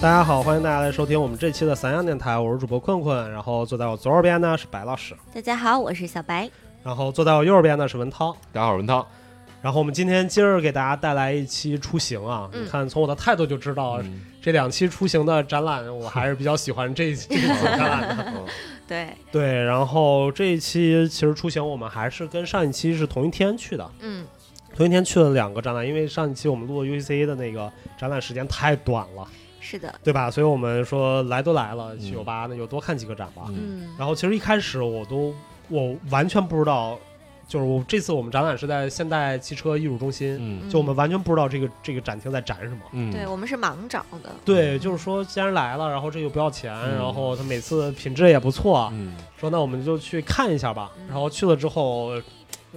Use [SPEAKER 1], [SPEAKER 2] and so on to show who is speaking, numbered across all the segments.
[SPEAKER 1] 大家好，欢迎大家来收听我们这期的散养电台，我是主播困困，然后坐在我左手边呢是白老师，
[SPEAKER 2] 大家好，我是小白。
[SPEAKER 1] 然后坐在我右手边呢是文涛。
[SPEAKER 3] 大家好，文涛。
[SPEAKER 1] 然后我们今天今儿给大家带来一期出行啊，你看从我的态度就知道，
[SPEAKER 3] 嗯
[SPEAKER 1] 这两期出行的展览我还是比较喜欢这一 期这一期展览的。
[SPEAKER 2] 对，
[SPEAKER 1] 对，然后这一期其实出行我们还是跟上一期是同一天去的，
[SPEAKER 2] 嗯，
[SPEAKER 1] 同一天去了两个展览，因为上一期我们录 UCC 的那个展览时间太短了，
[SPEAKER 2] 是的，
[SPEAKER 1] 对吧？所以我们说来都来了，去酒吧那就多看几个展吧。
[SPEAKER 3] 嗯
[SPEAKER 2] 嗯
[SPEAKER 1] 然后其实一开始我都我完全不知道，就是我这次我们展览是在现代汽车艺术中心，
[SPEAKER 3] 嗯
[SPEAKER 1] 就我们完全不知道这个这个展厅在展什么。
[SPEAKER 3] 嗯，
[SPEAKER 2] 对我们是盲找的，
[SPEAKER 1] 对，就是说既然来了，然后这又不要钱，
[SPEAKER 3] 嗯
[SPEAKER 1] 然后它每次品质也不错，
[SPEAKER 3] 嗯，
[SPEAKER 1] 说那我们就去看一下吧。
[SPEAKER 2] 嗯
[SPEAKER 1] 然后去了之后，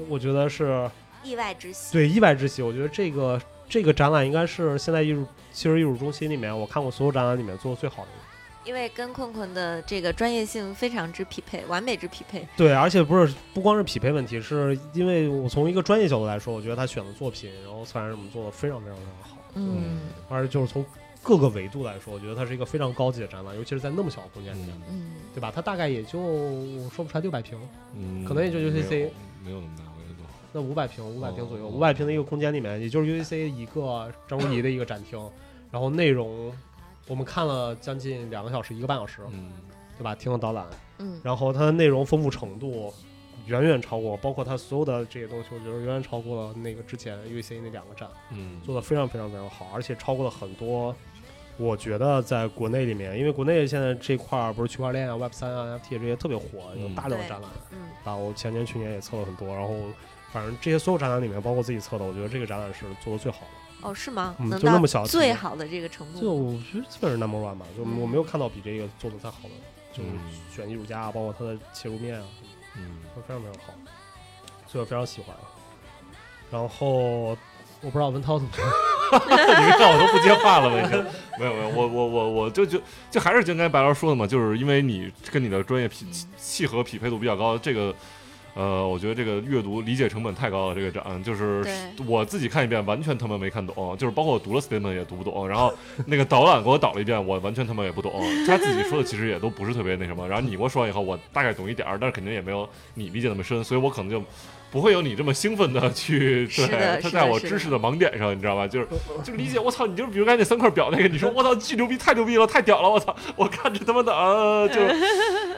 [SPEAKER 1] 我觉得是
[SPEAKER 2] 意外之喜。
[SPEAKER 1] 对意外之喜。我觉得这个这个展览应该是现代艺术汽车艺术中心里面我看过所有展览里面做的最好的一个。
[SPEAKER 2] 因为跟困困的这个专业性非常之匹配，完美之匹配。
[SPEAKER 1] 对，而且不是不光是匹配问题，是因为我从一个专业角度来说，我觉得他选的作品，然后策展人们做的非常非常非常好，
[SPEAKER 2] 嗯
[SPEAKER 1] 而且就是从各个维度来说，我觉得它是一个非常高级的展览，尤其是在那么小的空间里面，
[SPEAKER 2] 嗯，
[SPEAKER 1] 对吧？它大概也就我说不出来六百平，
[SPEAKER 3] 嗯
[SPEAKER 1] 可能也就 UCC
[SPEAKER 3] 没有没有那么大，我觉得
[SPEAKER 1] 那五百平五百平左右，
[SPEAKER 3] 哦
[SPEAKER 1] 五百平的一个空间里面，也就是 UAC 一个张无敌的一个展厅，然后内容我们看了将近两个小时一个半小时，
[SPEAKER 3] 嗯
[SPEAKER 1] 对吧？听了导览，
[SPEAKER 2] 嗯，
[SPEAKER 1] 然后它的内容丰富程度远远超过，包括它所有的这些东西，我觉得远远超过了那个之前 UC 那两个站，
[SPEAKER 3] 嗯，
[SPEAKER 1] 做的非常非常非常好，而且超过了很多。我觉得在国内里面，因为国内现在这块儿不是区块链啊、Web 三啊、NFT 这些特别火，有
[SPEAKER 3] 嗯
[SPEAKER 1] 大量的
[SPEAKER 2] 对
[SPEAKER 1] 展览。
[SPEAKER 2] 嗯，
[SPEAKER 1] 啊，我前年、去年也测了很多，然后反正这些所有展览里面，包括自己测的，我觉得这个展览是做的最好的，
[SPEAKER 2] 哦，是吗？
[SPEAKER 1] 嗯
[SPEAKER 2] 能
[SPEAKER 1] 就那
[SPEAKER 2] 到
[SPEAKER 1] 么小
[SPEAKER 2] 最好的这个程
[SPEAKER 1] 就
[SPEAKER 2] 度，
[SPEAKER 1] 我觉得基本是 number one 吧，就我没有看到比这个做的再好的，就是
[SPEAKER 3] 嗯
[SPEAKER 1] 选艺术家啊，包括他的切入面啊，
[SPEAKER 3] 嗯
[SPEAKER 1] 都非常非常好，所以我非常喜欢。然后我不知道文涛怎么说，
[SPEAKER 3] 你看我都不接话了，已经没有没有，我我我 我就就就还是就应该白老师说的嘛，就是因为你跟你的专业匹契合匹配度比较高，这个呃，我觉得这个阅读理解成本太高了，这个展就是
[SPEAKER 2] 对
[SPEAKER 3] 我自己看一遍完全他妈没看懂，就是包括我读了 statement 也读不懂，然后那个导览给我导了一遍，我完全他妈也不懂，他自己说的其实也都不是特别那什么，然后你给我说完以后，我大概懂一点儿，但是肯定也没有 你理解那么深，所以我可能就。不会有你这么兴 奋的去
[SPEAKER 2] 是的
[SPEAKER 3] 对他
[SPEAKER 2] 是的
[SPEAKER 3] 在我
[SPEAKER 2] 是的嗯
[SPEAKER 3] 知识的盲点上，你知道吧？就是就理解我操，你就是比如刚才那三块表那个，你说我操，巨牛逼，太牛逼了，太屌了，我操，我看着他妈的 啊，就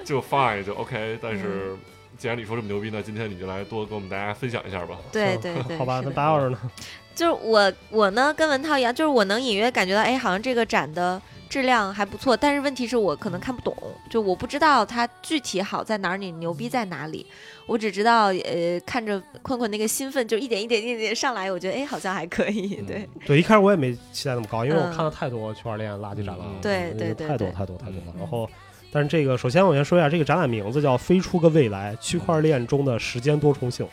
[SPEAKER 3] 就 fine 就 OK。但是
[SPEAKER 2] 嗯
[SPEAKER 3] 既然你说这么牛逼，那今天你就来多跟我们大家分享一下吧。
[SPEAKER 2] 对
[SPEAKER 1] 嗯
[SPEAKER 2] 对对，
[SPEAKER 1] 好吧，
[SPEAKER 2] 是
[SPEAKER 1] 那
[SPEAKER 2] 的
[SPEAKER 1] 白老师呢？
[SPEAKER 2] 就是我我呢跟文涛一样，就是我能隐约感觉到，哎，好像这个展的质量还不错，但是问题是我可能看不懂，就我不知道它具体好在哪儿，你牛逼在哪里，
[SPEAKER 3] 嗯
[SPEAKER 2] 我只知道呃看着困困那个兴奋就一点一点一点一点上来，我觉得哎好像还可以，对，
[SPEAKER 3] 嗯
[SPEAKER 1] 对，一开始我也没期待那么高，因为我
[SPEAKER 2] 嗯
[SPEAKER 1] 看了太多区块链垃圾展了，啊
[SPEAKER 3] 嗯
[SPEAKER 2] 对对对
[SPEAKER 1] 太多
[SPEAKER 2] 对
[SPEAKER 1] 太多太多了。
[SPEAKER 2] 嗯
[SPEAKER 3] 哦
[SPEAKER 1] 然后，但是这个，首先我先说一下这个展览名字叫《飞出个未来：区块链中的时间多重性》。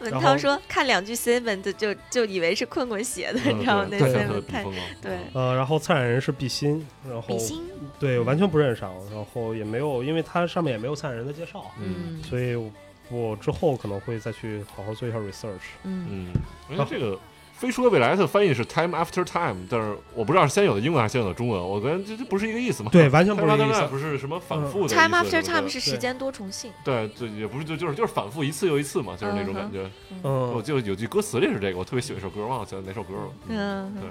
[SPEAKER 2] 文
[SPEAKER 1] 然后
[SPEAKER 2] 涛说看两句新闻就就就以为是困困写的，你
[SPEAKER 3] 嗯
[SPEAKER 2] 知道吗？那
[SPEAKER 3] 对
[SPEAKER 2] 新
[SPEAKER 3] 对对
[SPEAKER 2] 闻
[SPEAKER 3] 比
[SPEAKER 2] 太
[SPEAKER 3] 疯了嗯
[SPEAKER 2] 对
[SPEAKER 1] 呃，然后策展人是毕鑫，然后
[SPEAKER 2] 比心，嗯
[SPEAKER 1] 对完全不认识啊，然后也没有，因为它上面也没有策展人的介绍，啊
[SPEAKER 3] 嗯
[SPEAKER 2] 嗯
[SPEAKER 1] 所以我我之后可能会再去好好做一下 research。
[SPEAKER 2] 嗯
[SPEAKER 3] 嗯，因为这个。飞书的未来的翻译是 time after time，但是我不知道是先有的英文还是先有的中文，我感觉这这不是一个意思嘛。
[SPEAKER 1] 对，完全
[SPEAKER 3] time
[SPEAKER 1] 不是这个
[SPEAKER 3] after
[SPEAKER 1] 意
[SPEAKER 3] time
[SPEAKER 1] 思。
[SPEAKER 3] 不是什么反
[SPEAKER 1] 呃
[SPEAKER 3] 复的
[SPEAKER 2] ，time
[SPEAKER 3] 意思
[SPEAKER 2] after
[SPEAKER 3] 什么
[SPEAKER 2] time
[SPEAKER 3] 的
[SPEAKER 2] 是时间多重性，
[SPEAKER 3] 对对，也不是就就是就是反复一次又一次嘛，就是那种感觉。我
[SPEAKER 1] 嗯，
[SPEAKER 3] 就有句歌词里是这个，我特别喜欢一首歌，忘了叫哪首歌了。
[SPEAKER 2] 嗯，
[SPEAKER 3] 对，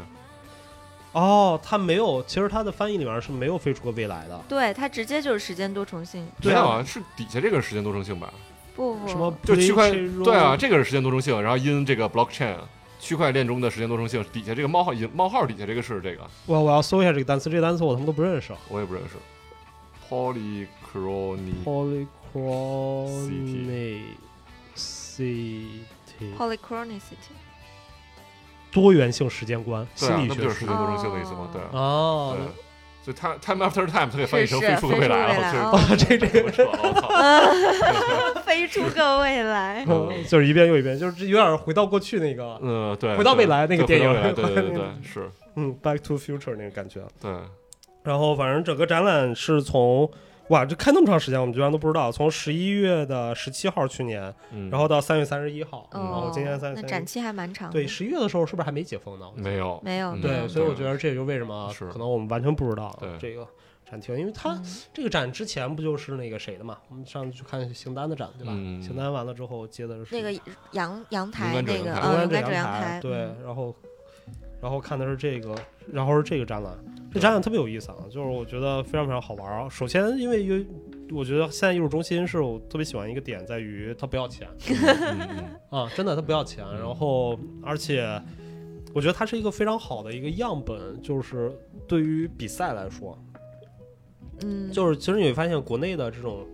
[SPEAKER 1] 哦，它没有，其实它的翻译里面是没有飞出个未来的，
[SPEAKER 2] 对，它直接就是时间多重性，
[SPEAKER 1] 对啊
[SPEAKER 3] 没有啊，是底下这个是时间多重性吧？
[SPEAKER 2] 不不，
[SPEAKER 1] 什么
[SPEAKER 3] 就区块
[SPEAKER 1] Playroom
[SPEAKER 3] 对啊，这个是时间多重性，然后因这个 blockchain 区块链中的时间多重性，底下这个冒号引冒号底下这个是这个，
[SPEAKER 1] 我我要搜一下这个单词，这个单词我他妈都不认识。
[SPEAKER 3] 我也不认识。polychrony
[SPEAKER 1] polychronicity
[SPEAKER 2] polychronicity。
[SPEAKER 1] 多元性时间观，
[SPEAKER 3] 对
[SPEAKER 1] 心
[SPEAKER 3] 啊，
[SPEAKER 1] 理
[SPEAKER 3] 那不
[SPEAKER 1] 学
[SPEAKER 3] 就是时
[SPEAKER 1] 术
[SPEAKER 3] 间多重性的意思吗？对啊，
[SPEAKER 1] 哦
[SPEAKER 3] 对，，所以 time time after time 它给翻译成飞出个未来啊了，
[SPEAKER 2] 哦
[SPEAKER 1] 这
[SPEAKER 3] 这
[SPEAKER 1] 这
[SPEAKER 3] 这么扯了，我 操！
[SPEAKER 2] 飞出个未来。
[SPEAKER 3] 嗯
[SPEAKER 1] 就是一遍又一遍，就是这有点回到过去那个，
[SPEAKER 3] 嗯，对，
[SPEAKER 1] 回到未
[SPEAKER 3] 对
[SPEAKER 1] 来那个
[SPEAKER 3] 对
[SPEAKER 1] 电影
[SPEAKER 3] 回到未来对对对对，是，
[SPEAKER 1] 嗯，Back to Future 那个感觉。
[SPEAKER 3] 对，
[SPEAKER 1] 然后反正整个展览是从哇，这开那么长时间，我们居然都不知道。从十一月的十七号去年，
[SPEAKER 3] 嗯，
[SPEAKER 1] 然后到三月三十一号，
[SPEAKER 3] 嗯
[SPEAKER 1] 然后
[SPEAKER 2] 哦，
[SPEAKER 1] 今年三月
[SPEAKER 2] 那
[SPEAKER 1] 三
[SPEAKER 2] 展
[SPEAKER 1] 十一，
[SPEAKER 2] 期还蛮长的。
[SPEAKER 1] 对，十一月的时候是不是还没解封呢？
[SPEAKER 3] 没有，
[SPEAKER 2] 没有
[SPEAKER 3] 嗯
[SPEAKER 2] 没
[SPEAKER 1] 对，
[SPEAKER 2] 有
[SPEAKER 1] 所以我
[SPEAKER 3] 对
[SPEAKER 1] 觉得这就是为什么
[SPEAKER 3] 是
[SPEAKER 1] 可能我们完全不知道
[SPEAKER 3] 对
[SPEAKER 1] 这个展厅，因为它
[SPEAKER 2] 嗯
[SPEAKER 1] 这个展之前不就是那个谁的嘛？我们上次去看邢丹的展，对吧？
[SPEAKER 3] 嗯
[SPEAKER 1] 邢丹完了之后接的是
[SPEAKER 2] 那个阳阳台
[SPEAKER 3] 勇敢者
[SPEAKER 2] 那个
[SPEAKER 3] 阳台
[SPEAKER 2] 呃，勇
[SPEAKER 1] 勇敢
[SPEAKER 2] 敢者
[SPEAKER 1] 者
[SPEAKER 2] 阳
[SPEAKER 1] 阳
[SPEAKER 2] 台，
[SPEAKER 1] 对
[SPEAKER 2] 嗯，
[SPEAKER 1] 然后然后看的是这个，然后是这个展览，这展览特别有意思啊，就是我觉得非常非常好玩儿。首先，因为有我觉得现在艺术中心是我特别喜欢一个点，在于它不要钱
[SPEAKER 3] 嗯嗯
[SPEAKER 1] 啊，真的它不要钱，然后而且。我觉得它是一个非常好的一个样本，就是对于比赛来说，
[SPEAKER 2] 嗯，
[SPEAKER 1] 就是其实你会发现国内的这种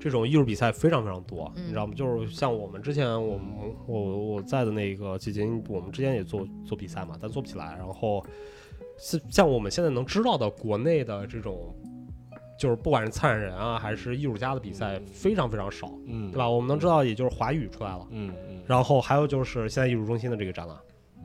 [SPEAKER 1] 这种艺术比赛非常非常多，
[SPEAKER 2] 嗯
[SPEAKER 1] 你知道吗？就是像我们之前我们我我在的那个基金，我们之前也做做比赛嘛，但做不起来。然后是像我们现在能知道的国内的这种，就是不管是策展人啊还是艺术家的比赛，
[SPEAKER 3] 嗯
[SPEAKER 1] 非常非常少，
[SPEAKER 3] 嗯，
[SPEAKER 1] 对吧？我们能知道也就是华语出来了。
[SPEAKER 3] 嗯？嗯嗯
[SPEAKER 1] 然后还有就是现在艺术中心的这个展览，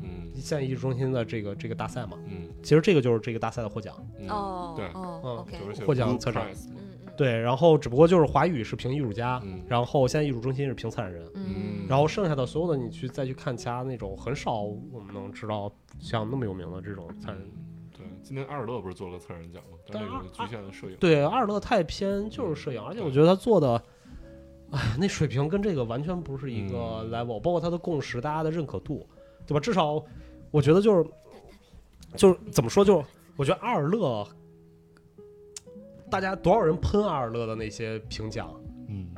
[SPEAKER 3] 嗯
[SPEAKER 1] 现在艺术中心的这个这个大赛嘛，
[SPEAKER 3] 嗯
[SPEAKER 1] 其实这个就是这个大赛的获奖，
[SPEAKER 3] 嗯，
[SPEAKER 2] 哦
[SPEAKER 3] 对
[SPEAKER 2] 哦
[SPEAKER 1] 嗯
[SPEAKER 2] ，OK，
[SPEAKER 3] 就是写
[SPEAKER 1] 获奖
[SPEAKER 3] Blue
[SPEAKER 1] 策展
[SPEAKER 3] Prize 嘛
[SPEAKER 2] 嗯嗯
[SPEAKER 1] 对。然后只不过就是华语是评艺术家，
[SPEAKER 3] 嗯
[SPEAKER 1] 然后现在艺术中心是评策展人，
[SPEAKER 2] 嗯，
[SPEAKER 1] 然后剩下的所有的你去再去看其他那种很少我们能知道像那么有名的这种策展人。
[SPEAKER 3] 嗯对，今年阿尔勒不是做了策展奖吗？但
[SPEAKER 1] 但
[SPEAKER 3] 那个
[SPEAKER 1] 是
[SPEAKER 3] 局限了摄影，
[SPEAKER 1] 对，阿尔勒太偏就是摄影，而且我觉得他做的，哎，那水平跟这个完全不是一个
[SPEAKER 3] 嗯
[SPEAKER 1] level，、包括他的共识，大家的认可度，对吧？至少我觉得就是就是怎么说，就是我觉得阿尔勒，大家多少人喷阿尔勒的那些评奖，
[SPEAKER 3] 嗯，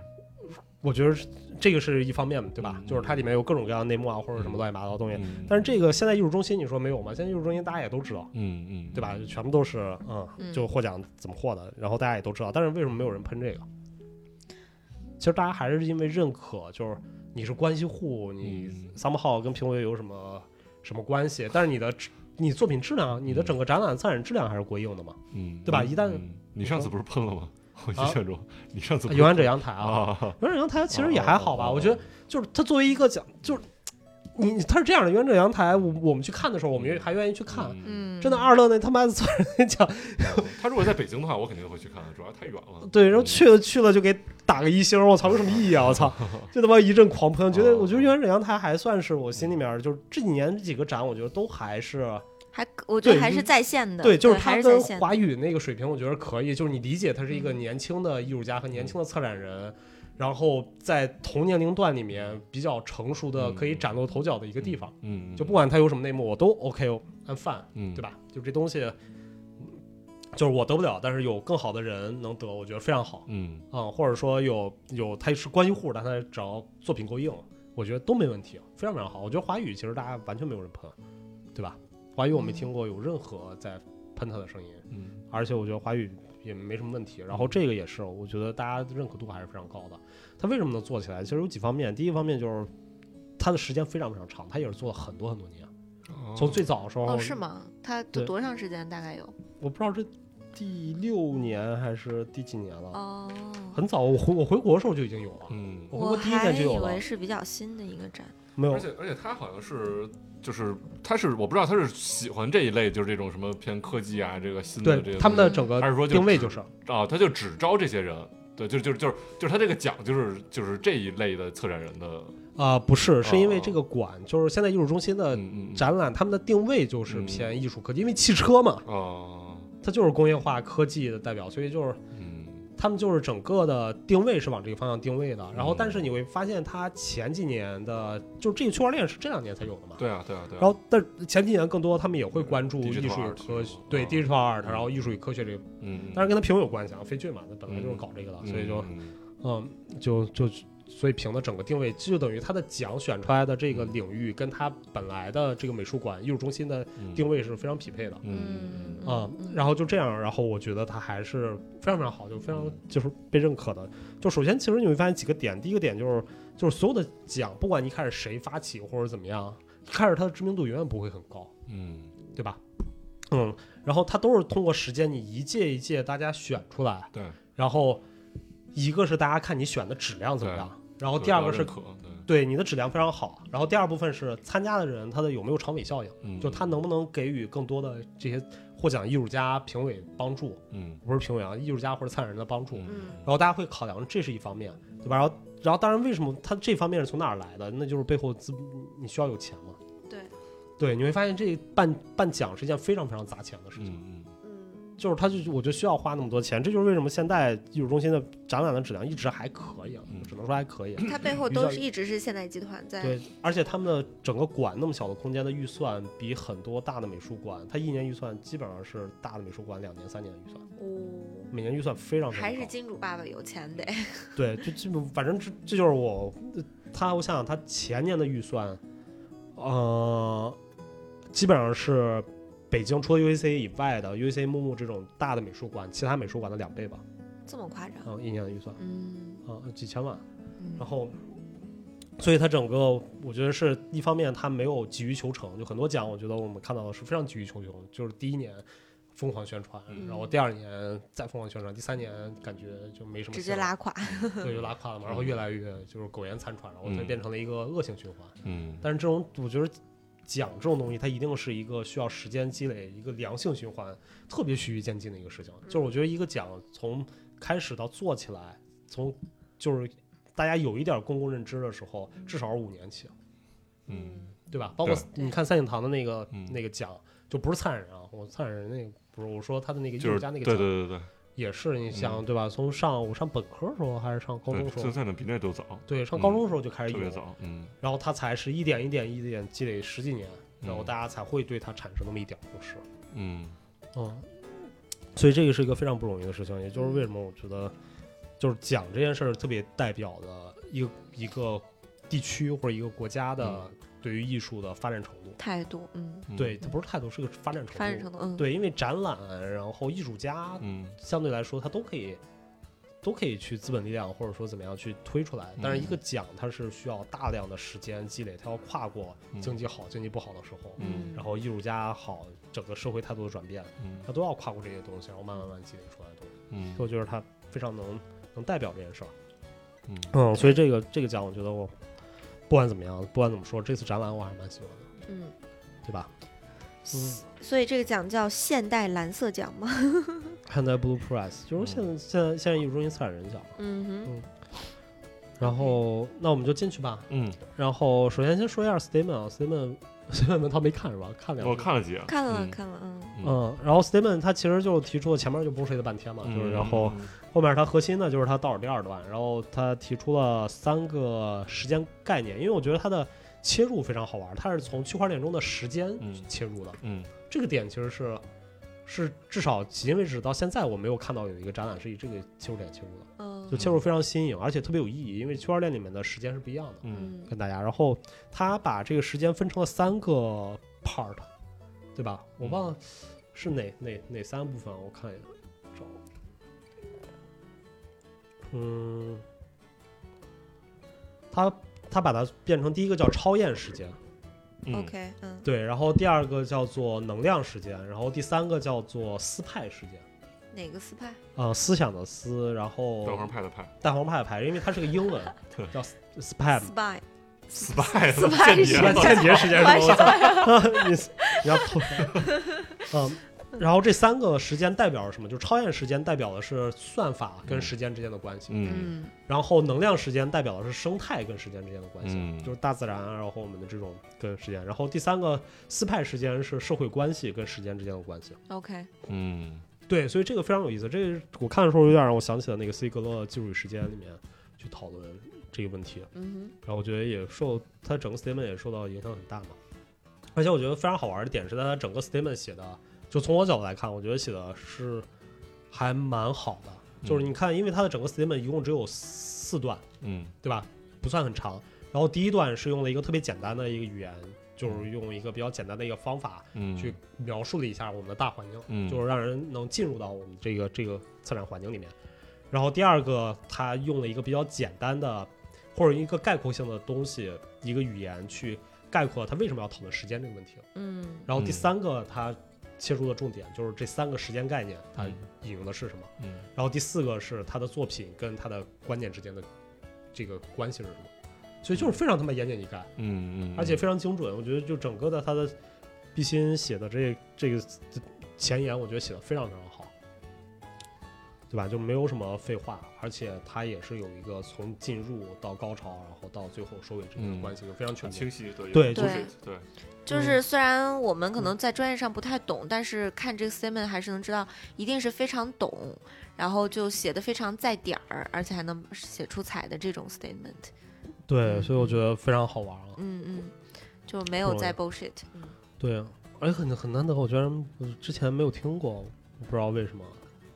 [SPEAKER 1] 我觉得是这个是一方面，对吧？
[SPEAKER 3] 嗯
[SPEAKER 1] 就是它里面有各种各样的内幕啊，或者什么乱七八糟的东西。
[SPEAKER 3] 嗯
[SPEAKER 1] 但是这个现在艺术中心你说没有吗？现在艺术中心大家也都知道，
[SPEAKER 3] 嗯嗯，
[SPEAKER 1] 对吧？就全部都是
[SPEAKER 2] 嗯
[SPEAKER 1] 嗯，就获奖怎么获的，然后大家也都知道。但是为什么没有人喷这个？其实大家还是因为认可，就是你是关系户，你
[SPEAKER 3] 嗯
[SPEAKER 1] somehow 跟评委有什么什么关系？但是你的质你作品质量，你的整个展览策展质量还是国映的嘛？
[SPEAKER 3] 嗯，
[SPEAKER 1] 对吧
[SPEAKER 3] 嗯
[SPEAKER 1] 一旦
[SPEAKER 3] 嗯你上次不是喷了吗？我
[SPEAKER 1] 啊
[SPEAKER 3] 印象中，你上次不是
[SPEAKER 1] 有完者阳台啊，
[SPEAKER 3] 啊，
[SPEAKER 1] 有完者阳台其实也还好吧。我觉得就是它作为一个奖，就是你他是这样的，有完者阳台，我我们去看的时候，我们也还愿意去看。
[SPEAKER 3] 嗯，
[SPEAKER 2] 嗯，
[SPEAKER 1] 真的，二乐那他妈的策展奖
[SPEAKER 3] 他如果在北京的话，我肯定会去看的，主要太远了。
[SPEAKER 1] 对，然后去了去了就给打个一星儿，我操，有什么意义啊？我 操，就他妈一阵狂喷，觉
[SPEAKER 3] 哦
[SPEAKER 1] 得我觉得《原始阳台》还算是我心里面就是这几年这几个展，我觉得都还是
[SPEAKER 2] 还我觉得
[SPEAKER 1] 对
[SPEAKER 2] 还是
[SPEAKER 1] 你
[SPEAKER 2] 在线的，
[SPEAKER 1] 对，就是
[SPEAKER 2] 还
[SPEAKER 1] 他
[SPEAKER 2] 是在
[SPEAKER 1] 跟
[SPEAKER 2] 线的，嗯
[SPEAKER 1] 华语那个水平，我觉得可以，就是你理解他是一个年轻的艺术家和年轻
[SPEAKER 3] 嗯
[SPEAKER 1] 的策展人。然后在同年龄段里面比较成熟的，
[SPEAKER 3] 嗯
[SPEAKER 1] 可以崭露头角的一个地方，
[SPEAKER 3] 嗯，嗯
[SPEAKER 1] 就不管他有什么内幕，我都 OK，按饭，
[SPEAKER 3] 嗯，
[SPEAKER 1] 对
[SPEAKER 3] 吧？
[SPEAKER 1] 吧？就这东西，嗯就是我得不了，但是有更好的人能得，我觉得非常好。
[SPEAKER 3] 嗯
[SPEAKER 1] 嗯，或者说有有他是关系户，但他只要作品够硬，我觉得都没问题，非常非常好。我觉得华语其实大家完全没有人喷，对吧？华语我没听
[SPEAKER 2] 嗯
[SPEAKER 1] 过有任何在喷他的声音，
[SPEAKER 3] 嗯
[SPEAKER 1] 而且我觉得华语也没什么问题。然后这个也是，我觉得大家认可度还是非常高的。他为什么能做起来？其实有几方面，第一方面就是他的时间非常非常长，他也是做了很多很多年，从最早的时候，
[SPEAKER 2] 哦，是吗？它都
[SPEAKER 1] 对
[SPEAKER 2] 多长时间？大概有
[SPEAKER 1] 我不知道是第六年还是第几年了，
[SPEAKER 2] 哦，
[SPEAKER 1] 很早我回我回国的时候就已经有了。
[SPEAKER 3] 嗯，
[SPEAKER 1] 我
[SPEAKER 2] 我
[SPEAKER 1] 回国第一
[SPEAKER 2] 还
[SPEAKER 1] 年就
[SPEAKER 2] 以
[SPEAKER 1] 有了
[SPEAKER 2] 为，是比较新的一个展，
[SPEAKER 1] 没有
[SPEAKER 3] 而，且而且他好像是就是他是我不知道他是喜欢这一类就是这种什么偏科技啊这个新的这
[SPEAKER 1] 对
[SPEAKER 3] 个，
[SPEAKER 1] 他们的整个
[SPEAKER 3] 还是说就
[SPEAKER 1] 定位
[SPEAKER 3] 只
[SPEAKER 1] 就是，
[SPEAKER 3] 啊，他就只招这些人。对，就就就就是他这个奖，就是就是这一类的策展人的，
[SPEAKER 1] 啊，不是，是因
[SPEAKER 3] 哦
[SPEAKER 1] 为这个馆就是现在艺术中心的
[SPEAKER 3] 嗯嗯，嗯
[SPEAKER 1] 展览，他们的定位就是偏艺术科技，因为汽车嘛，
[SPEAKER 3] 啊，
[SPEAKER 1] 它就是工业化科技的代表，所以就是
[SPEAKER 3] 嗯
[SPEAKER 1] 他们就是整个的定位是往这个方向定位的。然后
[SPEAKER 3] 嗯，
[SPEAKER 1] 但是你会发现，它前几年的就这个区块链是这两年才有的嘛。
[SPEAKER 3] 对啊，对啊，对啊。
[SPEAKER 1] 然后，但前几年更多，他们也会关注
[SPEAKER 3] Digital
[SPEAKER 1] 艺术
[SPEAKER 3] art
[SPEAKER 1] 与科学
[SPEAKER 3] 嘛，
[SPEAKER 1] 对
[SPEAKER 3] 嗯
[SPEAKER 1] digital art，然后艺术与科学这个，
[SPEAKER 3] 嗯，
[SPEAKER 1] 当然跟他评委有关系啊。飞俊嘛，他本来就是搞这个的，
[SPEAKER 3] 嗯
[SPEAKER 1] 所以就
[SPEAKER 3] 嗯
[SPEAKER 1] 嗯，就就所以评的整个定位，就等于它的奖选出来的这个领域跟它本来的这个美术馆、艺术中心的
[SPEAKER 3] 嗯
[SPEAKER 1] 定位是非常匹配的
[SPEAKER 3] 嗯
[SPEAKER 2] 嗯
[SPEAKER 1] 啊、
[SPEAKER 2] 嗯
[SPEAKER 1] 然后就这样，然后我觉得它还是非常非常好，就非常
[SPEAKER 3] 嗯
[SPEAKER 1] 就是被认可的。就首先，其实你会发现几个点，第一个点就是就是所有的奖，不管你一开始谁发起或者怎么样，一开始它的知名度永远不会很高。
[SPEAKER 3] 嗯
[SPEAKER 1] 对吧？嗯，然后它都是通过时间，你一届一届大家选出来，
[SPEAKER 3] 对，
[SPEAKER 1] 然后一个是大家看你选的质量怎么样，然后第二个是
[SPEAKER 3] 可，对，
[SPEAKER 1] 对你的质量非常好，然后第二部分是参加的人他的有没有长尾效应，
[SPEAKER 3] 嗯
[SPEAKER 1] 就他能不能给予更多的这些，获奖艺术家、评委帮助，
[SPEAKER 3] 嗯
[SPEAKER 1] 不是评委啊，艺术家或者参展人的帮助。
[SPEAKER 3] 嗯
[SPEAKER 1] 然后大家会考量这是一方面，对吧？然后，然后当然，为什么它这方面是从哪儿来的？那就是背后资你需要有钱嘛。
[SPEAKER 2] 对，
[SPEAKER 1] 对，你会发现这办办奖是一件非常非常砸钱的事情，
[SPEAKER 3] 嗯嗯
[SPEAKER 2] 嗯
[SPEAKER 1] 就是它就我就需要花那么多钱，这就是为什么现代艺术中心的展览的质量一直还可以啊，
[SPEAKER 3] 嗯
[SPEAKER 1] 我只能说还可以。
[SPEAKER 2] 它背后
[SPEAKER 1] 比较
[SPEAKER 2] 都是一直是现代集团在
[SPEAKER 1] 对，而且他们的整个馆那么小的空间的预算，比很多大的美术馆，它一年预算基本上是大的美术馆两年三年的预算，
[SPEAKER 2] 哦，
[SPEAKER 1] 每年预算非常非常
[SPEAKER 2] 还
[SPEAKER 1] 高
[SPEAKER 2] 是。金主爸爸有钱得，
[SPEAKER 1] 对，就基本反正这这就是我，呃他我想想，他前年的预算，呃，基本上是北京除了 UAC 以外的 UAC、木木这种大的美术馆，其他美术馆的两倍吧，
[SPEAKER 2] 这么夸张？
[SPEAKER 1] 嗯，一年的预算，
[SPEAKER 2] 嗯，
[SPEAKER 1] 啊、几千万，
[SPEAKER 2] 嗯
[SPEAKER 1] 然后。所以它整个，我觉得是一方面，它没有急于求成，就很多奖，我觉得我们看到的是非常急于求成，就是第一年疯狂宣传，
[SPEAKER 3] 嗯
[SPEAKER 1] 然后第二年再疯狂宣传，第三年感觉就没什么
[SPEAKER 2] 直
[SPEAKER 1] 希
[SPEAKER 2] 接
[SPEAKER 1] 望
[SPEAKER 2] 拉垮。
[SPEAKER 1] 对，就拉胯了嘛，然后
[SPEAKER 2] 嗯
[SPEAKER 1] 越来越就是苟延残喘，然后它
[SPEAKER 3] 嗯
[SPEAKER 1] 变成了一个恶性循环。
[SPEAKER 3] 嗯
[SPEAKER 1] 但是这种我觉得讲这种东西，它一定是一个需要时间积累、一个良性循环、特别循序渐进的一个事情。就是我觉得一个讲从开始到做起来，从就是大家有一点公共认知的时候，至少是五年起，
[SPEAKER 3] 嗯
[SPEAKER 1] 对吧？包括
[SPEAKER 2] 对
[SPEAKER 1] 你看三景堂的那个
[SPEAKER 3] 嗯
[SPEAKER 1] 那个奖，就不是灿人啊，我灿人那个不是，我说他的那个艺
[SPEAKER 3] 嗯，就
[SPEAKER 1] 术
[SPEAKER 3] 是
[SPEAKER 1] 家那个
[SPEAKER 3] 对对嗯
[SPEAKER 1] 奖
[SPEAKER 3] 对对
[SPEAKER 1] 也是，你想对吧？从上我上本科的时候还是上高中
[SPEAKER 3] 对，
[SPEAKER 1] 的时
[SPEAKER 3] 这
[SPEAKER 1] 候。
[SPEAKER 3] 在那比那都早，
[SPEAKER 1] 对，上高中的时候就开始
[SPEAKER 3] 嗯特
[SPEAKER 1] 有，
[SPEAKER 3] 别早，嗯
[SPEAKER 1] 然后他才是一点一点一点积累十几年，
[SPEAKER 3] 嗯
[SPEAKER 1] 然后大家才会对他产生那么一点共识。
[SPEAKER 3] 嗯嗯
[SPEAKER 1] 嗯，所以这个是一个非常不容易的事情，也就是为什么我觉得，就是讲这件事儿特别代表的一个一个地区或者一个国家的对于艺术的发展程度。
[SPEAKER 2] 态度，嗯，
[SPEAKER 3] 嗯
[SPEAKER 1] 对，它不是态度，是个发展程度。
[SPEAKER 2] 发展程度，嗯，
[SPEAKER 1] 对，因为展览，然后艺术家
[SPEAKER 3] 嗯
[SPEAKER 1] 相对来说，它都可以。都可以去资本力量，或者说怎么样去推出来。但是一个奖，它是需要大量的时间积累，它要跨过
[SPEAKER 3] 嗯
[SPEAKER 1] 经济好、经济不好的时候，
[SPEAKER 3] 嗯
[SPEAKER 1] 然后艺术家好，整个社会态度的转变，
[SPEAKER 3] 嗯
[SPEAKER 1] 它都要跨过这些东西，然后慢慢慢慢积累出来的东西。
[SPEAKER 3] 嗯
[SPEAKER 1] 所以我觉得它非常能能代表这件事儿。
[SPEAKER 3] 嗯
[SPEAKER 1] 嗯，所以这个这个奖，我觉得我不管怎么样，不管怎么说，这次展览我还是蛮喜欢的，
[SPEAKER 2] 嗯，
[SPEAKER 1] 对吧？嗯，
[SPEAKER 2] 所以这个奖叫现代蓝色奖吗？
[SPEAKER 1] 汉代 Blue Press 就是现在现在现在艺术中心策展人奖。
[SPEAKER 2] 嗯
[SPEAKER 1] 然后，那我们就进去吧。
[SPEAKER 3] 嗯，
[SPEAKER 1] 然后，首先先说一下 Statement 啊，Statement 虽然文涛没看是吧？看两
[SPEAKER 3] 我
[SPEAKER 1] 部
[SPEAKER 3] 看了几眼
[SPEAKER 2] 哼，，看了
[SPEAKER 3] 嗯
[SPEAKER 2] 看了，嗯，
[SPEAKER 1] 嗯，然后 Statement 他其实就提出了前面就 bullshit 了半天嘛，
[SPEAKER 3] 嗯
[SPEAKER 1] 就是然后后面他核心呢就是他倒数第二段，然后他提出了三个时间概念，因为我觉得他的切入非常好玩，他是从区块链中的时间
[SPEAKER 3] 嗯
[SPEAKER 1] 切入的，
[SPEAKER 3] 嗯
[SPEAKER 1] 这个点其实是是至少迄今为止到现在我没有看到有一个展览是以这个切入点切入的，
[SPEAKER 2] 嗯
[SPEAKER 1] 就切入非常新颖，而且特别有意义，因为区块链里面的时间是不一样的。
[SPEAKER 3] 嗯
[SPEAKER 2] 嗯
[SPEAKER 1] 跟大家。然后他把这个时间分成了三个 part，对吧？我忘
[SPEAKER 3] 嗯
[SPEAKER 1] 了是哪哪哪三个部分，啊我看一眼，找。嗯，他他把它变成第一个叫超验时间，
[SPEAKER 3] 嗯
[SPEAKER 2] ，OK，嗯
[SPEAKER 1] 对，然后第二个叫做能量时间，然后第三个叫做思派时间。
[SPEAKER 2] 哪个四派？
[SPEAKER 1] 呃，思想的思，然后
[SPEAKER 3] 蛋黄派的派
[SPEAKER 1] 蛋黄派的派，因为它是个英 文，叫 spam，
[SPEAKER 2] spy，
[SPEAKER 3] ，spy
[SPEAKER 2] 四派
[SPEAKER 3] 间
[SPEAKER 2] 是吧
[SPEAKER 3] 谍
[SPEAKER 1] 间间谍时间是吧？
[SPEAKER 2] 是
[SPEAKER 1] 我操， 你你要吐。嗯，然后这三个时间代表是什么？就超验时间代表的是算法跟时间之间的关系，
[SPEAKER 3] 嗯
[SPEAKER 2] 嗯
[SPEAKER 1] 然后能量时间代表的是生态跟时间之间的关系，
[SPEAKER 3] 嗯
[SPEAKER 1] 就是大自然啊，然后我们的这种跟时间。然后第三个斯派时间是社会关系跟时间之间的关系。
[SPEAKER 2] ，OK，
[SPEAKER 3] 嗯
[SPEAKER 1] 对，所以这个非常有意思。这个我看的时候有点让我想起了那个斯蒂格勒的《技术与时间》里面去讨论这个问题。
[SPEAKER 2] 嗯
[SPEAKER 1] 然后我觉得也受它整个 statement 也受到影响很大嘛。而且我觉得非常好玩的点是在它整个 statement 写的，就从我角度来看，我觉得写的是还蛮好的。就是你看，因为它的整个 statement 一共只有四段，
[SPEAKER 3] 嗯
[SPEAKER 1] 对吧？不算很长。然后第一段是用了一个特别简单的一个语言，就是用一个比较简单的一个方法
[SPEAKER 3] 嗯，
[SPEAKER 1] 去描述了一下我们的大环境。
[SPEAKER 3] 嗯
[SPEAKER 1] 就是让人能进入到我们这个这个策展环境里面。然后第二个，他用了一个比较简单的或者一个概括性的东西，一个语言去概括他为什么要讨论时间这个问题。
[SPEAKER 2] 嗯
[SPEAKER 1] 然后第
[SPEAKER 3] 嗯
[SPEAKER 1] 三个，他切入的重点就是这三个时间概念，它
[SPEAKER 3] 嗯
[SPEAKER 1] 引用的是什么。
[SPEAKER 3] 嗯
[SPEAKER 1] 然后第四个是他的作品跟他的观念之间的这个关系是什么。所以就是非常他妈言简意赅。
[SPEAKER 3] 嗯嗯，
[SPEAKER 1] 而且非常精准。我觉得就整个的他的毕鑫写的这这个前言我觉得写的非常非常好，对吧？就没有什么废话，而且它也是有一个从进入到高潮，然后到最后收尾之间的
[SPEAKER 3] 嗯
[SPEAKER 1] 关系就非常全
[SPEAKER 3] 很
[SPEAKER 1] 面。
[SPEAKER 3] 清晰，对
[SPEAKER 1] 对
[SPEAKER 3] 有
[SPEAKER 2] 就是
[SPEAKER 3] 水对，
[SPEAKER 1] 嗯
[SPEAKER 2] 就是虽然我们可能在专业上不太懂，但是看这个 statement 还是能知道，一定是非常懂，然后就写的非常在点儿，而且还能写出彩的这种 statement。
[SPEAKER 3] 嗯
[SPEAKER 1] 对，所以我觉得非常好玩啊。
[SPEAKER 2] 嗯嗯，就没有在 bullshit。嗯
[SPEAKER 1] 对，啊而且很很难得，我居然之前没有听过，我不知道为什么，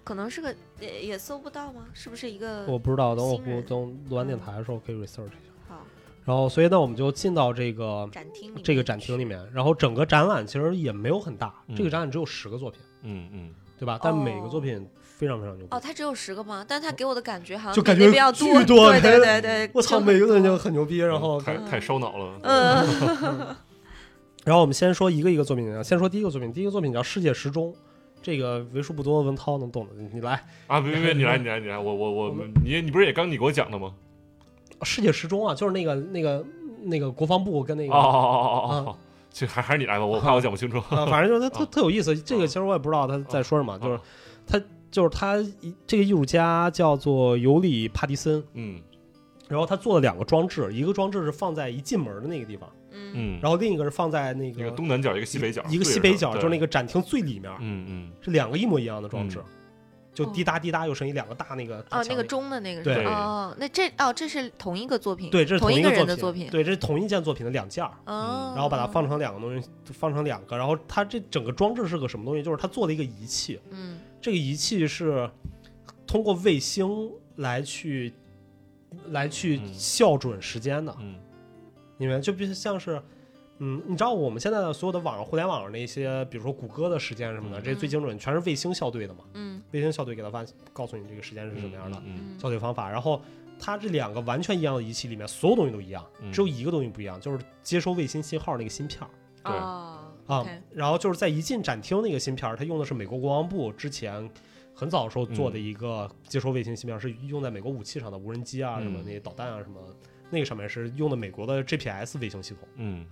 [SPEAKER 2] 可能是个也也搜不到吗？是不是一个？
[SPEAKER 1] 我不知道。等我
[SPEAKER 2] 呃新人嗯
[SPEAKER 1] 等录完电台的时候可以 research 一下。
[SPEAKER 2] 好，
[SPEAKER 1] 然后，所以呢，我们就进到这个
[SPEAKER 2] 展厅里面
[SPEAKER 1] 这个展厅里面，然后整个展览其实也没有很大，
[SPEAKER 3] 嗯
[SPEAKER 1] 这个展览只有十个作品，
[SPEAKER 3] 嗯嗯，
[SPEAKER 1] 对吧？但
[SPEAKER 2] 哦
[SPEAKER 1] 每个作品非常非常牛逼
[SPEAKER 2] 哦，。它只有十个吗？但它给我的感觉好像
[SPEAKER 1] 就感
[SPEAKER 2] 比
[SPEAKER 1] 觉
[SPEAKER 2] 那边要多，
[SPEAKER 1] 巨多
[SPEAKER 2] 对对对对，
[SPEAKER 1] 我操，
[SPEAKER 2] 就
[SPEAKER 1] 每个作品
[SPEAKER 2] 很多
[SPEAKER 1] 就很牛逼。然后，
[SPEAKER 3] 嗯太太烧脑了，
[SPEAKER 2] 嗯
[SPEAKER 1] 然后我们先说一个一个作品，啊先说第一个作品。第一个作品叫《世界时钟》，这个为数不多文涛能懂的，你来。
[SPEAKER 3] 啊，别别别，你来你来你来，我我我，你你不是也刚你给我讲的吗？
[SPEAKER 1] 世界时钟啊，就是那个那个那个国防部跟那
[SPEAKER 3] 哦
[SPEAKER 1] 个
[SPEAKER 3] 哦哦哦哦哦，这还还是你来吧， 我怕我讲不清楚。
[SPEAKER 1] 啊，反正就是他特
[SPEAKER 3] 啊
[SPEAKER 1] 特有意思。这个其实我也不知道他在说什么，就是
[SPEAKER 3] 啊
[SPEAKER 1] 就是他一这个艺术家叫做尤里帕迪森，
[SPEAKER 3] 嗯
[SPEAKER 1] 然后他做了两个装置，一个装置是放在一进门的那个地方，
[SPEAKER 2] 嗯
[SPEAKER 3] 嗯，
[SPEAKER 1] 然后另一个是放在那
[SPEAKER 3] 一
[SPEAKER 1] 个
[SPEAKER 3] 个东南角，一个西北角，
[SPEAKER 1] 一个西北角，就是那个展厅最里面，
[SPEAKER 3] 嗯嗯，
[SPEAKER 1] 是两个一模一样的装置
[SPEAKER 3] 嗯，
[SPEAKER 1] 就滴答滴答有声音，两个大那个
[SPEAKER 2] 哦，那
[SPEAKER 1] 墙
[SPEAKER 2] 个
[SPEAKER 1] 里
[SPEAKER 2] 钟的那个是
[SPEAKER 1] 对
[SPEAKER 2] 吧哦，那这哦，这是同一个作品，哦
[SPEAKER 1] 对，这是
[SPEAKER 2] 同
[SPEAKER 1] 一
[SPEAKER 2] 个人
[SPEAKER 1] 的
[SPEAKER 2] 的作品，
[SPEAKER 1] 对，这是同一件作品的两件儿。
[SPEAKER 2] 哦，
[SPEAKER 1] 嗯然后把它放成两个东西，放成两个。然后它这整个装置是个什么东西？就是它做了一个仪器，
[SPEAKER 2] 嗯
[SPEAKER 1] 这个仪器是通过卫星来去来去
[SPEAKER 3] 嗯
[SPEAKER 1] 校准时间的，
[SPEAKER 3] 嗯
[SPEAKER 1] 你们就比如像是。嗯，你知道我们现在的所有的网上互联网上那些，比如说谷歌的时间什么的，
[SPEAKER 3] 嗯
[SPEAKER 1] 这些最精准，全是卫星校对的嘛。
[SPEAKER 2] 嗯
[SPEAKER 1] 卫星校对给它发告诉你这个时间是什么样的
[SPEAKER 3] 嗯
[SPEAKER 2] 哦
[SPEAKER 1] 校对方法。然后它这两个完全一样的仪器里面，所有东西都一样，
[SPEAKER 3] 嗯
[SPEAKER 1] 只有一个东西不一样，就是接收卫星信号那个芯片儿
[SPEAKER 3] 对
[SPEAKER 2] 哦
[SPEAKER 1] 啊
[SPEAKER 2] OK。
[SPEAKER 1] 然后就是在一进展厅那个芯片儿，它用的是美国国防部之前很早的时候做的
[SPEAKER 3] 嗯
[SPEAKER 1] 一个接收卫星芯片儿，是用在美国武器上的无人机啊、
[SPEAKER 3] 嗯
[SPEAKER 1] 什么那些导弹啊什么，那个上面是用的美国的 GPS 卫星系统，
[SPEAKER 3] 嗯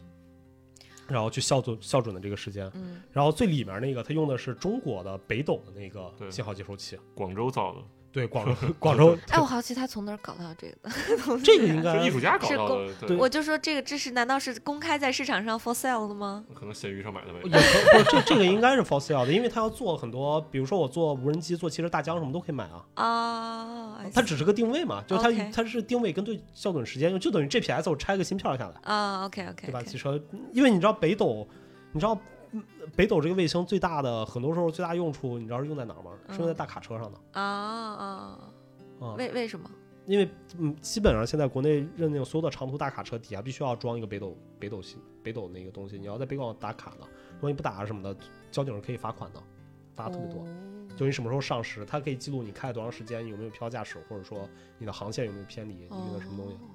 [SPEAKER 1] 然后去校准校准的这个时间。
[SPEAKER 2] 嗯，
[SPEAKER 1] 然后最里面那个，它用的是中国的北斗的那个
[SPEAKER 3] 对
[SPEAKER 1] 信号接收 器，
[SPEAKER 3] 广州造的，
[SPEAKER 1] 对，广 州广州，
[SPEAKER 2] 哎，我好奇他从哪儿搞到这个的。
[SPEAKER 1] 这个应
[SPEAKER 3] 是
[SPEAKER 1] 该
[SPEAKER 3] 艺术家搞到的，
[SPEAKER 1] 嗯
[SPEAKER 3] 对，
[SPEAKER 2] 我就说这个知识难道是公开在市场上 for sale 的吗？
[SPEAKER 3] 可能闲鱼上买的呗
[SPEAKER 1] 也。可不是这这个应该是 for sale 的，因为它要做很多，比如说我做无人机、做汽车大疆什么都可以买啊。
[SPEAKER 2] 哦啊，
[SPEAKER 1] 它哦只是个定位嘛，就是它
[SPEAKER 2] OK
[SPEAKER 1] 它是定位跟对校准时间，就等于 GPS 我拆个芯片下来，
[SPEAKER 2] 啊，OK OK，
[SPEAKER 1] 对吧？汽车，因为你知道北斗，你知道嗯北斗这个卫星最大的很多时候最大用处，你知道是用在哪儿吗？是用在大卡车上的
[SPEAKER 2] 啊啊，
[SPEAKER 1] 啊、
[SPEAKER 2] 为为什么？
[SPEAKER 1] 因为嗯，基本上现在国内认定所有的长途大卡车底下必须要装一个北斗北斗系北斗那个东西，你要在北斗打卡的，如果你不打啊什么的，交警是可以罚款的，罚特别多。
[SPEAKER 2] 哦
[SPEAKER 1] 就你什么时候上时，它可以记录你开了多长时间，你有没有飘驾驶，或者说你的航线有没有偏离，你遇到什么东西。
[SPEAKER 2] 哦
[SPEAKER 1] 嗯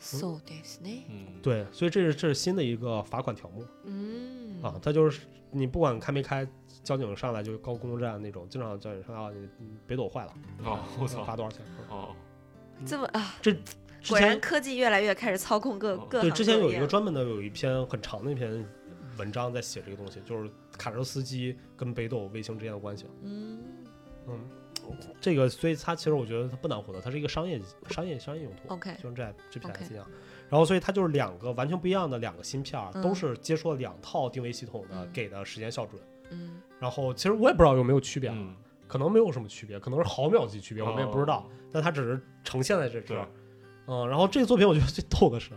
[SPEAKER 2] ？So this 呢？
[SPEAKER 3] 嗯，
[SPEAKER 1] 对，所以这是这是新的一个罚款条目
[SPEAKER 2] 嗯
[SPEAKER 1] 啊，它就是你不管开没开，交警上来就高公路站那种，经常交警上来啊你你北斗坏了，
[SPEAKER 3] 哦，我操，
[SPEAKER 1] 罚多少钱？嗯
[SPEAKER 3] 哦，
[SPEAKER 2] 这么啊，
[SPEAKER 1] 之
[SPEAKER 2] 果然
[SPEAKER 1] 前哦
[SPEAKER 2] 科技越来越开始操控各各
[SPEAKER 1] 对
[SPEAKER 2] 行
[SPEAKER 1] 之前
[SPEAKER 2] 各
[SPEAKER 1] 有一
[SPEAKER 2] 业
[SPEAKER 1] 个
[SPEAKER 2] 了
[SPEAKER 1] 专门的有一篇很长的一篇文章在写这个东西，就是卡车司机跟北斗卫星之间的关系。
[SPEAKER 2] 嗯
[SPEAKER 1] 嗯，
[SPEAKER 3] 哦
[SPEAKER 1] 这个所以它其实我觉得它不难获得，它是一个商业商业商业用途。
[SPEAKER 2] 哦 OK
[SPEAKER 1] 就是在 GPS
[SPEAKER 2] OK
[SPEAKER 1] 一样。然后所以它就是两个完全不一样的两个芯片儿，
[SPEAKER 2] 嗯
[SPEAKER 1] 都是接收了两套定位系统的
[SPEAKER 2] 嗯
[SPEAKER 1] 给的时间校准。
[SPEAKER 2] 嗯
[SPEAKER 1] 然后其实我也不知道有没有区别，
[SPEAKER 3] 嗯，哦
[SPEAKER 1] 可能没有什么区别，可能是毫秒级区别，啊我们也不知道。但它只是呈现在这这
[SPEAKER 3] 对
[SPEAKER 1] 儿。嗯，然后这个作品我觉得最逗的是，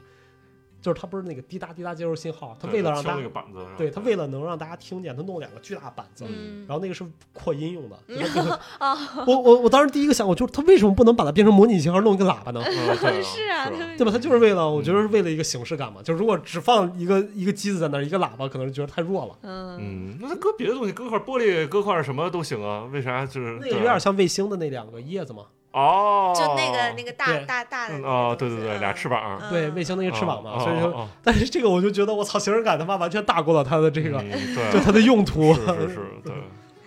[SPEAKER 1] 就是它不是那个滴答滴答接收信号，它为了让大
[SPEAKER 3] 那
[SPEAKER 1] 家
[SPEAKER 3] 个，板子，
[SPEAKER 1] 对它为了能让大家听见，它弄两个巨大的板子。
[SPEAKER 2] 嗯，
[SPEAKER 1] 然后那哦个是扩音用的，
[SPEAKER 2] 哦，
[SPEAKER 1] 我我我当时第一个想，我就是他为什么不能把它变成模拟信号弄一个喇叭呢？
[SPEAKER 2] 嗯
[SPEAKER 3] 了
[SPEAKER 2] 是啊，他们
[SPEAKER 1] 对吧？他就是为了，我觉
[SPEAKER 3] 嗯
[SPEAKER 1] 得是为了一个形式感嘛。就如果只放一个一个机子在那儿，一个喇叭，可能觉得太弱了。
[SPEAKER 2] 嗯
[SPEAKER 3] 嗯，那搁别的东西，搁块玻璃，搁块什么都行啊，为啥就是
[SPEAKER 1] 那个有点像卫星的那两个叶子嘛，
[SPEAKER 3] 哦，
[SPEAKER 2] 就那个那个大
[SPEAKER 1] 对
[SPEAKER 2] 大大的那个
[SPEAKER 3] 啊，
[SPEAKER 2] 东
[SPEAKER 3] 对
[SPEAKER 2] 西
[SPEAKER 3] 对对，
[SPEAKER 2] 嗯
[SPEAKER 3] 俩翅膀，
[SPEAKER 2] 嗯
[SPEAKER 1] 对，卫星那个翅膀嘛。
[SPEAKER 3] 哦
[SPEAKER 1] 所以
[SPEAKER 3] 哦
[SPEAKER 1] 说，
[SPEAKER 3] 哦
[SPEAKER 1] 但是这个我就觉得，我操，形式感他妈完全大过了它的这个，
[SPEAKER 3] 嗯 对
[SPEAKER 1] 就它的用途。
[SPEAKER 3] 是是是，对，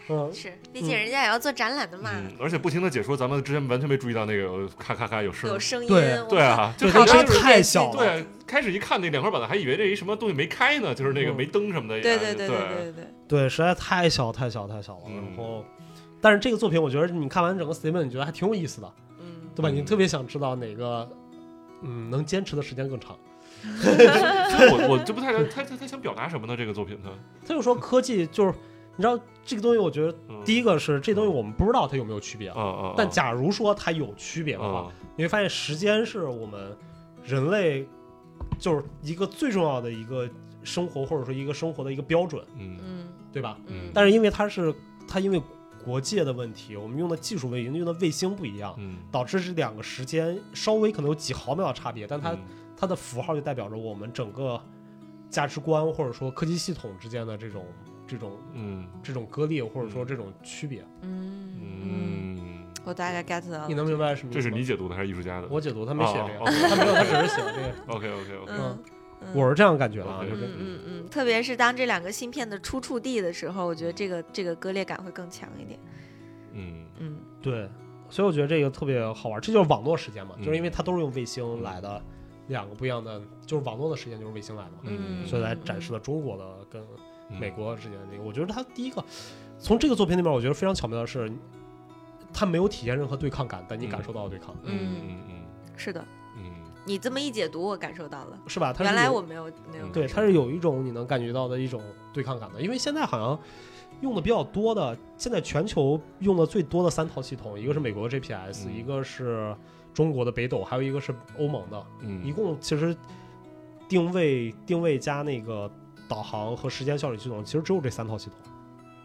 [SPEAKER 1] 嗯， 嗯，
[SPEAKER 2] 是，毕竟人家也要做展览的嘛，
[SPEAKER 3] 嗯，而且不停的解说，咱们之前完全没注意到那个咔咔咔有声
[SPEAKER 2] 有
[SPEAKER 3] 儿，
[SPEAKER 2] 声音，
[SPEAKER 1] 对
[SPEAKER 2] 我
[SPEAKER 3] 对啊，就
[SPEAKER 1] 对，
[SPEAKER 3] 是
[SPEAKER 1] 它
[SPEAKER 2] 好
[SPEAKER 1] 声
[SPEAKER 2] 像
[SPEAKER 1] 音
[SPEAKER 2] 是
[SPEAKER 1] 太小了，
[SPEAKER 3] 对，开始一看那两块板子，还以为这一什么东西没开呢，就是那个
[SPEAKER 1] 嗯
[SPEAKER 3] 没灯什么的也。
[SPEAKER 2] 对对对
[SPEAKER 3] 对
[SPEAKER 2] 对对对，
[SPEAKER 1] 对，实在太小太小太小了。然
[SPEAKER 3] 嗯
[SPEAKER 1] 后，但是这个作品，我觉得你看完整个 statement，你觉得还挺有意思的，
[SPEAKER 2] 嗯，
[SPEAKER 1] 对吧？你
[SPEAKER 3] 嗯
[SPEAKER 1] 特别想知道哪个，嗯，能坚持的时间更长。
[SPEAKER 3] 所以我我就不太了解他他他想表达什么呢？这个作品呢？
[SPEAKER 1] 他就说科技就是，你知道这个东西，我觉得
[SPEAKER 3] 嗯
[SPEAKER 1] 第一个是这东西我们不知道它有没有区别
[SPEAKER 3] 啊，啊，
[SPEAKER 1] 但假如说它有区别的话，
[SPEAKER 3] 啊
[SPEAKER 1] 你会发现时间是我们人类就是一个最重要的一个生活或者说一个生活的一个标准，
[SPEAKER 3] 嗯
[SPEAKER 2] 嗯
[SPEAKER 1] 对吧？
[SPEAKER 2] 嗯，
[SPEAKER 1] 但是因为它是它因为国界的问题，我们用的技术问题，用的卫星不一样，
[SPEAKER 3] 嗯，
[SPEAKER 1] 导致这两个时间稍微可能有几毫秒的差别，但它、
[SPEAKER 3] 嗯
[SPEAKER 1] 它的符号就代表着我们整个价值观或者说科技系统之间的这种这种
[SPEAKER 3] 嗯
[SPEAKER 1] 这种割裂或者说这种区别。
[SPEAKER 2] 嗯嗯，
[SPEAKER 3] 嗯，
[SPEAKER 2] 我大概 get 到
[SPEAKER 1] 你
[SPEAKER 2] 了，
[SPEAKER 1] 能明白什么意
[SPEAKER 3] 这
[SPEAKER 1] 思
[SPEAKER 3] 是
[SPEAKER 1] 吗？
[SPEAKER 3] 你解读的还是艺术家的
[SPEAKER 1] 我解读他没写这
[SPEAKER 3] 哦
[SPEAKER 1] 个，
[SPEAKER 3] 哦哦
[SPEAKER 1] 他没有，他只是写了这 个。
[SPEAKER 3] ？OK OK OK，
[SPEAKER 2] 嗯。嗯
[SPEAKER 1] 我是这样感觉的啊，
[SPEAKER 3] OK
[SPEAKER 1] 就
[SPEAKER 2] 嗯
[SPEAKER 1] 是
[SPEAKER 2] 嗯嗯，特别是当这两个芯片的出处地的时候，我觉得这个这个割裂感会更强一点。
[SPEAKER 3] 嗯
[SPEAKER 2] 嗯
[SPEAKER 1] 对，所以我觉得这个特别好玩，这就是网络时间嘛，
[SPEAKER 3] 嗯
[SPEAKER 1] 就是因为它都是用卫星来的，两个不一样的，就是网络的时间就是卫星来的嘛，
[SPEAKER 3] 嗯
[SPEAKER 1] 所以来展示了中国的跟
[SPEAKER 3] 嗯
[SPEAKER 1] 美国之间的这个，我觉得它第一个从这个作品里面，我觉得非常巧妙的是，它没有体现任何对抗感，但你感受到了对抗，
[SPEAKER 3] 嗯嗯
[SPEAKER 2] 是的，
[SPEAKER 3] 嗯嗯
[SPEAKER 2] 你这么一解读，我感受到了。
[SPEAKER 1] 是吧？它是
[SPEAKER 2] 原来
[SPEAKER 1] 有
[SPEAKER 2] 我没有没有
[SPEAKER 3] 嗯
[SPEAKER 1] 对，它是有一种你能感觉到的一种对抗感的，因为现在好像用的比较多的，现在全球用的最多的三套系统，一个是美国的 GPS，、
[SPEAKER 3] 嗯
[SPEAKER 1] 一个是中国的北斗，还有一个是欧盟的，
[SPEAKER 3] 嗯，
[SPEAKER 1] 一共其实定位定位加那个导航和时间效率系统，其实只有这三套系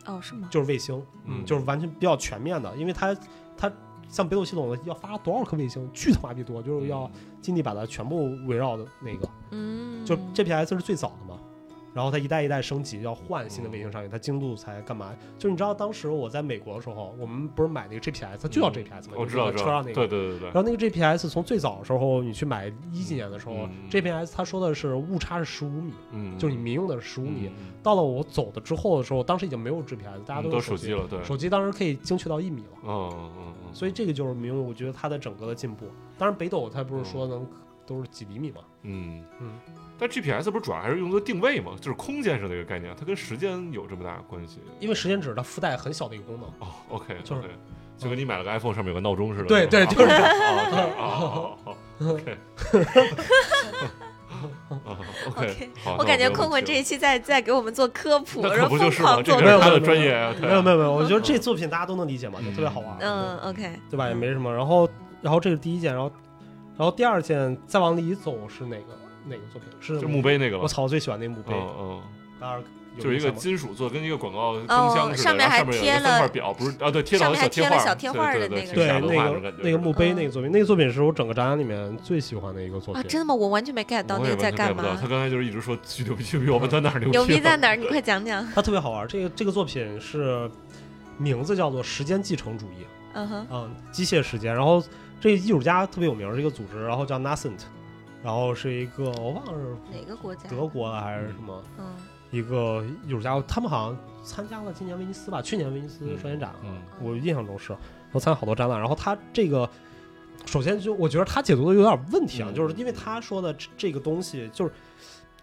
[SPEAKER 1] 统，
[SPEAKER 2] 哦，是吗？
[SPEAKER 1] 就是卫星，
[SPEAKER 3] 嗯
[SPEAKER 1] 就是完全比较全面的，因为它它像北斗系统的要发多少颗卫星，巨他妈逼多，就是要
[SPEAKER 3] 嗯
[SPEAKER 1] 尽力把它全部围绕的那个。
[SPEAKER 2] 嗯，
[SPEAKER 1] 就 GPS 是最早的嘛，然后它一代一代升级，要换新的卫星
[SPEAKER 3] 嗯
[SPEAKER 1] 上去，它精度才干嘛？就是你知道当时我在美国的时候，我们不是买那个 GPS，它就叫 GPS 嘛，
[SPEAKER 3] 嗯我
[SPEAKER 1] 就
[SPEAKER 3] 知
[SPEAKER 1] 是
[SPEAKER 3] 道，
[SPEAKER 1] 车上那
[SPEAKER 3] 对
[SPEAKER 1] 个。
[SPEAKER 3] 对对
[SPEAKER 1] 然后那个 GPS 从最早的时候，你去买一几年的时候、
[SPEAKER 3] 嗯
[SPEAKER 1] g p s 它说的是误差是十五米，
[SPEAKER 3] 嗯，
[SPEAKER 1] 就是你民用的是十五米。
[SPEAKER 3] 嗯
[SPEAKER 1] 到了我走的之后的时候，当时已经没有 GPS，大家都
[SPEAKER 3] 都
[SPEAKER 1] 有
[SPEAKER 3] 手
[SPEAKER 1] 机
[SPEAKER 3] 机，了，对，
[SPEAKER 1] 手机当时可以精确到一米了。
[SPEAKER 3] 嗯嗯嗯，
[SPEAKER 1] 所以这个就是民用，我觉得它的整个的进步。当然北斗它不是说能都是几厘米嘛，
[SPEAKER 3] 嗯
[SPEAKER 1] 嗯，
[SPEAKER 3] 但 GPS 不是主要还是用的定位嘛，就是空间上的一个概念，它跟时间有这么大关系。
[SPEAKER 1] 因为时间指它附带很小的一个功能。
[SPEAKER 3] 哦，OK，
[SPEAKER 1] 就是
[SPEAKER 3] OK 就跟你买了个 iPhone 上面有个闹钟似的。
[SPEAKER 1] 对对就是
[SPEAKER 3] 啊啊啊，OK，啊 OK，
[SPEAKER 2] OK，
[SPEAKER 3] 好，
[SPEAKER 2] 我感觉困困这一期在在给我们做科普，
[SPEAKER 3] 那
[SPEAKER 2] 然
[SPEAKER 3] 可
[SPEAKER 2] 后
[SPEAKER 3] 不就
[SPEAKER 2] 疯
[SPEAKER 3] 是吗？
[SPEAKER 2] 狂
[SPEAKER 3] 这
[SPEAKER 2] 做
[SPEAKER 3] 个
[SPEAKER 1] 没
[SPEAKER 3] 是
[SPEAKER 1] 有
[SPEAKER 2] 科
[SPEAKER 1] 没
[SPEAKER 3] 他的
[SPEAKER 1] 有
[SPEAKER 3] 专业啊，
[SPEAKER 1] 没有没
[SPEAKER 3] 有，
[SPEAKER 1] 有没有，我觉得这作品大家都能理解嘛，就特别好玩，
[SPEAKER 2] 嗯，OK，
[SPEAKER 1] 对吧？也没什么。然后，然后这是第一件，然后，然后第二件再往里走是哪个哪个作品？是
[SPEAKER 3] 就墓碑那个
[SPEAKER 1] 我
[SPEAKER 3] 了。
[SPEAKER 1] 操，我最喜欢那墓碑，
[SPEAKER 3] 嗯
[SPEAKER 1] 当然
[SPEAKER 3] 嗯，
[SPEAKER 1] 有
[SPEAKER 3] 就是一个
[SPEAKER 1] 印象吗
[SPEAKER 3] 金属做，跟一个广告灯箱似的，
[SPEAKER 2] 哦上面
[SPEAKER 3] 然后
[SPEAKER 2] 还
[SPEAKER 3] 上面有一
[SPEAKER 2] 贴
[SPEAKER 3] 个三块
[SPEAKER 2] 了
[SPEAKER 3] 表，不是啊？对，贴
[SPEAKER 2] 上
[SPEAKER 3] 了
[SPEAKER 2] 面
[SPEAKER 3] 小
[SPEAKER 2] 还贴了
[SPEAKER 3] 画儿，
[SPEAKER 2] 小贴画儿的那个
[SPEAKER 1] 对
[SPEAKER 3] 对
[SPEAKER 2] 啥
[SPEAKER 3] 挺
[SPEAKER 1] 那
[SPEAKER 3] 侠文化
[SPEAKER 1] 个
[SPEAKER 3] 种
[SPEAKER 1] 那个墓碑
[SPEAKER 2] 嗯
[SPEAKER 1] 那个作品，那个作品是我整个展览里面最喜欢的一个作
[SPEAKER 2] 啊，
[SPEAKER 1] 品。
[SPEAKER 2] 真的吗？我完全没 get 到
[SPEAKER 3] 我
[SPEAKER 2] 那
[SPEAKER 3] 也
[SPEAKER 2] 个在
[SPEAKER 3] 完全 get
[SPEAKER 2] 干
[SPEAKER 3] 不到
[SPEAKER 2] 嘛
[SPEAKER 3] 他，刚才就是一直说巨牛逼，巨牛逼，我们在 哪儿牛逼？
[SPEAKER 2] 牛逼在哪儿？你快讲讲。
[SPEAKER 1] 它特别好玩，这个这个作品是名字叫做“时间继承主义”，
[SPEAKER 2] 嗯哼，
[SPEAKER 1] 嗯，机械时间。然后这个艺术家特别有名，是一个组织，然后叫 Nascent，然后是一个我忘了是
[SPEAKER 2] 哪个国家？
[SPEAKER 1] 德。国的还是什么
[SPEAKER 2] 嗯
[SPEAKER 1] 一个艺术家，他们好像参加了今年威尼斯吧，去年威尼斯双年展，
[SPEAKER 3] 嗯
[SPEAKER 1] 我印象中是，我参加好多展览。然后他这个，首先就我觉得他解读的有点问题啊，
[SPEAKER 3] 嗯
[SPEAKER 1] 就是因为他说的这这个东西，就是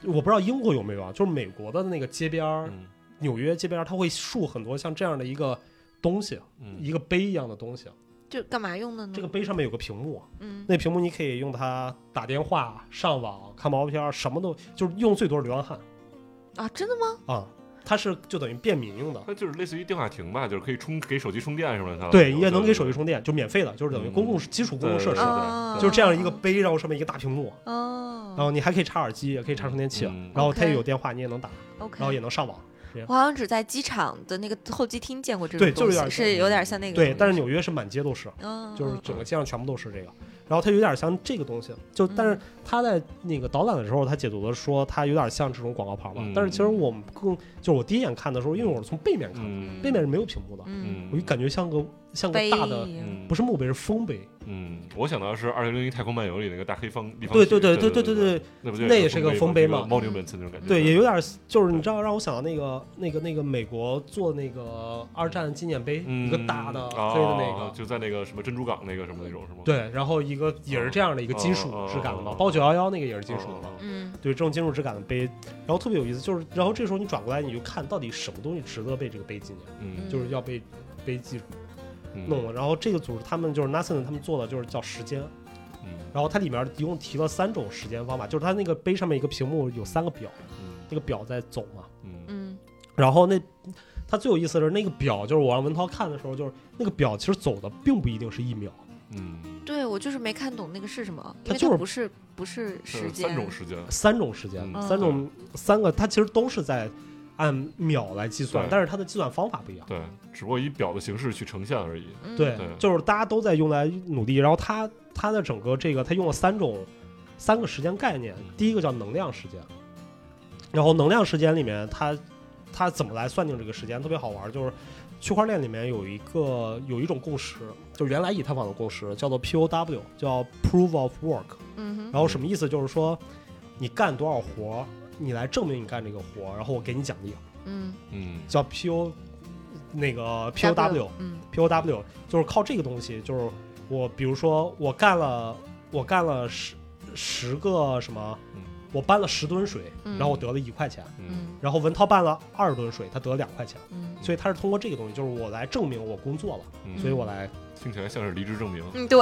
[SPEAKER 1] 我不知道英国有没有啊，就是美国的那个街边儿，
[SPEAKER 3] 嗯
[SPEAKER 1] 纽约街边儿，他会竖很多像这样的一个东西，
[SPEAKER 3] 嗯
[SPEAKER 1] 一个碑一样的东西，
[SPEAKER 2] 就干嘛用的呢？
[SPEAKER 1] 这个，碑上面有个屏幕，
[SPEAKER 2] 嗯，
[SPEAKER 1] 那屏幕你可以用它打电话、上网、看毛片儿，什么都就是用最多是流浪汉
[SPEAKER 2] 啊，真的吗？
[SPEAKER 1] 啊，它是就等于便民用的。
[SPEAKER 3] 它就是类似于电话亭吧，就是可以充给手机充电什么的。
[SPEAKER 1] 对，也能给手机充电，就免费的，就是等于公共基础公共设
[SPEAKER 3] 嗯
[SPEAKER 1] 施，
[SPEAKER 3] 对对
[SPEAKER 2] 啊，
[SPEAKER 1] 就是这样一个碑，然后上面一个大屏幕，然后
[SPEAKER 2] 哦
[SPEAKER 1] 你还可以插耳机，也可以插充电器
[SPEAKER 3] 嗯，
[SPEAKER 1] 然后它也
[SPEAKER 2] OK
[SPEAKER 1] 有电话，你也能打，
[SPEAKER 2] ，OK
[SPEAKER 1] 然。后也能上网。
[SPEAKER 2] 我好像只在机场的那个候机厅见过这
[SPEAKER 1] 对
[SPEAKER 2] 种
[SPEAKER 1] 就是
[SPEAKER 2] 东
[SPEAKER 1] 有
[SPEAKER 2] 西，
[SPEAKER 1] 点像
[SPEAKER 2] 是有点像那个东西。
[SPEAKER 1] 对，但是纽约是满街都是，
[SPEAKER 2] 嗯，
[SPEAKER 1] 就是
[SPEAKER 2] 嗯
[SPEAKER 1] 整个街上全部都是这个。然后它有点像这个东西，就但是它在那个导览的时候，它解读的说它有点像这种广告牌嘛
[SPEAKER 3] 嗯。
[SPEAKER 1] 但是其实我们更就是我第一眼看的时候，因为我是从背面看的，
[SPEAKER 3] 嗯
[SPEAKER 1] 背面是没有屏幕的，
[SPEAKER 2] 嗯
[SPEAKER 1] 我就感觉像个像个
[SPEAKER 2] 碑
[SPEAKER 1] 大的
[SPEAKER 2] 一样
[SPEAKER 3] 嗯
[SPEAKER 1] 不是墓碑，是丰碑。
[SPEAKER 3] 嗯，我想到的是《二零零一太空漫游》里那个大黑方立方
[SPEAKER 1] 对
[SPEAKER 3] 体
[SPEAKER 1] 对对
[SPEAKER 3] 对
[SPEAKER 1] 对对
[SPEAKER 3] 对嗯
[SPEAKER 1] 对对，
[SPEAKER 3] 那不
[SPEAKER 1] 那
[SPEAKER 3] 就
[SPEAKER 1] 也是个
[SPEAKER 3] 丰
[SPEAKER 1] 丰碑嘛
[SPEAKER 3] 猫牛本次那种感觉。
[SPEAKER 1] 对，也有点就是你知道让我想到那个那个那个美国做那个二战纪念碑，
[SPEAKER 3] 嗯，
[SPEAKER 1] 一个大的
[SPEAKER 3] 啊
[SPEAKER 1] 黑的那个，
[SPEAKER 3] 就在那个什么珍珠港那个什么那种是吗？哦
[SPEAKER 1] 对，然后一个也是这样的一个金属
[SPEAKER 3] 哦哦哦
[SPEAKER 1] 质感的嘛
[SPEAKER 3] 哦，
[SPEAKER 1] 包九幺幺那个也是
[SPEAKER 3] 嗯，
[SPEAKER 1] 金属的嘛。
[SPEAKER 2] 嗯
[SPEAKER 1] 对，这种金属质感的碑，然后特别有意思，就是然后这时候你转过来，你就看到底什么东西值得被这个碑纪念，
[SPEAKER 3] 嗯
[SPEAKER 1] 就是要被被记
[SPEAKER 3] 嗯
[SPEAKER 1] 弄了。然后这个组织他们就是 NASA 他们做的就是叫时间，
[SPEAKER 3] 嗯
[SPEAKER 1] 然后它里面一共提了三种时间方法，就是它那个碑上面一个屏幕有三个表，
[SPEAKER 3] 嗯
[SPEAKER 1] 那个表在走嘛。
[SPEAKER 3] 嗯
[SPEAKER 2] 嗯
[SPEAKER 1] 然后那它最有意思的是那个表，就是我让文涛看的时候，就是那个表其实走的并不一定是一秒，
[SPEAKER 3] 嗯，
[SPEAKER 2] 对我就是没看懂那个是什么，因
[SPEAKER 1] 它
[SPEAKER 2] 为
[SPEAKER 1] 就是
[SPEAKER 2] 它不是不是时
[SPEAKER 3] 嗯是
[SPEAKER 2] 间，
[SPEAKER 3] 三种时间，
[SPEAKER 1] 三种时间，
[SPEAKER 3] 嗯
[SPEAKER 1] 三种三个，它其实都是在按秒来计算
[SPEAKER 3] 对，
[SPEAKER 1] 但是它的计算方法不一样。
[SPEAKER 3] 对，只不过以表的形式去呈现而已。
[SPEAKER 2] 嗯
[SPEAKER 1] 对
[SPEAKER 3] 对，
[SPEAKER 1] 就是大家都在用来努力，然后它它的整个这个，它用了三种三个时间概念
[SPEAKER 3] 嗯，
[SPEAKER 1] 第一个叫能量时间，然后能量时间里面它它怎么来算定这个时间特别好玩，就是区块链里面有一个有一种共识，就原来以太坊的共识叫做 POW，叫 Proof of Work，
[SPEAKER 2] 嗯哼
[SPEAKER 1] 然后什么意思？就是说你干多少活儿，你来证明你干这个活儿，然后我给你奖励，
[SPEAKER 2] 嗯
[SPEAKER 3] 嗯
[SPEAKER 1] 叫 PO 那个 POW。
[SPEAKER 2] 嗯
[SPEAKER 1] POW，就是靠这个东西，就是我比如说我干了我干了十十个什么
[SPEAKER 3] 嗯，
[SPEAKER 1] 我搬了十吨水，
[SPEAKER 2] 嗯
[SPEAKER 1] 然后我得了一块钱，
[SPEAKER 3] 嗯
[SPEAKER 2] 嗯
[SPEAKER 1] 然后文涛搬了二十吨水，他得了两块钱，
[SPEAKER 2] 嗯
[SPEAKER 1] 所以他是通过这个东西，就是我来证明我工作了，
[SPEAKER 3] 嗯，
[SPEAKER 1] 所以我来
[SPEAKER 3] 听起来像是离职证明，
[SPEAKER 2] 嗯对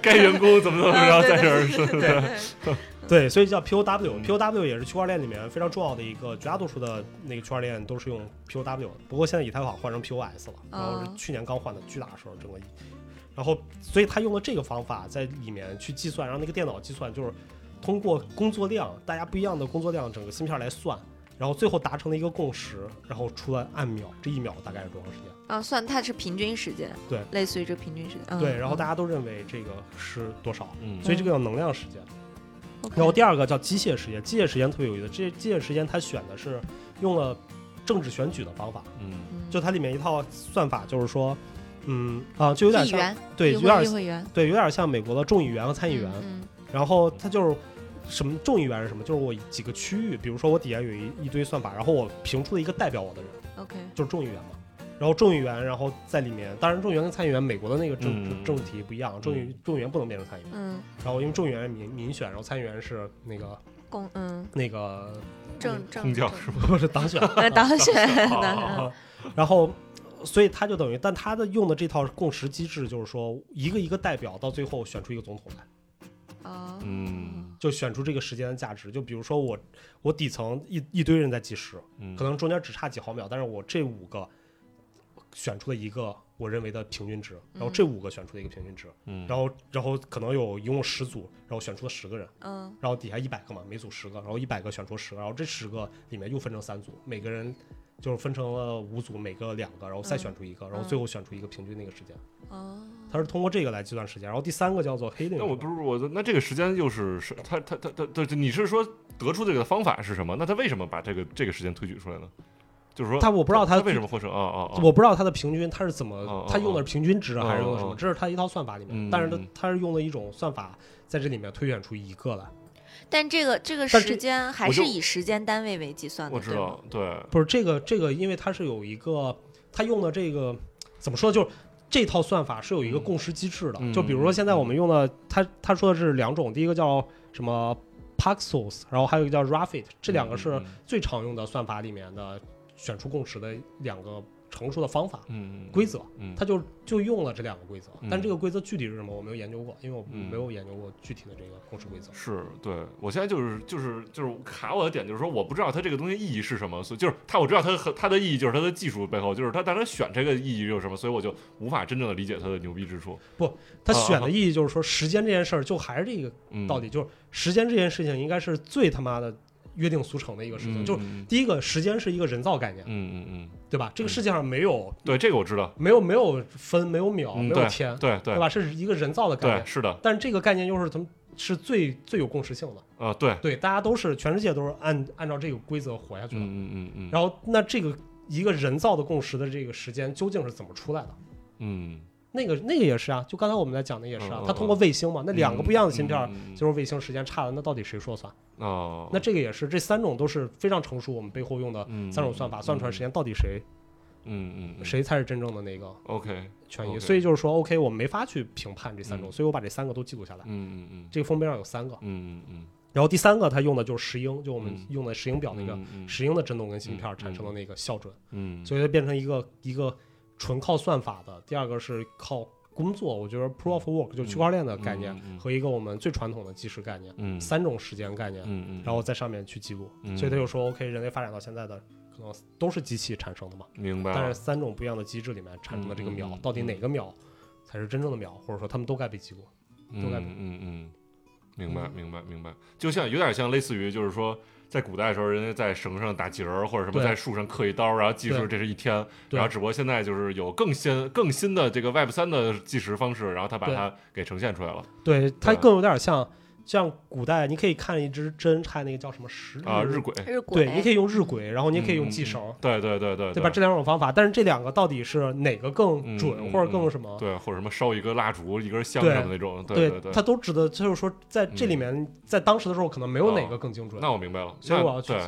[SPEAKER 3] 该员工怎么怎么着，在这儿是，
[SPEAKER 2] 对
[SPEAKER 1] 对，所以叫 POW
[SPEAKER 3] 嗯。
[SPEAKER 1] POW 也是区块链里面非常重要的一个，绝大多数的那个区块链都是用 POW 的。不过现在以太坊换成 POS 了，然后是去年刚换的，巨大的时候整个一。然后，所以他用了这个方法在里面去计算，让那个电脑计算，就是通过工作量，大家不一样的工作量，整个芯片来算，然后最后达成了一个共识，然后出来按秒，这一秒大概是多长时间？
[SPEAKER 2] 啊，算它是平均时间，
[SPEAKER 1] 对
[SPEAKER 2] 类似于这个平均时间，嗯
[SPEAKER 1] 对，然后大
[SPEAKER 2] 嗯
[SPEAKER 1] 家都认为这个是多少，
[SPEAKER 3] 嗯
[SPEAKER 1] 所以这个叫能量时间。
[SPEAKER 2] OK
[SPEAKER 1] 然后第二个叫机械实验，机械实验特别有意思。这机械实验它选的是用了政治选举的方法，
[SPEAKER 3] 嗯
[SPEAKER 2] 嗯
[SPEAKER 1] 就它里面一套算法，就是说，嗯啊，就有点
[SPEAKER 2] 议
[SPEAKER 1] 像
[SPEAKER 2] 员
[SPEAKER 1] 对，
[SPEAKER 2] 议
[SPEAKER 1] 有
[SPEAKER 2] 会
[SPEAKER 1] 点
[SPEAKER 2] 议会员
[SPEAKER 1] 对，有点像美国的众议员和参议员。
[SPEAKER 2] 嗯
[SPEAKER 1] 然后它就是什么众议员是什么，就是我几个区域，比如说我底下有一一堆算法，然后我评出了一个代表我的人，
[SPEAKER 2] 嗯 OK
[SPEAKER 1] 就是众议员嘛。然后众议员，然后在里面，当然众议员跟参议员，美国的那个政、
[SPEAKER 3] 嗯
[SPEAKER 1] 政体不一样，众议众议员不能变成参议员。
[SPEAKER 2] 嗯
[SPEAKER 1] 然后因为众议员是民民选，然后参议员是那个
[SPEAKER 2] 公嗯
[SPEAKER 1] 那个
[SPEAKER 2] 正正
[SPEAKER 3] 空降
[SPEAKER 2] 正
[SPEAKER 3] 是吗？
[SPEAKER 1] 不是当选，
[SPEAKER 2] 呃当选
[SPEAKER 3] 啊
[SPEAKER 2] 当
[SPEAKER 3] 啊
[SPEAKER 2] 选
[SPEAKER 1] 啊然后所以他就等于，但他的用的这套共识机制就是说，一个一个代表到最后选出一个总统来，
[SPEAKER 2] 啊
[SPEAKER 3] 嗯
[SPEAKER 1] 就选出这个时间的价值。就比如说我我底层一一堆人在计时，
[SPEAKER 3] 嗯，
[SPEAKER 1] 可能中间只差几毫秒，但是我这五个选出了一个我认为的平均值，然后这五个选出了一个平均值，
[SPEAKER 3] 嗯，
[SPEAKER 1] 然后然后可能有一共十组，然后选出了十个人。
[SPEAKER 2] 嗯
[SPEAKER 1] 然后底下一百个嘛，每组十个，然后一百个选出十个，然后这十个里面又分成三组，每个人就是分成了五组，每个两个，然后再
[SPEAKER 3] 嗯
[SPEAKER 1] 选出一个，然后最后选出一个平均那个时间。
[SPEAKER 2] 哦
[SPEAKER 1] 它是通过这个来计算时间。然后第三个叫做黑 a
[SPEAKER 3] 那我不是我的，那这个时间又是是他他他他他，你是说得出这个方法是什么？那他为什么把这个这个时间推举出来呢？就是说，
[SPEAKER 1] 他我不知道
[SPEAKER 3] 他
[SPEAKER 1] 他
[SPEAKER 3] 为什么获胜啊啊啊！
[SPEAKER 1] 我不知道它的平均它是怎么，
[SPEAKER 3] 哦哦
[SPEAKER 1] 它用的是平均值啊
[SPEAKER 3] 哦
[SPEAKER 1] 还是用的什
[SPEAKER 3] 哦
[SPEAKER 1] 么
[SPEAKER 3] 哦？
[SPEAKER 1] 这是它一套算法里面，
[SPEAKER 3] 嗯
[SPEAKER 1] 但是它
[SPEAKER 3] 嗯
[SPEAKER 1] 它是用了一种算法在这里面推选出一个来。
[SPEAKER 2] 但这个这个
[SPEAKER 1] 但这
[SPEAKER 2] 时间还
[SPEAKER 3] 我就是
[SPEAKER 2] 以时间单位为计算的，
[SPEAKER 3] 我知
[SPEAKER 2] 对吗
[SPEAKER 3] 道，对，
[SPEAKER 1] 不是这个这个，因为它是有一个，它用的这个怎么说，就是这套算法是有一个
[SPEAKER 3] 嗯
[SPEAKER 1] 共识机制的。
[SPEAKER 3] 嗯
[SPEAKER 1] 就比如说现在我们用的，它它说的是两种，第一个叫什么 Paxos，然后还有一个叫 Rafit，这两
[SPEAKER 3] 嗯
[SPEAKER 1] 个是最常用的算法里面的选出共识的两个成熟的方法
[SPEAKER 3] 嗯
[SPEAKER 1] 规，则。
[SPEAKER 3] 嗯，
[SPEAKER 1] 它就就用了这两个规则，
[SPEAKER 3] 嗯
[SPEAKER 1] 但这个规则具体是什么，我没有研究过，因为我
[SPEAKER 3] 嗯
[SPEAKER 1] 没有研究过具体的这个共识规则。
[SPEAKER 3] 是对我现在就是就是就是卡我的点就是说我不知道它这个东西意义是什么，所以就是它我知道它和它的意义就是它的技术背后就是它但它选这个意义又是什么，所以我就无法真正的理解它的牛逼之处。
[SPEAKER 1] 它选的意义就是说，时间这件事儿就还是这个
[SPEAKER 3] 嗯，
[SPEAKER 1] 到底就是时间这件事情应该是最他妈的约定俗成的一个事情。
[SPEAKER 3] 嗯
[SPEAKER 1] 就是
[SPEAKER 3] 嗯
[SPEAKER 1] 第一个，时间是一个人造概念，
[SPEAKER 3] 嗯嗯，嗯
[SPEAKER 1] 对吧？这个世界上没有
[SPEAKER 3] 对这个我知道，
[SPEAKER 1] 没有没有分，没有秒，
[SPEAKER 3] 嗯
[SPEAKER 1] 没有天，
[SPEAKER 3] 对对
[SPEAKER 1] 对吧？是一个人造的概
[SPEAKER 3] 对
[SPEAKER 1] 念，
[SPEAKER 3] 是的，
[SPEAKER 1] 但是这个概念又是怎么是最最有共识性的？
[SPEAKER 3] 啊对，
[SPEAKER 1] 对，大家都是全世界都是按按照这个规则活下去的。
[SPEAKER 3] 嗯嗯嗯嗯，
[SPEAKER 1] 然后那这个一个人造的共识的这个时间究竟是怎么出来的？
[SPEAKER 3] 嗯，
[SPEAKER 1] 那个那个也是啊，就刚才我们在讲的也是啊
[SPEAKER 3] 嗯嗯，
[SPEAKER 1] 它通过卫星嘛，那两个不一样的芯片儿，
[SPEAKER 3] 嗯嗯嗯
[SPEAKER 1] 就是卫星时间差的，那到底谁说了算？
[SPEAKER 3] 哦，
[SPEAKER 1] 那这个也是，这三种都是非常成熟我们背后用的
[SPEAKER 3] 嗯
[SPEAKER 1] 三种算法，算出来时间到底谁
[SPEAKER 3] 嗯嗯嗯
[SPEAKER 1] 谁才是真正的那个
[SPEAKER 3] ，OK，
[SPEAKER 1] 权益。
[SPEAKER 3] OK
[SPEAKER 1] 所以就是说，OK，我没法去评判这三种，
[SPEAKER 3] 嗯
[SPEAKER 1] 所以我把这三个都记录下来。
[SPEAKER 3] 嗯嗯嗯
[SPEAKER 1] 这个封面上有三个，
[SPEAKER 3] 嗯嗯嗯，
[SPEAKER 1] 然后第三个它用的就是石英，就我们
[SPEAKER 3] 嗯
[SPEAKER 1] 用的石英表那个
[SPEAKER 3] 嗯嗯
[SPEAKER 1] 石英的振动跟芯片产生的那个效准，
[SPEAKER 3] 嗯，
[SPEAKER 1] 所以它变成一个一个纯靠算法的。第二个是靠工作，我觉得 proof of work 就是区块链的概念
[SPEAKER 3] 嗯嗯嗯
[SPEAKER 1] 和一个我们最传统的计时概念，
[SPEAKER 3] 嗯
[SPEAKER 1] 三种时间概念，
[SPEAKER 3] 嗯嗯，
[SPEAKER 1] 然后在上面去记录。
[SPEAKER 3] 嗯
[SPEAKER 1] 所以他就说，OK，人类发展到现在的可能都是机器产生的嘛，
[SPEAKER 3] 明白
[SPEAKER 1] 但
[SPEAKER 3] 了
[SPEAKER 1] 是，三种不一样的机制里面产生的这个秒，
[SPEAKER 3] 啊嗯嗯嗯
[SPEAKER 1] 到底哪个秒才是真正的秒，或者说他们都该被记录？都在
[SPEAKER 3] 嗯嗯嗯，明白明白明白，就像有点像类似于就是说。在古代的时候，人家在绳上打结儿，或者什么
[SPEAKER 1] 对
[SPEAKER 3] 在树上刻一刀，然后计数，
[SPEAKER 1] 对
[SPEAKER 3] 这是一天。
[SPEAKER 1] 对
[SPEAKER 3] 然后只不过现在就是有更新更新的这个 Web 三的计时方式，然后他把
[SPEAKER 1] 对
[SPEAKER 3] 它给呈现出来了
[SPEAKER 1] 对，它
[SPEAKER 3] 对
[SPEAKER 1] 更有点像像古代，你可以看一只针看那个叫什么十
[SPEAKER 3] 啊，日晷。
[SPEAKER 2] 日晷
[SPEAKER 1] 对，你可以用日晷，然后你也可以用系绳，
[SPEAKER 3] 嗯嗯对对对对，
[SPEAKER 1] 对吧？这两种方法，但是这两个到底是哪个更
[SPEAKER 3] 嗯
[SPEAKER 1] 准，
[SPEAKER 3] 嗯
[SPEAKER 1] 或者
[SPEAKER 3] 嗯
[SPEAKER 1] 更什么？
[SPEAKER 3] 对，或者什么烧一个蜡烛、一根香什么的那种，对对。嗯
[SPEAKER 1] 它都指的就是说，在这里面，在当时的时候可能没
[SPEAKER 3] 啊
[SPEAKER 1] 有哪个更精准，
[SPEAKER 3] 那我明白了，
[SPEAKER 1] 所以
[SPEAKER 3] 那
[SPEAKER 1] 我要去
[SPEAKER 3] 对，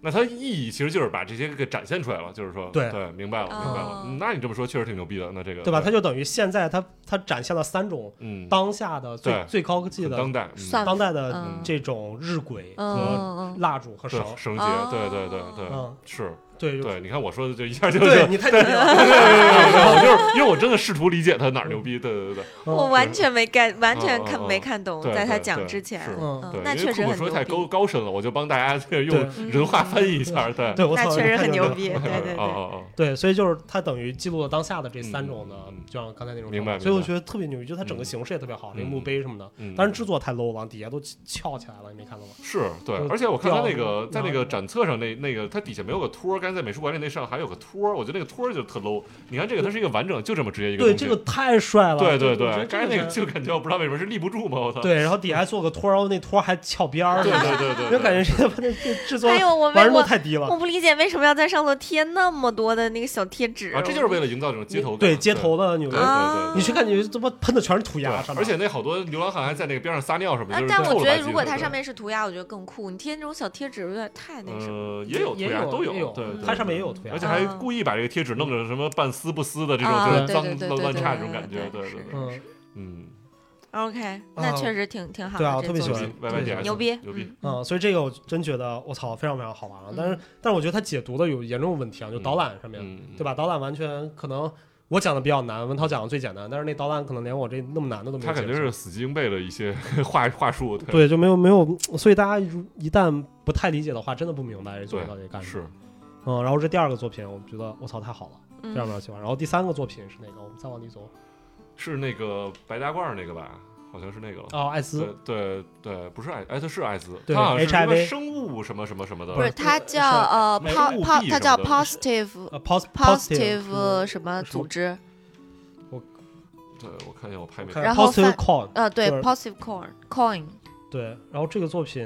[SPEAKER 3] 那它意义其实就是把这些给展现出来了，就是说，
[SPEAKER 1] 对
[SPEAKER 3] 明白了，明白了
[SPEAKER 2] 哦。
[SPEAKER 3] 嗯那你这么说确实挺牛逼的，那这个
[SPEAKER 1] 对吧？它就等于现在它它展现了三种
[SPEAKER 3] 嗯，
[SPEAKER 1] 当下的
[SPEAKER 3] 对
[SPEAKER 1] 最最高科技
[SPEAKER 3] 很
[SPEAKER 1] 的
[SPEAKER 3] 当代嗯
[SPEAKER 2] 算
[SPEAKER 1] 当代的
[SPEAKER 2] 嗯
[SPEAKER 1] 这种日晷
[SPEAKER 2] 嗯
[SPEAKER 1] 和
[SPEAKER 2] 嗯嗯
[SPEAKER 1] 蜡烛和
[SPEAKER 3] 对
[SPEAKER 1] 绳，
[SPEAKER 3] 绳结，
[SPEAKER 2] 哦
[SPEAKER 3] 啊对对对对
[SPEAKER 1] 嗯，
[SPEAKER 3] 是，
[SPEAKER 1] 对
[SPEAKER 3] 对，你看我说的就 一下就
[SPEAKER 1] 对，
[SPEAKER 3] 就。
[SPEAKER 1] 你太
[SPEAKER 2] 嗯
[SPEAKER 1] 牛逼了，
[SPEAKER 3] 我就是因为我真的试图理解他哪儿牛逼，对对对对，
[SPEAKER 2] 我完
[SPEAKER 1] 嗯
[SPEAKER 2] 全没 get，完全
[SPEAKER 3] 嗯
[SPEAKER 2] 看
[SPEAKER 3] 嗯
[SPEAKER 2] 没看懂，
[SPEAKER 3] 对
[SPEAKER 2] 在他
[SPEAKER 3] 对
[SPEAKER 2] 讲
[SPEAKER 3] 对
[SPEAKER 2] 之前，
[SPEAKER 3] 是
[SPEAKER 1] 嗯
[SPEAKER 2] 嗯
[SPEAKER 3] 对，
[SPEAKER 2] 那
[SPEAKER 3] 因为
[SPEAKER 2] 确实
[SPEAKER 3] 库
[SPEAKER 2] 很
[SPEAKER 3] 说
[SPEAKER 2] 牛
[SPEAKER 3] 太高
[SPEAKER 2] 逼，
[SPEAKER 3] 高深了，我就帮大家这个 用人话翻译一下，对，
[SPEAKER 1] 对我
[SPEAKER 2] 那
[SPEAKER 1] 操，
[SPEAKER 2] 确实
[SPEAKER 1] 太
[SPEAKER 2] 很
[SPEAKER 1] 牛
[SPEAKER 2] 牛
[SPEAKER 1] 逼了。
[SPEAKER 2] 逼，对对
[SPEAKER 3] 哦
[SPEAKER 2] 对，
[SPEAKER 3] 哦
[SPEAKER 1] 对，所以就是它等于记录了当下的这三种的
[SPEAKER 3] 嗯嗯嗯，
[SPEAKER 1] 就像刚才那种
[SPEAKER 3] 明
[SPEAKER 1] 状态
[SPEAKER 3] 白
[SPEAKER 1] 所以我
[SPEAKER 3] 明白
[SPEAKER 1] 觉得特别牛逼，就它整个
[SPEAKER 3] 嗯
[SPEAKER 1] 形式也特别好，那个
[SPEAKER 3] 嗯
[SPEAKER 1] 墓碑什么的
[SPEAKER 3] 嗯，
[SPEAKER 1] 当然制作太 low 了，底下都翘起来了，你没看到吗？
[SPEAKER 3] 是对，
[SPEAKER 1] 就
[SPEAKER 3] 而且我看他那
[SPEAKER 1] 掉
[SPEAKER 3] 个在那个展册上那那个，它底下没有个托儿，刚才在美术馆里那上还有个托儿，我觉得那个托儿就特 low。你看这个，它是一个完整，就这么直接一个
[SPEAKER 1] 对，
[SPEAKER 3] 东西。
[SPEAKER 1] 这个太帅了，
[SPEAKER 3] 对对
[SPEAKER 1] 就我觉
[SPEAKER 3] 对，
[SPEAKER 1] 得
[SPEAKER 3] 刚才那
[SPEAKER 1] 这
[SPEAKER 3] 个
[SPEAKER 1] 个是
[SPEAKER 3] 就感觉我不知道为什么是立不住嘛，我操。
[SPEAKER 1] 对，然后底下还做个托，然后那托还翘边儿，
[SPEAKER 3] 对对对 对，
[SPEAKER 1] 就感觉这这这制作
[SPEAKER 2] 还哎有我
[SPEAKER 1] 完
[SPEAKER 2] 没
[SPEAKER 1] 成度
[SPEAKER 2] 我
[SPEAKER 1] 太低了
[SPEAKER 2] 我。不理解为什么要在上头贴那么多的那个小贴纸哦
[SPEAKER 3] 啊，这就是为了营造这种街头感
[SPEAKER 1] 对街头的纽
[SPEAKER 3] 对
[SPEAKER 1] 约
[SPEAKER 3] 对，
[SPEAKER 2] 嗯
[SPEAKER 3] 对对，
[SPEAKER 1] 嗯你去感觉他妈喷的全是涂
[SPEAKER 3] 对
[SPEAKER 1] 鸦，上面
[SPEAKER 3] 而且那好多流浪汉还在那个边上撒尿什么，
[SPEAKER 2] 啊
[SPEAKER 3] 就是，
[SPEAKER 2] 但
[SPEAKER 3] 臭
[SPEAKER 2] 我
[SPEAKER 3] 了
[SPEAKER 2] 觉
[SPEAKER 3] 吧
[SPEAKER 2] 得如果
[SPEAKER 3] 唧
[SPEAKER 2] 它
[SPEAKER 3] 的
[SPEAKER 2] 上面是涂鸦，我觉得更酷。你贴那种小贴纸有点太那什么。
[SPEAKER 3] 呃也有涂
[SPEAKER 1] 也
[SPEAKER 3] 鸦都
[SPEAKER 1] 有也
[SPEAKER 3] 嗯对，
[SPEAKER 2] 嗯
[SPEAKER 3] 对
[SPEAKER 1] 嗯它上面也有涂鸦，
[SPEAKER 3] 而且还
[SPEAKER 2] 啊
[SPEAKER 3] 故意把这个贴纸弄成什么半撕不撕的这种，
[SPEAKER 2] 啊
[SPEAKER 3] 就是
[SPEAKER 2] 对
[SPEAKER 3] 脏
[SPEAKER 2] 对对
[SPEAKER 3] 乱
[SPEAKER 2] 对
[SPEAKER 3] 乱
[SPEAKER 2] 对
[SPEAKER 3] 差
[SPEAKER 2] 对
[SPEAKER 3] 这种
[SPEAKER 2] 对
[SPEAKER 3] 感觉
[SPEAKER 2] 对，
[SPEAKER 3] 对
[SPEAKER 2] 是
[SPEAKER 3] 对，对
[SPEAKER 1] 嗯
[SPEAKER 3] 嗯，
[SPEAKER 2] OK，那
[SPEAKER 1] 啊
[SPEAKER 2] 确实挺挺好的。
[SPEAKER 1] 对啊
[SPEAKER 2] 这
[SPEAKER 1] 特别
[SPEAKER 2] 作
[SPEAKER 1] 喜
[SPEAKER 2] 品
[SPEAKER 1] 欢
[SPEAKER 3] 牛逼 YYDS
[SPEAKER 2] 牛逼，
[SPEAKER 3] 牛逼
[SPEAKER 2] 嗯，
[SPEAKER 1] 嗯，所以这个我真觉得我操非常非常好玩了，但是但是我觉得它解读的有严重问题啊，就导览上面
[SPEAKER 3] 嗯嗯
[SPEAKER 1] 对吧？导览完全可能我讲的比较难，文涛讲的最简单，但是那导览可能连我这那么难的都没
[SPEAKER 3] 嗯他
[SPEAKER 1] 有
[SPEAKER 3] 肯
[SPEAKER 1] 解
[SPEAKER 3] 定
[SPEAKER 1] 释
[SPEAKER 3] 是。死记硬背了一些 话话术，对
[SPEAKER 1] 对，就没有没有，所以大家如一旦不太理解的话，真的不明白这作品到底干什
[SPEAKER 3] 是
[SPEAKER 1] 么。嗯，然后这第二个作品，我觉得我操太好了，非常非常
[SPEAKER 2] 嗯
[SPEAKER 1] 喜欢。然后第三个作品是哪个？我们再往里走。
[SPEAKER 3] 是那个白大褂那个吧，好像是那个了。
[SPEAKER 1] 哦，艾斯，
[SPEAKER 3] 对对对，不是艾哎，他是艾滋，
[SPEAKER 1] 对
[SPEAKER 3] 他好像是什么
[SPEAKER 1] HIV
[SPEAKER 3] 生物什么什么什么的，
[SPEAKER 2] 不是，它
[SPEAKER 1] 是
[SPEAKER 2] 叫呃
[SPEAKER 3] 没
[SPEAKER 2] po
[SPEAKER 3] 有物
[SPEAKER 2] po，
[SPEAKER 3] 币
[SPEAKER 2] 它
[SPEAKER 3] 什
[SPEAKER 2] 叫
[SPEAKER 3] 么的
[SPEAKER 2] positive
[SPEAKER 1] 呃，pos 嗯
[SPEAKER 2] positive 什么组织？
[SPEAKER 3] 对，我看一下我拍没
[SPEAKER 1] 看
[SPEAKER 2] 然后
[SPEAKER 1] 嗯 positive
[SPEAKER 2] 反
[SPEAKER 1] con，
[SPEAKER 2] 呃，对
[SPEAKER 1] 就是
[SPEAKER 2] ，positive coin coin。
[SPEAKER 1] 对，然后这个作品，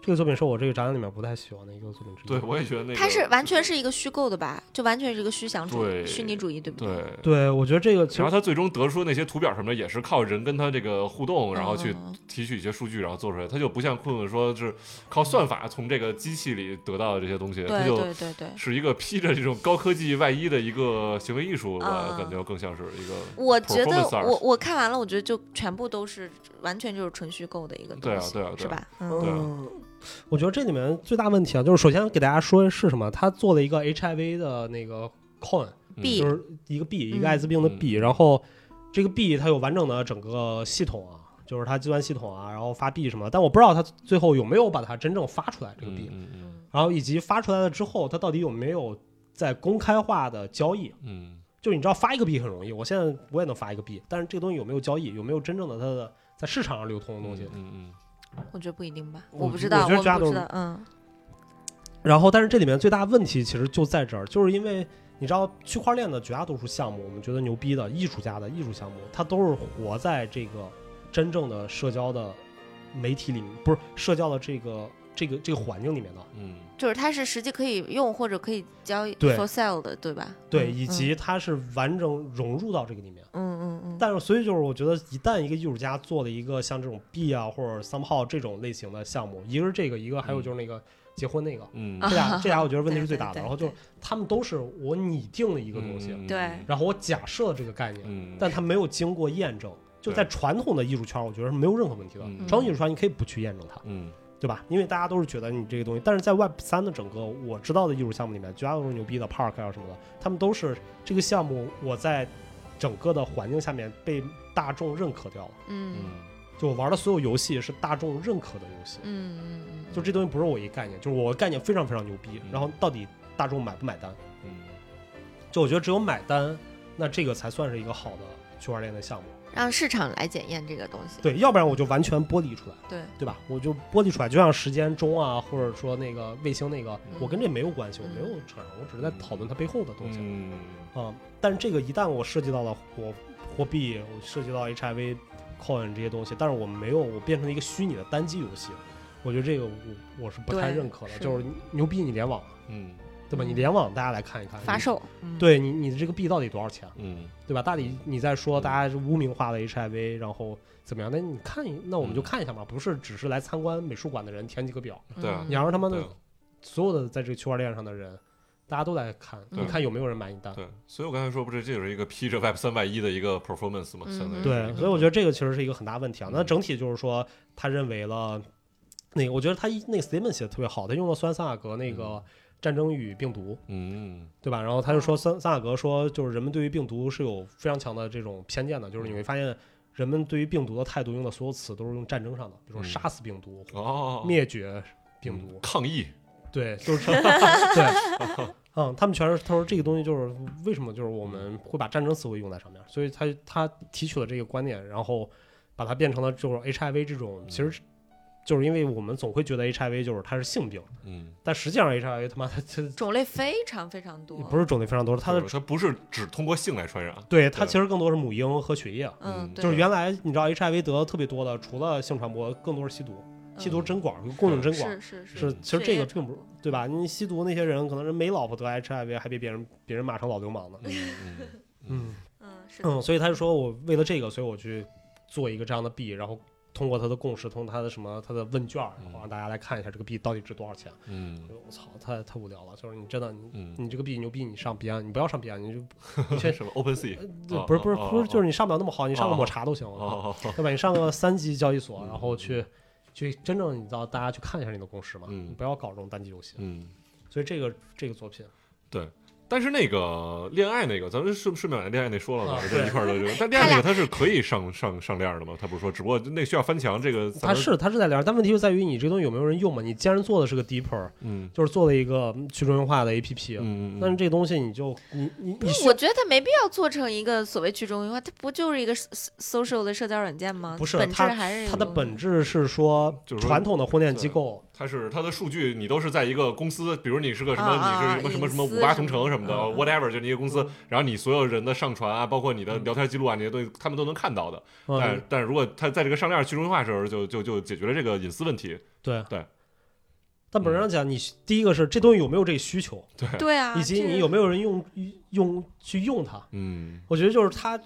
[SPEAKER 1] 这个作品是我这个展览里面不太喜欢的一个作品之一。
[SPEAKER 3] 对，我也觉得那个
[SPEAKER 2] 它是完全是一个虚构的吧？就完全是一个虚想主
[SPEAKER 3] 对
[SPEAKER 2] 义、虚拟主义，对不对？
[SPEAKER 3] 对。
[SPEAKER 1] 对，我觉得这个其
[SPEAKER 3] 然后
[SPEAKER 1] 实
[SPEAKER 3] 他最终得出那些图表什么的，也是靠人跟他这个互动，然后去
[SPEAKER 2] 嗯
[SPEAKER 3] 提取一些数据，然后做出来。他就不像困困说是靠算法从这个机器里得到的这些东西，他
[SPEAKER 2] 对
[SPEAKER 3] 就
[SPEAKER 2] 对对对。
[SPEAKER 3] 是一个披着这种高科技外衣的一个行为艺术吧，
[SPEAKER 2] 嗯
[SPEAKER 3] 感觉更像是一个。
[SPEAKER 2] 我觉得
[SPEAKER 3] performance art
[SPEAKER 2] 我我看完了，我觉得就全部都是完全就是纯虚构的一个
[SPEAKER 3] 对
[SPEAKER 2] 东
[SPEAKER 3] 啊
[SPEAKER 2] 西，
[SPEAKER 3] 对啊对啊
[SPEAKER 2] 是吧？嗯，
[SPEAKER 3] 对啊
[SPEAKER 1] 嗯，我觉得这里面最大问题啊，就是首先给大家说是什么，他做了一个 HIV 的那个 con，
[SPEAKER 3] 嗯
[SPEAKER 2] 币
[SPEAKER 1] 就是一个 B，一个
[SPEAKER 2] 嗯
[SPEAKER 1] 艾滋病的 B，然后这个 B 它有完整的整个系统啊，就是它计算系统啊，然后发 B 什么的，但我不知道它最后有没有把它真正发出来这个 B，、
[SPEAKER 3] 嗯嗯
[SPEAKER 1] 然后以及发出来了之后，它到底有没有在公开化的交易？啊
[SPEAKER 3] 嗯
[SPEAKER 1] 就是你知道发一个币很容易，我现在我也能发一个币，但是这个东西有没有交易，有没有真正的它的在市场上流通的
[SPEAKER 3] 嗯，
[SPEAKER 1] 东西？
[SPEAKER 3] 嗯嗯
[SPEAKER 2] 我觉得不一定吧，
[SPEAKER 1] 我
[SPEAKER 2] 我不
[SPEAKER 1] 觉
[SPEAKER 2] 知
[SPEAKER 1] 我
[SPEAKER 2] 道，
[SPEAKER 1] 觉得
[SPEAKER 2] 我
[SPEAKER 1] 抓
[SPEAKER 2] 不
[SPEAKER 1] 都
[SPEAKER 2] 知道，嗯，
[SPEAKER 1] 然后，但是这里面最大问题其实就在这儿，就是因为你知道区块链的绝大多数项目，我们觉得牛逼的艺术家的艺术项目，它都是活在这个真正的社交的媒体里面，不是社交的这个这个这个环境里面的，
[SPEAKER 3] 嗯，
[SPEAKER 2] 就是它是实际可以用或者可以交易
[SPEAKER 1] 对
[SPEAKER 2] for sale 的，对吧？
[SPEAKER 1] 对，
[SPEAKER 2] 嗯
[SPEAKER 1] 以及它是完整融入到这个里面。
[SPEAKER 2] 嗯嗯嗯，
[SPEAKER 1] 但是，所以就是我觉得，一旦一个艺术家做了一个像这种 B 啊或者 somehow 这种类型的项目，一个是这个，一个还有就是那个结婚 那个，
[SPEAKER 3] 嗯
[SPEAKER 2] 啊
[SPEAKER 1] 这俩这俩我觉得问题是
[SPEAKER 2] 对
[SPEAKER 1] 最大的。
[SPEAKER 2] 嗯对
[SPEAKER 1] 然后就是
[SPEAKER 2] 对嗯
[SPEAKER 1] 他们都是我拟定了一
[SPEAKER 3] 一
[SPEAKER 1] 个东西，
[SPEAKER 2] 对
[SPEAKER 1] 然后我假设了这个概念，
[SPEAKER 3] 嗯，
[SPEAKER 1] 但它没有经过验证。就在传统的艺术圈，我觉得是没有任何问题的。
[SPEAKER 3] 嗯
[SPEAKER 1] 传统艺术圈你可以不去验证它，
[SPEAKER 3] 嗯
[SPEAKER 1] 对吧？因为大家都是觉得你这个东西，但是在 Web 三的整个我知道的艺术项目里面，绝大多数牛逼的 Park 啊什么的，他们都是这个项目我在整个的环境下面被大众认可掉了。
[SPEAKER 2] 嗯
[SPEAKER 3] 嗯
[SPEAKER 1] 就我玩的所有游戏是大众认可的游戏
[SPEAKER 2] 嗯，嗯嗯，
[SPEAKER 1] 就这东西不是我一概念，就是我的概念非常非常牛逼
[SPEAKER 3] 嗯，
[SPEAKER 1] 然后到底大众买不买单？
[SPEAKER 3] 嗯
[SPEAKER 1] 就我觉得只有买单，那这个才算是一个好的区块链的项目。
[SPEAKER 2] 让市场来检验这个东西。
[SPEAKER 1] 对，要不然我就完全剥离出来，
[SPEAKER 2] 对
[SPEAKER 1] 对吧？我就剥离出来，就像时间钟啊，或者说那个卫星那个，我跟这没有关系，我没有扯上，我只是在讨论它背后的东西啊、
[SPEAKER 3] 嗯
[SPEAKER 1] 但是这个一旦我涉及到了我货币，我涉及到 HIV、coin 这些东西，但是我没有，我变成了一个虚拟的单机游戏，我觉得这个我我是不太
[SPEAKER 2] 对
[SPEAKER 1] 认可的。
[SPEAKER 2] 是
[SPEAKER 1] 就是牛逼，你联网，
[SPEAKER 3] 嗯
[SPEAKER 1] 对吧？
[SPEAKER 2] 嗯
[SPEAKER 1] 你联网，大家来看一看
[SPEAKER 2] 发。售，嗯
[SPEAKER 1] 你对你，你的这个币到底多少钱？啊
[SPEAKER 3] 嗯
[SPEAKER 1] 对吧？大理你在说大家是污名化的 HIV，然后怎么样？那你看一，那
[SPEAKER 3] 嗯
[SPEAKER 1] 我们就看一下嘛，不是只是来参观美术馆的人填几个表，
[SPEAKER 3] 对啊
[SPEAKER 2] 嗯
[SPEAKER 1] 你要让他们
[SPEAKER 3] 对
[SPEAKER 1] 的所有的在这个区块链上的人，大家都来看，
[SPEAKER 2] 对
[SPEAKER 1] 你看有没有人买你单？
[SPEAKER 3] 对，所以我刚才说不是这就是一个披着 Web 三外衣的一个 performance 嘛，
[SPEAKER 2] 嗯
[SPEAKER 3] 相当于
[SPEAKER 1] 对，所以我觉得这个其实是一个很大问题啊。
[SPEAKER 3] 嗯
[SPEAKER 1] 那整体就是说，他认为了那个，我觉得他一那个 statement 写的特别好，他用了酸桑雅格那个战争与病毒，
[SPEAKER 3] 嗯
[SPEAKER 1] 对吧？然后他就说桑桑雅格说，就是人们对于病毒是有非常强的这种偏见的，就是你
[SPEAKER 3] 嗯
[SPEAKER 1] 会发现人们对于病毒的态度用的所有词都是用战争上的，比如说
[SPEAKER 3] 嗯
[SPEAKER 1] 杀死病毒、
[SPEAKER 3] 哦
[SPEAKER 1] 灭绝病
[SPEAKER 3] 嗯
[SPEAKER 1] 毒，
[SPEAKER 3] 抗议
[SPEAKER 1] 对，就是对，嗯，他们全是他说这个东西就是为什么就是我
[SPEAKER 3] 嗯
[SPEAKER 1] 们会把战争思维用在上面，所以他他提取了这个观点，然后把它变成了就是 HIV 这种，其
[SPEAKER 3] 嗯
[SPEAKER 1] 实是就是因为我们总会觉得 HIV 就是它是性病，
[SPEAKER 3] 嗯，
[SPEAKER 1] 但实际上 HIV 他妈它它
[SPEAKER 2] 种类非常非常
[SPEAKER 3] 哦
[SPEAKER 2] 多。
[SPEAKER 1] 不是种类非常多，它的
[SPEAKER 3] 就是它不是只通过性来传染，啊
[SPEAKER 1] 对它
[SPEAKER 3] 对
[SPEAKER 1] 其实更多是母婴和血液，啊
[SPEAKER 2] 嗯，对
[SPEAKER 1] 就是原来你知道 HIV 得的特别多的，除了性传播，更多是吸毒，吸毒
[SPEAKER 3] 嗯
[SPEAKER 1] 针管儿共用针管儿，
[SPEAKER 2] 是是
[SPEAKER 1] 是，其实
[SPEAKER 2] 血
[SPEAKER 1] 这
[SPEAKER 2] 液
[SPEAKER 1] 个
[SPEAKER 2] 传
[SPEAKER 1] 并不
[SPEAKER 2] 播
[SPEAKER 1] 对吧？你吸毒那些人，可能人没老婆得 HIV，还被别人别人骂成老流氓呢。
[SPEAKER 3] 嗯嗯
[SPEAKER 1] 嗯
[SPEAKER 2] 嗯是的
[SPEAKER 1] 嗯，所以他就说我为了这个，所以我去做一个这样的币，然后通过他的共识，通过他的什么他的问卷儿，然后让大家来看一下这个币到底值多少钱。哎
[SPEAKER 3] 嗯
[SPEAKER 1] 我操，太太无聊了！就是你真的你
[SPEAKER 3] 嗯，
[SPEAKER 1] 你这个币牛逼，你上彼岸，你不要上彼岸，你就你
[SPEAKER 3] 这
[SPEAKER 1] 去
[SPEAKER 3] 什么 Open Sea
[SPEAKER 1] 就
[SPEAKER 3] 哦
[SPEAKER 1] 不是不是
[SPEAKER 3] 哦
[SPEAKER 1] 不是，
[SPEAKER 3] 哦
[SPEAKER 1] 就是你上不了那么好，你上个
[SPEAKER 3] 哦
[SPEAKER 1] 抹茶都行，我操
[SPEAKER 3] 哦，
[SPEAKER 1] 对吧？你上个三级交易所，然后
[SPEAKER 3] 嗯
[SPEAKER 1] 去去真正你知道大家去看一下你的共识嘛，
[SPEAKER 3] 嗯
[SPEAKER 1] 你不要搞这种单机游戏。
[SPEAKER 3] 嗯。
[SPEAKER 1] 所以这个这个作品。
[SPEAKER 3] 但是那个恋爱那个，咱们是不是把恋爱那说了吧
[SPEAKER 1] 啊？
[SPEAKER 3] 这
[SPEAKER 1] 对
[SPEAKER 3] 一块儿的这个，但恋爱那个它是可以上上上链儿的嘛？他不是说，只不过那需要翻墙，这个咱
[SPEAKER 1] 它
[SPEAKER 3] 们
[SPEAKER 1] 是它是在聊，但问题就在于你这个东西有没有人用嘛？你既然做的是个 deeper，
[SPEAKER 3] 嗯
[SPEAKER 1] 就是做了一个嗯去中心化的 APP，、
[SPEAKER 3] 嗯嗯，
[SPEAKER 1] 但是这个东西你就你你你
[SPEAKER 2] 不是
[SPEAKER 1] 需
[SPEAKER 2] 我觉得它没必要做成一个所谓去中心化，它不就是一个 so- social 的社交软件吗？
[SPEAKER 1] 不是
[SPEAKER 2] 本质
[SPEAKER 1] 它
[SPEAKER 2] 还是
[SPEAKER 1] 它的
[SPEAKER 2] 有
[SPEAKER 1] 本质是说
[SPEAKER 3] 就是说
[SPEAKER 1] 传统的婚恋机构，
[SPEAKER 3] 它是它的数据，你都是在一个公司，比如你是个什么，
[SPEAKER 2] 啊
[SPEAKER 3] 你是什么
[SPEAKER 2] 隐
[SPEAKER 3] 什么什
[SPEAKER 2] 私
[SPEAKER 3] 么五八同城什么的
[SPEAKER 1] 什么的
[SPEAKER 3] ，whatever，就你一个公司，然后你所有人的上传啊，包括你的聊天记录啊，那些东西，他们都能看到的。但
[SPEAKER 1] 嗯，
[SPEAKER 3] 但是如果它在这个上链去中心化的时候，就就就解决了这个隐私问题。
[SPEAKER 1] 对
[SPEAKER 3] 对。
[SPEAKER 1] 但本质
[SPEAKER 3] 嗯
[SPEAKER 1] 上讲，你第一个是这东西有没有这个需求，
[SPEAKER 2] 对啊，
[SPEAKER 1] 以及
[SPEAKER 2] 这
[SPEAKER 1] 你有没有人用用去用它。
[SPEAKER 3] 嗯
[SPEAKER 1] 我觉得就是它，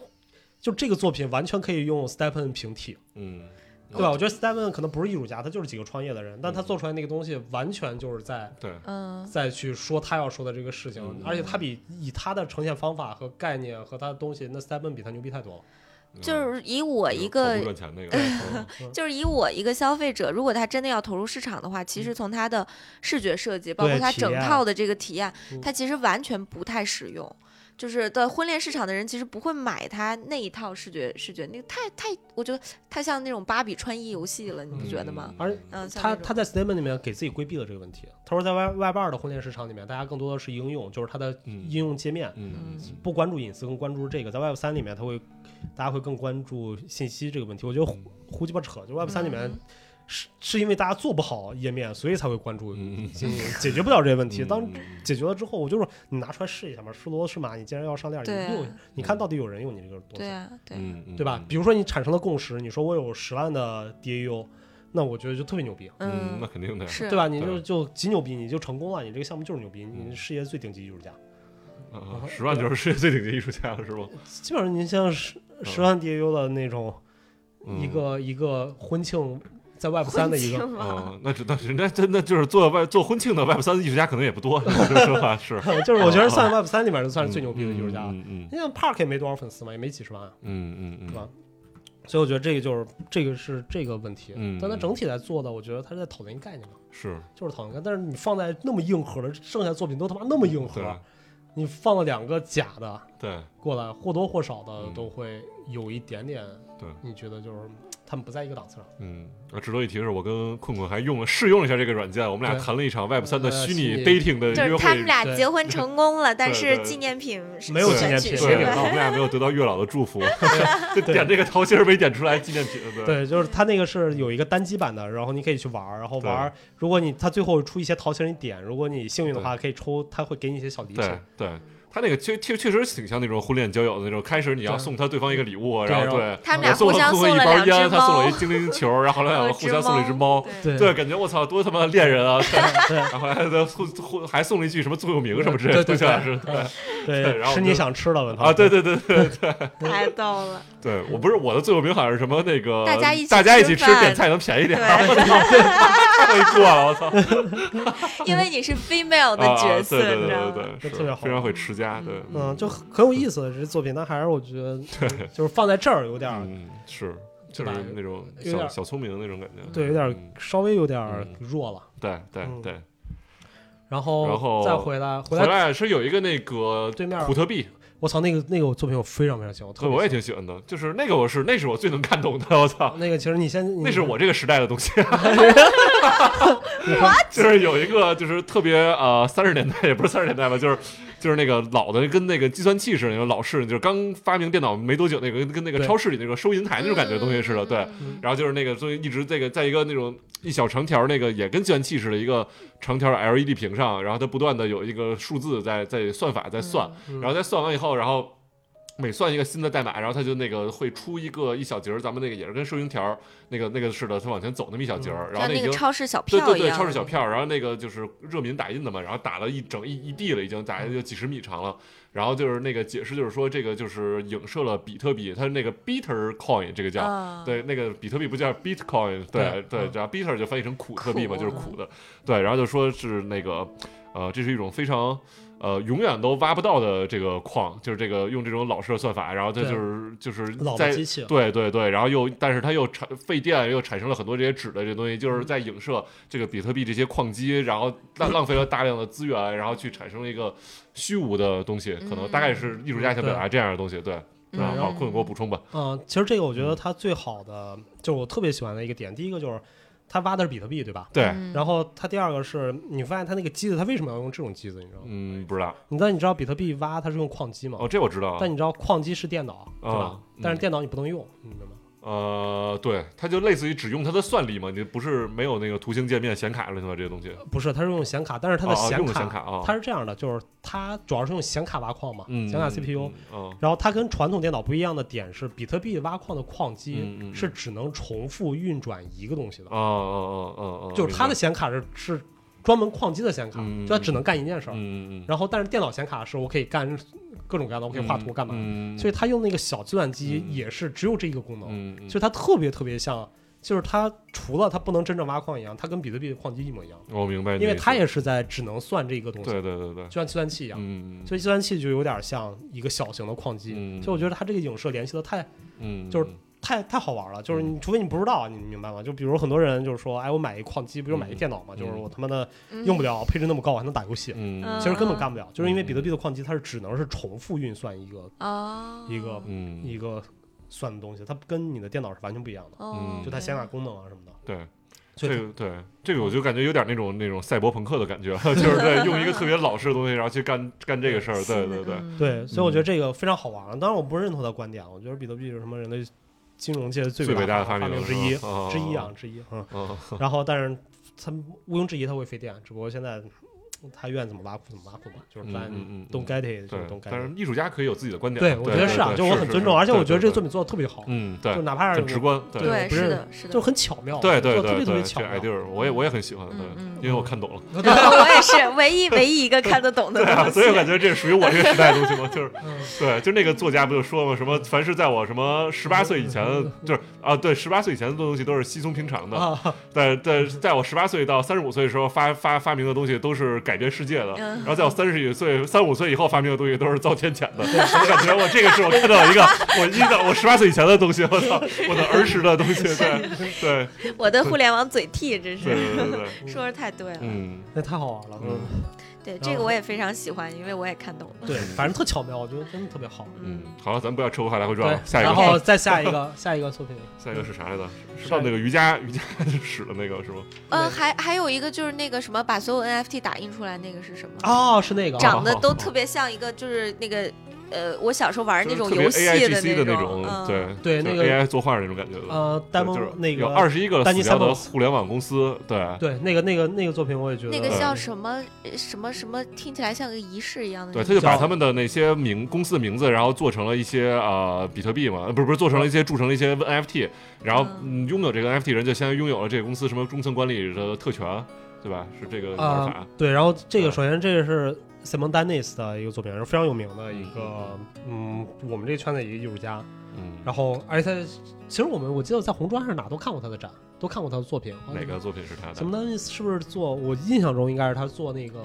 [SPEAKER 1] 就这个作品完全可以用 Stepen 平替，
[SPEAKER 3] 嗯，嗯
[SPEAKER 1] 对吧？我觉得 Stepen 可能不是艺术家，他就是几个创业的人，但他做出来那个东西完全就是在
[SPEAKER 3] 对，
[SPEAKER 2] 嗯
[SPEAKER 1] 再去说他要说的这个事情，
[SPEAKER 3] 嗯
[SPEAKER 1] 而且他比以他的呈现方法和概念和他的东西，那 Stepen 比他牛逼太多了。
[SPEAKER 3] 嗯
[SPEAKER 2] 就是以我一
[SPEAKER 3] 跑
[SPEAKER 2] 个
[SPEAKER 3] 步赚钱 那个，嗯
[SPEAKER 2] 就是以我一个消费者，如果他真的要投入市场的话，其实从他的视觉设计，包括他
[SPEAKER 1] 嗯体
[SPEAKER 2] 整
[SPEAKER 1] 验
[SPEAKER 2] 套的这个体验
[SPEAKER 1] 嗯，
[SPEAKER 2] 他其实完全不太实用。就是在婚恋市场的人其实不会买他那一套视觉视觉，那个太太，我觉得太像那种芭比穿衣游戏了，你不觉得吗？？
[SPEAKER 1] 而
[SPEAKER 2] 嗯，像
[SPEAKER 1] 他
[SPEAKER 2] 那种
[SPEAKER 1] 他在 Statement 里面给自己规避了这个问题。他说，在 Web Web 二的婚恋市场里面，大家更多的是应用，就是它的
[SPEAKER 3] 嗯
[SPEAKER 1] 应用界面，
[SPEAKER 3] 嗯
[SPEAKER 2] 嗯
[SPEAKER 1] 不关注隐私，更关注这个。在 Web 三里面，他会大家会更关注信息这个问题。我觉得胡胡鸡巴扯，就 Web 三里面
[SPEAKER 2] 嗯
[SPEAKER 1] 是是因为大家做不好页面，所以才会关注
[SPEAKER 3] 嗯
[SPEAKER 1] 信息，解决不了这些问题。
[SPEAKER 3] 嗯，
[SPEAKER 1] 当解决了之后，我就说你拿出来试一下嘛，是螺是马，你既然要上链，
[SPEAKER 2] 对啊
[SPEAKER 1] 你用，你看到底有人用你这个东
[SPEAKER 2] 对
[SPEAKER 1] 西，
[SPEAKER 2] 啊，对啊，
[SPEAKER 3] 嗯嗯
[SPEAKER 1] 对吧？比如说你产生了共识，你说我有十万的 DAU，那我觉得就特别牛逼，
[SPEAKER 3] 嗯，那肯定的呀，
[SPEAKER 2] 是
[SPEAKER 1] 对 吧？你就
[SPEAKER 3] 对嗯
[SPEAKER 1] 就极牛逼，你就成功了，你这个项目就是牛逼，你是世界最顶级艺术家。
[SPEAKER 3] 啊十万就是世界最顶级艺术家了，是不？
[SPEAKER 1] 基本上您像十十万 DAU 的那种
[SPEAKER 3] 嗯
[SPEAKER 1] 一个一个婚庆，在 Web 三的一 个，嗯
[SPEAKER 3] 啊、那只那人家真的就是做外做婚庆的 Web 三艺术家可能也不多， 是吧？是
[SPEAKER 1] 就是我觉得算 Web 三里面就 算是最牛逼的艺术家了。
[SPEAKER 3] 啊嗯嗯
[SPEAKER 1] 你像 Park 也没多少粉丝嘛，也没几十万啊，
[SPEAKER 3] 嗯嗯嗯
[SPEAKER 1] 是吧
[SPEAKER 3] 嗯，？
[SPEAKER 1] 所以我觉得这个就是这个是这个问题
[SPEAKER 3] 嗯，
[SPEAKER 1] 但它整体来做的，我觉得它是在讨论一个概念嘛，
[SPEAKER 3] 是
[SPEAKER 1] 就是讨论一个。但是你放在那么硬核的，剩下作品都他妈那么硬核
[SPEAKER 3] 对，
[SPEAKER 1] 你放了两个假的
[SPEAKER 3] 对
[SPEAKER 1] 过来，或多或少的
[SPEAKER 3] 嗯
[SPEAKER 1] 都会有一点点，
[SPEAKER 3] 对
[SPEAKER 1] 你觉得就是他们不在一个档次上。
[SPEAKER 3] 嗯。啊值得一提的是，我跟困困还用了试用了一下这个软件，我们俩
[SPEAKER 1] 对
[SPEAKER 3] 谈了一场 Web 三的
[SPEAKER 1] 呃
[SPEAKER 3] 虚
[SPEAKER 1] 虚
[SPEAKER 3] 拟
[SPEAKER 1] 拟
[SPEAKER 3] dating 的
[SPEAKER 2] 就是
[SPEAKER 3] 约
[SPEAKER 2] 他们
[SPEAKER 3] 会。
[SPEAKER 2] 俩
[SPEAKER 1] 对
[SPEAKER 2] 结婚成功了，但是
[SPEAKER 3] 对
[SPEAKER 2] 纪念品是
[SPEAKER 1] 没有
[SPEAKER 2] 选
[SPEAKER 1] 纪念
[SPEAKER 2] 取
[SPEAKER 1] 品
[SPEAKER 2] 是
[SPEAKER 3] 对，
[SPEAKER 1] 对
[SPEAKER 3] 然
[SPEAKER 2] 吧？
[SPEAKER 3] 后我们俩没有得到月老的 祝福，就点这个桃心儿没点出来纪念品，对
[SPEAKER 1] 对，就是它那个是有一个单机版的，然后你可以去玩儿，然后玩儿。如果你它最后出一些桃心儿，你点，如果你幸运的话，可以抽，它会给你一些小礼品。
[SPEAKER 3] 对对，他那个确确确实挺像那种婚恋交友的那种，开始你要
[SPEAKER 1] 对
[SPEAKER 3] 送他对方一个礼物，
[SPEAKER 1] 对
[SPEAKER 3] 然后
[SPEAKER 1] 然
[SPEAKER 3] 对，
[SPEAKER 2] 他们
[SPEAKER 3] 我
[SPEAKER 2] 俩
[SPEAKER 3] 送
[SPEAKER 2] 互相送
[SPEAKER 3] 了坤坤一
[SPEAKER 2] 了
[SPEAKER 3] 包
[SPEAKER 2] 两只
[SPEAKER 3] 烟，他送
[SPEAKER 2] 猫
[SPEAKER 3] 我一精灵球，然后后来两个互相送了一只猫，
[SPEAKER 2] 对，
[SPEAKER 3] 对，感觉我操，多他妈恋 人啊！
[SPEAKER 1] 对
[SPEAKER 3] 然后还还还还送了一句什么座右铭什么之类的，
[SPEAKER 1] 对对对
[SPEAKER 3] 好像是对对然后
[SPEAKER 1] 吃
[SPEAKER 3] 就
[SPEAKER 1] 你想吃的问他
[SPEAKER 3] 啊，对对对对
[SPEAKER 2] 太逗了，
[SPEAKER 3] 对，我不是我的座右铭好像是什么那个
[SPEAKER 2] 大家一起
[SPEAKER 3] 大家一起
[SPEAKER 2] 吃
[SPEAKER 3] 吃
[SPEAKER 2] 饭
[SPEAKER 3] 点菜能便宜点，
[SPEAKER 2] 对
[SPEAKER 3] 太过了，我操！
[SPEAKER 2] 因为你是 female 的
[SPEAKER 3] 啊
[SPEAKER 2] 角
[SPEAKER 3] 对
[SPEAKER 2] 色，
[SPEAKER 3] 对
[SPEAKER 2] 你
[SPEAKER 3] 对
[SPEAKER 2] 知道
[SPEAKER 3] 对
[SPEAKER 2] 吗？
[SPEAKER 3] 对，是
[SPEAKER 1] 特别好
[SPEAKER 3] 非常会持家，对，
[SPEAKER 1] 嗯，就很有意思这作品，但还是我觉 得就是放在这儿有点儿，
[SPEAKER 3] 嗯是。就
[SPEAKER 1] 对吧
[SPEAKER 3] 是那种
[SPEAKER 1] 有点
[SPEAKER 3] 小
[SPEAKER 1] 儿
[SPEAKER 3] 小聪明的那种感觉，
[SPEAKER 1] 对，有点儿
[SPEAKER 3] 嗯
[SPEAKER 1] 稍微有点儿
[SPEAKER 3] 嗯
[SPEAKER 1] 弱了。
[SPEAKER 3] 对对
[SPEAKER 1] 嗯
[SPEAKER 3] 对。
[SPEAKER 1] 然后
[SPEAKER 3] 然后
[SPEAKER 1] 再回来回
[SPEAKER 3] 回
[SPEAKER 1] 来，
[SPEAKER 3] 来是有一个那个
[SPEAKER 1] 对面
[SPEAKER 3] 虎特币，
[SPEAKER 1] 我操，那个那个我作品我非常非常喜欢，我特
[SPEAKER 3] 对，
[SPEAKER 1] 别
[SPEAKER 3] 我也
[SPEAKER 1] 喜
[SPEAKER 3] 挺喜欢的，就是那个我是那是我最能看懂的，我操
[SPEAKER 1] 欢。那个，其实你先
[SPEAKER 3] 那是
[SPEAKER 1] 我
[SPEAKER 3] 我这个时代的东西，就是有一个就是特别呃三十年代也不是三十年代吧，就是就是那个老的跟那个计算器似的，那种老式就是刚发明电脑没多久那个跟那个
[SPEAKER 1] 对
[SPEAKER 3] 超市里那个收银台那种感觉的东西似的，对
[SPEAKER 2] 嗯。
[SPEAKER 3] 然后就是那个所以一直这个在一个那种一小长条那个也跟计算器似的一个长条 LED 屏上，然后它不断的有一个数字在在算法在算，
[SPEAKER 1] 嗯
[SPEAKER 3] 然后再算完以后，然后每算一个新的代码，然后它就那个会出一个一小节儿，咱们那个也是跟收银条儿那个那个似的，它往前走那么一小节儿，然后
[SPEAKER 2] 像那
[SPEAKER 3] 已经
[SPEAKER 2] 个。超市小
[SPEAKER 3] 对
[SPEAKER 2] 票
[SPEAKER 3] 对
[SPEAKER 2] 一
[SPEAKER 3] 对，
[SPEAKER 2] 样，
[SPEAKER 3] 超市小票儿，然后那个就是热敏打印的嘛，然后打了一整一一地了，已经打了就几十米长了。然后就是那个解释，就是说这个就是影射了比特币，它那个 bitter coin 这个叫，
[SPEAKER 2] 啊，
[SPEAKER 3] 对，那个比特币不叫 Bitcoin，对
[SPEAKER 1] 嗯对
[SPEAKER 3] 对
[SPEAKER 1] 嗯，
[SPEAKER 3] 然后 Bitter 就翻译成苦特币嘛，
[SPEAKER 2] 苦
[SPEAKER 3] 就是苦的，对，然后就说是那个，呃，这是一种非常呃永远都挖不到的这个矿，就是这个用这种老式的算法，然后它
[SPEAKER 1] 对
[SPEAKER 3] 就是就是
[SPEAKER 1] 老的
[SPEAKER 3] 在
[SPEAKER 1] 机器
[SPEAKER 3] 对对对，然后又但是它又产费电，又产生了很多这些纸的这些东西，
[SPEAKER 1] 嗯
[SPEAKER 3] 就是在影射这个比特币这些矿机，然后浪浪费了大量的资源，然后去产生了一个虚无的东西，可能大概是艺术家想表达这样的东西，对，
[SPEAKER 2] 嗯
[SPEAKER 3] 啊，好，困给我补充吧，
[SPEAKER 1] 嗯，其实这个我觉得它最好的就是我特别喜欢的一个点，第一个就是它挖的是比特币，对吧？
[SPEAKER 3] 对，
[SPEAKER 2] 嗯
[SPEAKER 1] 然后它第二个是你发现它那个机子，它为什么要用这种机子？你知道吗？
[SPEAKER 3] 嗯，不知道，
[SPEAKER 1] 你但你知道比特币挖它是用矿机嘛？
[SPEAKER 3] 哦，这我知道，
[SPEAKER 1] 但你知道矿机是电脑，对吧
[SPEAKER 3] 啊？嗯
[SPEAKER 1] 但是电脑你不能用，你明白吗？
[SPEAKER 3] 呃，对，它就类似于只用它的算力嘛，你不是没有那个图形界面、显卡了是吧？这些东西，
[SPEAKER 1] 不是，它是用显卡，但是它
[SPEAKER 3] 哦
[SPEAKER 1] 的
[SPEAKER 3] 哦
[SPEAKER 1] 显
[SPEAKER 3] 用
[SPEAKER 1] 卡，
[SPEAKER 3] 的显卡啊
[SPEAKER 1] 它是这样的，就是它主要是用显卡挖矿嘛，
[SPEAKER 3] 嗯，
[SPEAKER 1] 显卡 CPU，、
[SPEAKER 3] 嗯，
[SPEAKER 1] 然后它跟传统电脑不一样的点是，比特币挖矿的矿
[SPEAKER 3] 嗯嗯
[SPEAKER 1] 机
[SPEAKER 3] 嗯
[SPEAKER 1] 是只能重复运转一个东西的，
[SPEAKER 3] 啊啊啊啊啊，
[SPEAKER 1] 就是它的
[SPEAKER 3] 明
[SPEAKER 1] 显卡是是专门矿机的显卡，
[SPEAKER 3] 嗯嗯
[SPEAKER 1] 就它只能干一件事
[SPEAKER 3] 白，
[SPEAKER 1] 儿。
[SPEAKER 3] 嗯嗯嗯，
[SPEAKER 1] 然后，但是电脑显卡是我可以干各种各样的，我可以画图干嘛的。
[SPEAKER 3] 嗯，
[SPEAKER 1] 所以
[SPEAKER 3] 以
[SPEAKER 1] 它用那个小计算机
[SPEAKER 3] 嗯
[SPEAKER 1] 也是只有这一个功能，
[SPEAKER 3] 嗯嗯，
[SPEAKER 1] 所以它特别特别像，就是它除了它不能真正挖矿一样，它跟比特币的矿机一模一样，
[SPEAKER 3] 嗯我明白你的意
[SPEAKER 1] 因
[SPEAKER 3] 思，
[SPEAKER 1] 为它也是在只能算这一个东西，
[SPEAKER 3] 对对对对，
[SPEAKER 1] 就像计算器一样。
[SPEAKER 3] 嗯，
[SPEAKER 1] 所以计算器就有点像一个小型的矿机，
[SPEAKER 3] 嗯
[SPEAKER 1] 所以我觉得它这个影射联系的太
[SPEAKER 3] 嗯，
[SPEAKER 1] 就是太太好玩了，就是你除非你不知道，你明白吗？就比如很多人就是说，哎，我买一矿机，不就买一电脑吗？
[SPEAKER 3] 嗯
[SPEAKER 1] 就是我他妈的用不了，配置那么高，我还能打游戏，
[SPEAKER 3] 嗯，
[SPEAKER 1] 其实根本
[SPEAKER 2] 嗯
[SPEAKER 1] 干不了，就是因为比特币的矿机它是只能是重复运算一个
[SPEAKER 2] 哦，
[SPEAKER 1] 一个
[SPEAKER 3] 嗯，
[SPEAKER 1] 一个算的东西，它跟你的电脑是完全不一样的，
[SPEAKER 2] 哦，
[SPEAKER 3] 嗯
[SPEAKER 1] 就它显卡功能啊什么的，
[SPEAKER 3] 对。
[SPEAKER 1] 所
[SPEAKER 3] 这
[SPEAKER 1] 以
[SPEAKER 3] 个对这个，我就感觉有点那种那种赛博朋克的感觉，就是对用一个特别老式的东西，然后去干干这个事儿，呃对对对，
[SPEAKER 1] 它
[SPEAKER 2] 嗯
[SPEAKER 1] 对，所以我觉得这个非常好玩。当然，我不认同他的观点，我觉得比特币是什么人类金融界最
[SPEAKER 3] 最伟大
[SPEAKER 1] 的
[SPEAKER 3] 的发明
[SPEAKER 1] 明之一
[SPEAKER 3] 哦
[SPEAKER 1] 之一啊，之一嗯。
[SPEAKER 3] 啊，
[SPEAKER 1] 然后，但是它毋庸置疑，它会费电，只不过现在他愿怎么挖苦怎么挖苦吧，就是
[SPEAKER 3] 嗯
[SPEAKER 1] 咱
[SPEAKER 3] 嗯嗯嗯
[SPEAKER 1] don't get it 就
[SPEAKER 3] 对
[SPEAKER 1] don't，
[SPEAKER 3] 但
[SPEAKER 1] get it。
[SPEAKER 3] 是艺术家可以有自己的观点
[SPEAKER 1] 对，
[SPEAKER 3] 嘛。
[SPEAKER 1] 我觉得是啊，
[SPEAKER 3] 对
[SPEAKER 1] 就我很尊重，而且我觉得这个作，品做的特别好
[SPEAKER 3] 对，对对对对
[SPEAKER 1] 就
[SPEAKER 3] 嗯，
[SPEAKER 1] 哪怕
[SPEAKER 3] 对，
[SPEAKER 1] 是
[SPEAKER 3] 很直观，对
[SPEAKER 1] 对
[SPEAKER 2] 对，
[SPEAKER 1] 不
[SPEAKER 2] 是
[SPEAKER 1] 是
[SPEAKER 2] 的，是
[SPEAKER 1] 就是
[SPEAKER 2] 的。
[SPEAKER 1] 很巧妙，
[SPEAKER 3] 对对
[SPEAKER 1] 做得特
[SPEAKER 3] 对
[SPEAKER 1] 别特
[SPEAKER 3] 对，
[SPEAKER 1] 别巧
[SPEAKER 3] 这
[SPEAKER 1] 妙。
[SPEAKER 3] idea 我也我也很喜欢，对
[SPEAKER 2] 嗯，嗯
[SPEAKER 3] 因为我看懂了。
[SPEAKER 2] 我也是唯一唯一一个看得懂的
[SPEAKER 3] 对 啊，
[SPEAKER 2] 东
[SPEAKER 3] 所以我感
[SPEAKER 2] 西。
[SPEAKER 3] 觉这属于我这个时代的东西嘛，就是
[SPEAKER 1] 嗯
[SPEAKER 3] 对，就那个作家不就说嘛，什么凡是在我什么十八岁以 前，就是啊，对，十八岁以前的东西都是稀松平常的，
[SPEAKER 1] 啊，
[SPEAKER 3] 但但是在我十八岁到三十五岁的时候发发发明的东西都是改变世界的，
[SPEAKER 2] 嗯
[SPEAKER 3] 然后在我三十岁三五岁以后发明的东西都是遭天谴的。我感觉我这个是我看到一个我一到我十八岁以前的东西，我操，我的儿时的东西，对对
[SPEAKER 2] 我的互联网嘴替，真
[SPEAKER 3] 对
[SPEAKER 2] 是
[SPEAKER 3] 对对对，
[SPEAKER 2] 说的太对了。
[SPEAKER 3] 嗯
[SPEAKER 1] 那太好玩了，嗯，
[SPEAKER 2] 对，
[SPEAKER 1] 然
[SPEAKER 2] 这个
[SPEAKER 1] 后
[SPEAKER 2] 我也非常喜欢，因为我也看懂了。
[SPEAKER 1] 嗯对，反正特巧妙，我觉得真的特别好。
[SPEAKER 3] 嗯，好了，咱不要扯不开来回转了，
[SPEAKER 1] 对，
[SPEAKER 3] 下一个
[SPEAKER 1] 然后再下一个下一个作品，
[SPEAKER 3] 下一个是啥来着？是到那个瑜伽瑜伽 使的那个是吗？
[SPEAKER 2] 嗯，还还有一个就是那个什么，把所有 NFT 打印出来那个是什么？
[SPEAKER 1] 哦，是那个
[SPEAKER 2] 长
[SPEAKER 1] 啊，
[SPEAKER 2] 得 都特别像一个，就是那个呃，我小时候玩
[SPEAKER 3] 就
[SPEAKER 2] 那
[SPEAKER 3] 是
[SPEAKER 2] 种
[SPEAKER 3] 特别
[SPEAKER 2] 游戏
[SPEAKER 3] A I G C
[SPEAKER 2] 那
[SPEAKER 3] 那种，
[SPEAKER 2] 嗯、
[SPEAKER 3] 对
[SPEAKER 1] 对
[SPEAKER 3] 就是
[SPEAKER 1] 那个
[SPEAKER 3] A I 作画那种感觉的。
[SPEAKER 1] 呃，
[SPEAKER 3] 对
[SPEAKER 1] 呆
[SPEAKER 3] 就是
[SPEAKER 1] 萌那
[SPEAKER 3] 有
[SPEAKER 1] 个
[SPEAKER 3] 二十一个
[SPEAKER 1] 丹
[SPEAKER 3] 死
[SPEAKER 1] 尼
[SPEAKER 3] 掉的
[SPEAKER 1] Samuels
[SPEAKER 3] 互联网公司，对
[SPEAKER 1] 对，那个那个那个作品我也觉得
[SPEAKER 2] 那个
[SPEAKER 3] 嗯
[SPEAKER 2] 叫什么呃什么什么，听起来像个仪式一样的那
[SPEAKER 3] 对，
[SPEAKER 2] 种。
[SPEAKER 3] 他就把
[SPEAKER 1] 叫
[SPEAKER 3] 他们的那些名公司的名字，然后做成了一些呃比特币嘛，呃不是不是做成了一些铸成了一些 NFT，然后嗯拥有这个 NFT 人就相当于拥有了这个公司什么中层管理的特权，对吧？是这个玩
[SPEAKER 1] 啊
[SPEAKER 3] 呃法。，
[SPEAKER 1] 对，然后这个
[SPEAKER 3] 嗯
[SPEAKER 1] 首先这个是 Simon Dennis 的一个作品，是非常有名的一个，嗯，我们这个圈子的一个艺术家。
[SPEAKER 3] 嗯，
[SPEAKER 1] 然后，而且他其实我们我记得在红砖还是哪都看过他的展，都看过他的作品。
[SPEAKER 3] 哪个作品是他的？
[SPEAKER 1] ？Simon Dennis 是不是做？我印象中应该是他做那个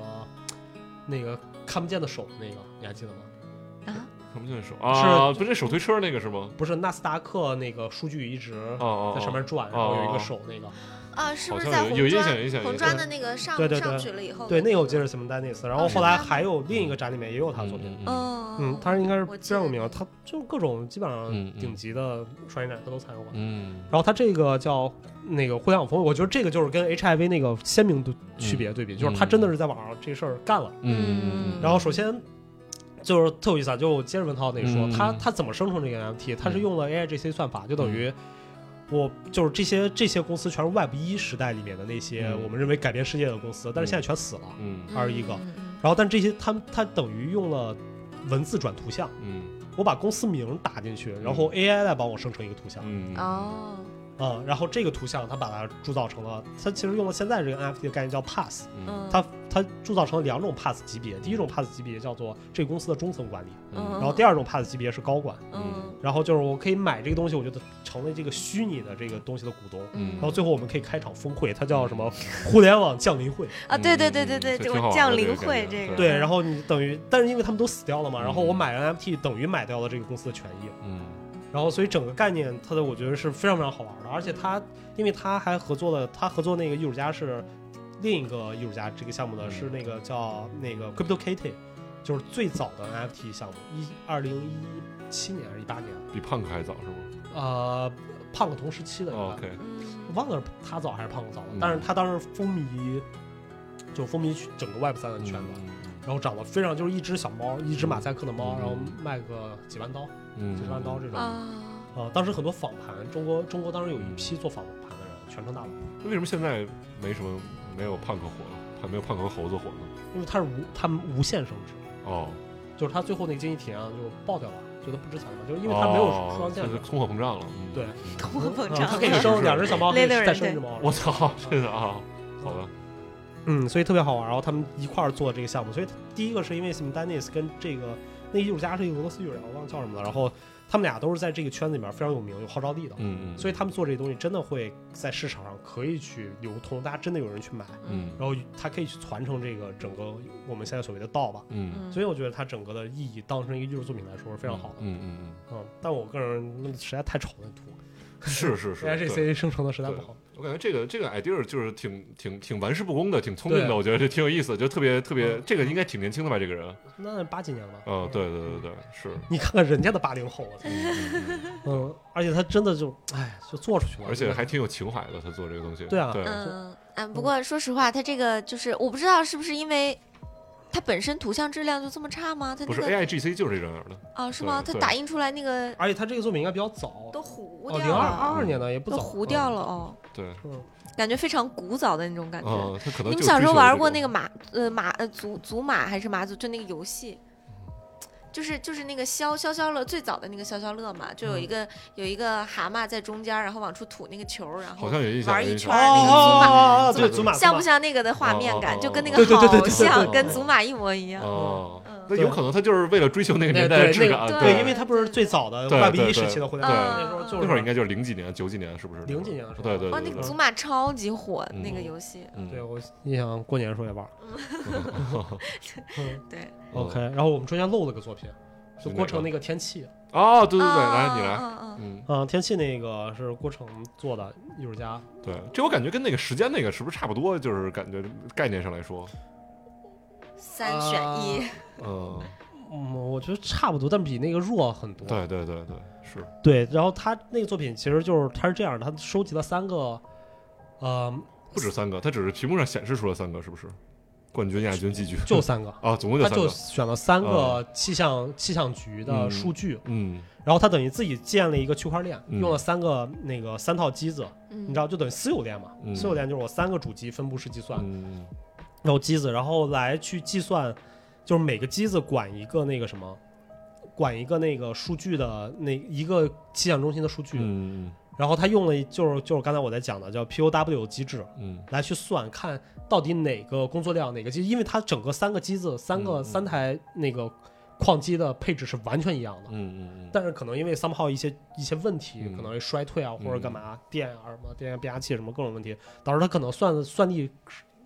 [SPEAKER 1] 那个看不见的手的那个，你还记得吗？
[SPEAKER 3] 看不见手啊？不是那手推车那个是吗？
[SPEAKER 1] 不是纳斯达克那个数据一直
[SPEAKER 3] 哦哦，
[SPEAKER 1] 在上面转，然后有一个手那个。
[SPEAKER 2] 啊，是不是
[SPEAKER 3] 好
[SPEAKER 2] 在
[SPEAKER 3] 像有
[SPEAKER 2] 红
[SPEAKER 3] 有印象有
[SPEAKER 2] 砖
[SPEAKER 3] 印象有
[SPEAKER 2] 红
[SPEAKER 3] 印
[SPEAKER 2] 砖
[SPEAKER 1] 象
[SPEAKER 2] 的那个上
[SPEAKER 1] 对对
[SPEAKER 2] 上
[SPEAKER 1] 对
[SPEAKER 2] 去了以后？
[SPEAKER 1] 对，那个我记得是 Simon Dennis，然后后来还有另一个展里面也有他的作品。
[SPEAKER 3] 嗯嗯嗯
[SPEAKER 2] 哦，
[SPEAKER 1] 嗯，他是应该是
[SPEAKER 2] 我
[SPEAKER 1] 非
[SPEAKER 2] 记得
[SPEAKER 1] 常有名的，
[SPEAKER 2] 那
[SPEAKER 1] 他就各种基本
[SPEAKER 3] 嗯
[SPEAKER 1] 上
[SPEAKER 3] 嗯
[SPEAKER 1] 顶级的双年展他都参与过。
[SPEAKER 3] 嗯。
[SPEAKER 1] 然后他这个叫那个互联网风，我觉得这个就是跟 HIV 那个鲜明的区别对比，就是他真的是在网上这事儿干了。
[SPEAKER 3] 嗯，
[SPEAKER 1] 然后首先就是特有意思啊，就是我接着文涛那个说，
[SPEAKER 3] 嗯
[SPEAKER 1] 他他怎么生成这个 NFT？他是用了 AIGC 算法，就等于。我就是这些这些公司全是 Web 一时代里面的那些
[SPEAKER 3] 嗯
[SPEAKER 1] 我们认为改变世界的公司，但是现在全死了。
[SPEAKER 3] 嗯
[SPEAKER 1] 二十一个
[SPEAKER 2] 嗯嗯
[SPEAKER 1] 然后，但这些他们他等于用了文字转图像，
[SPEAKER 3] 嗯
[SPEAKER 1] 我把公司名打进去，然后 AI 来帮我生成一个图像啊、
[SPEAKER 3] 嗯
[SPEAKER 2] 嗯，哦，
[SPEAKER 1] 嗯然后这个图像它把它铸造成了，它其实用了现在这个 NFT 的概念叫 Pass，
[SPEAKER 2] 嗯，
[SPEAKER 1] 它它铸造成了两种 Pass 级别，第一种 Pass 级别叫做这个公司的中层管理，
[SPEAKER 2] 嗯
[SPEAKER 1] 然后第二种 Pass 级别是高管，
[SPEAKER 2] 嗯
[SPEAKER 1] 然后就是我可以买这个东西，我就成为这个虚拟的这个东西的股东。
[SPEAKER 2] 嗯
[SPEAKER 1] 然后最后我们可以开场峰会，它叫什么？互联网降临会。
[SPEAKER 2] 啊，对对对对对，
[SPEAKER 3] 嗯
[SPEAKER 2] 这
[SPEAKER 3] 挺好
[SPEAKER 2] 个
[SPEAKER 3] 玩
[SPEAKER 2] 降
[SPEAKER 3] 的这
[SPEAKER 2] 临
[SPEAKER 3] 个感
[SPEAKER 2] 会
[SPEAKER 3] 觉
[SPEAKER 2] 这个，
[SPEAKER 1] 对，然后你等于，但是因为他们都死掉了嘛，然后我
[SPEAKER 3] 嗯
[SPEAKER 1] 买了 NFT 等于买掉了这个公司的权益。
[SPEAKER 3] 嗯
[SPEAKER 1] 然后所以整个概念，它的我觉得是非常非常好玩的，而且他因为他还合作了，他合作那个艺术家是另一个艺术家，这个项目呢
[SPEAKER 3] 嗯
[SPEAKER 1] 是那个叫那个 Crypto Kitty，就是最早的 NFT 项目，一二零一七年还是一八年，
[SPEAKER 3] 比胖哥还早是吗哦
[SPEAKER 1] 呃，胖哥同时期的应该
[SPEAKER 3] ？OK，
[SPEAKER 2] 嗯
[SPEAKER 1] 忘了是他早还是胖哥早了，
[SPEAKER 3] 嗯
[SPEAKER 1] 但是他当时风靡，就风靡整个 Web 三的圈子。然后长得非常就是一只小猫，一只马赛克的猫，
[SPEAKER 3] 嗯
[SPEAKER 1] 然后卖个几万刀、
[SPEAKER 3] 嗯，
[SPEAKER 1] 几十万刀这种。
[SPEAKER 2] 啊。
[SPEAKER 1] 啊，当时很多访谈，中国中国当时有一批做访谈的人，全称大佬，
[SPEAKER 3] 为什么现在没什么没有胖哥火了，还没有胖哥猴子火呢？
[SPEAKER 1] 因为他是无他们无限升值，
[SPEAKER 3] 哦，
[SPEAKER 1] 就是他最后那个经济体验就爆掉了，觉得不值钱了，就是因为他没有双向
[SPEAKER 3] 哦就是
[SPEAKER 1] 的，
[SPEAKER 3] 通货膨胀了。嗯
[SPEAKER 1] 对，，
[SPEAKER 2] 通货膨
[SPEAKER 1] 啊
[SPEAKER 2] 胀
[SPEAKER 1] 他可以
[SPEAKER 3] 是
[SPEAKER 1] 生
[SPEAKER 3] 是
[SPEAKER 1] 两只小猫，可以再生一只猫，
[SPEAKER 3] 我操，真的啊，好吧，
[SPEAKER 1] 嗯，所以特别好玩。然后他们一块儿做这个项目，所以第一个是因为 s i m d a n i s 跟这个那艺术家是一个俄罗斯艺术家，我忘了叫什么了，然后他们俩都是在这个圈子里面非常有名、有号召力的，
[SPEAKER 3] 嗯嗯，
[SPEAKER 1] 所以他们做这些东西真的会在市场上可以去流通，大家真的有人去买。
[SPEAKER 3] 嗯
[SPEAKER 1] 然后它可以去传承这个整个我们现在所谓的道吧。
[SPEAKER 3] 嗯
[SPEAKER 1] 所以我觉得它整个的意义当成一个艺术作品来说是非常好的。
[SPEAKER 3] 嗯嗯
[SPEAKER 1] 嗯，但我个人那实在太丑了，图
[SPEAKER 3] 嗯，是是是。
[SPEAKER 1] AIGC 生成的实在不好。
[SPEAKER 3] 我感觉这个这个 idea 就是挺挺挺玩世不恭的，挺聪明
[SPEAKER 1] 对嗯
[SPEAKER 3] 的，我觉得这挺有意思，就特别特别，这个应该挺年轻的吧，这个人。
[SPEAKER 1] 那八几年了吧？
[SPEAKER 3] 嗯，对对对对，是。
[SPEAKER 2] 嗯
[SPEAKER 1] 你看看人家的八零后，我操
[SPEAKER 3] 嗯嗯
[SPEAKER 1] 嗯，而且他真的就，哎，就做出去了，
[SPEAKER 3] 而且还挺有情怀的，他做这个东西。
[SPEAKER 2] 嗯
[SPEAKER 1] 对啊
[SPEAKER 3] 对，
[SPEAKER 2] 哎嗯嗯，不过说实话，他这个就是我不知道是不是因为它本身图像质量就这么差吗？它
[SPEAKER 3] 不
[SPEAKER 2] 那
[SPEAKER 3] 是
[SPEAKER 2] 个
[SPEAKER 3] AI GC 就是这种样的，
[SPEAKER 2] 啊是吗？它
[SPEAKER 3] 对对
[SPEAKER 2] 打印出来那个
[SPEAKER 1] 而且他这个作品应该比较早，
[SPEAKER 2] 都糊
[SPEAKER 1] 哦，
[SPEAKER 2] 掉
[SPEAKER 1] 零二
[SPEAKER 2] 了，
[SPEAKER 1] 二年的也不
[SPEAKER 2] 都
[SPEAKER 1] 早，
[SPEAKER 2] 糊掉了哦，
[SPEAKER 3] 对，
[SPEAKER 1] 嗯。
[SPEAKER 2] 感觉非常古早的那种感觉。
[SPEAKER 3] 嗯，他可能
[SPEAKER 2] 你们
[SPEAKER 3] 就
[SPEAKER 2] 小时候
[SPEAKER 3] 追求
[SPEAKER 2] 玩
[SPEAKER 3] 这
[SPEAKER 2] 过
[SPEAKER 3] 种
[SPEAKER 2] 那个马呃马呃祖祖马还是马祖就那个游戏，就是就是那个消消消乐最早的那个消消乐嘛，
[SPEAKER 3] 嗯
[SPEAKER 2] 就有一个、有一个蛤蟆在中间，然后往出吐那个球，然后
[SPEAKER 3] 好像有印象，
[SPEAKER 2] 玩
[SPEAKER 3] 有
[SPEAKER 2] 一
[SPEAKER 3] 印
[SPEAKER 2] 圈
[SPEAKER 3] 象
[SPEAKER 2] 儿那个祖马，
[SPEAKER 1] 哦，
[SPEAKER 3] 对
[SPEAKER 1] 对，
[SPEAKER 3] 祖
[SPEAKER 1] 祖
[SPEAKER 3] 玛
[SPEAKER 1] 玛
[SPEAKER 2] 像不？像那个的画面感？
[SPEAKER 3] 哦哦哦
[SPEAKER 2] 就跟那个
[SPEAKER 1] 对对对对
[SPEAKER 2] 好
[SPEAKER 1] 对对
[SPEAKER 2] 像，
[SPEAKER 1] 对
[SPEAKER 2] 跟祖马一模一样。
[SPEAKER 3] 哦，
[SPEAKER 2] 嗯
[SPEAKER 3] 那有可能他就是为了追求那个年代的
[SPEAKER 1] 对
[SPEAKER 3] 质
[SPEAKER 1] 对
[SPEAKER 3] 感，
[SPEAKER 2] 那个
[SPEAKER 1] 对，
[SPEAKER 2] 对
[SPEAKER 1] 因为它不是最早的
[SPEAKER 3] 对
[SPEAKER 1] 画比
[SPEAKER 3] 对
[SPEAKER 1] 一时
[SPEAKER 3] 对
[SPEAKER 1] 期的互联
[SPEAKER 2] 对
[SPEAKER 1] 网，那时候就是
[SPEAKER 3] 那会儿应该就是零几年、九几年，是不是？
[SPEAKER 1] 零几年的时候
[SPEAKER 3] 对对
[SPEAKER 2] 哇，
[SPEAKER 3] 对
[SPEAKER 2] 哦那个
[SPEAKER 3] 对
[SPEAKER 2] 祖马超级火，
[SPEAKER 3] 嗯
[SPEAKER 2] 那个游戏，
[SPEAKER 3] 嗯
[SPEAKER 1] 对我印象过年的时候也玩。嗯
[SPEAKER 2] 对，
[SPEAKER 3] 嗯
[SPEAKER 1] OK，然后我们中间漏了个作品，就郭成那个《天气》
[SPEAKER 3] 哦，对对对，
[SPEAKER 2] 啊
[SPEAKER 3] 来你
[SPEAKER 2] 啊
[SPEAKER 3] 来，
[SPEAKER 2] 啊啊
[SPEAKER 3] 嗯，
[SPEAKER 1] 啊，《天气》那个是郭成做的艺术家，
[SPEAKER 3] 对，这我感觉跟那个时间那个是不是差不多？就是感觉概念上来说，
[SPEAKER 2] 三选一，
[SPEAKER 1] 啊
[SPEAKER 3] 嗯，
[SPEAKER 1] 嗯，我觉得差不多，但比那个弱很多。
[SPEAKER 3] 对对对对，是，
[SPEAKER 1] 对，然后他那个作品其实就是他是这样的，他收集了三个，呃，
[SPEAKER 3] 不止三个，它只是屏幕上显示出了三个，是不是？冠军、亚军、季军
[SPEAKER 1] 就三个，
[SPEAKER 3] 啊，总共就
[SPEAKER 1] 他
[SPEAKER 3] 三
[SPEAKER 1] 就
[SPEAKER 3] 个，啊
[SPEAKER 1] 选了三个气象气象局的数据，
[SPEAKER 3] 嗯，
[SPEAKER 1] 然后他等于自己建了一个区块链，
[SPEAKER 3] 嗯
[SPEAKER 1] 用了三个那个三套机子，
[SPEAKER 2] 嗯
[SPEAKER 1] 你知道就等于私有链嘛，
[SPEAKER 3] 嗯
[SPEAKER 1] 私有链就是我三个主机分布式计算，
[SPEAKER 3] 嗯
[SPEAKER 1] 然后机子，然后来去计算，就是每个机子管一个那个什么。管一个那个数据的那一个气象中心的数据，
[SPEAKER 3] 嗯
[SPEAKER 1] 然后他用了就是就是刚才我在讲的叫 POW 机制，
[SPEAKER 3] 嗯
[SPEAKER 1] 来去算，看到底哪个工作量哪个机，因为它整个三个机子、三个、
[SPEAKER 3] 嗯嗯
[SPEAKER 1] 三台那个矿机的配置是完全一样的，
[SPEAKER 3] 嗯嗯
[SPEAKER 1] 但是可能因为 somehow 一些一些问题，
[SPEAKER 3] 嗯
[SPEAKER 1] 可能衰退啊
[SPEAKER 3] 嗯
[SPEAKER 1] 或者干嘛电啊什么电压变压器什么各种问题，导致它可能算的算力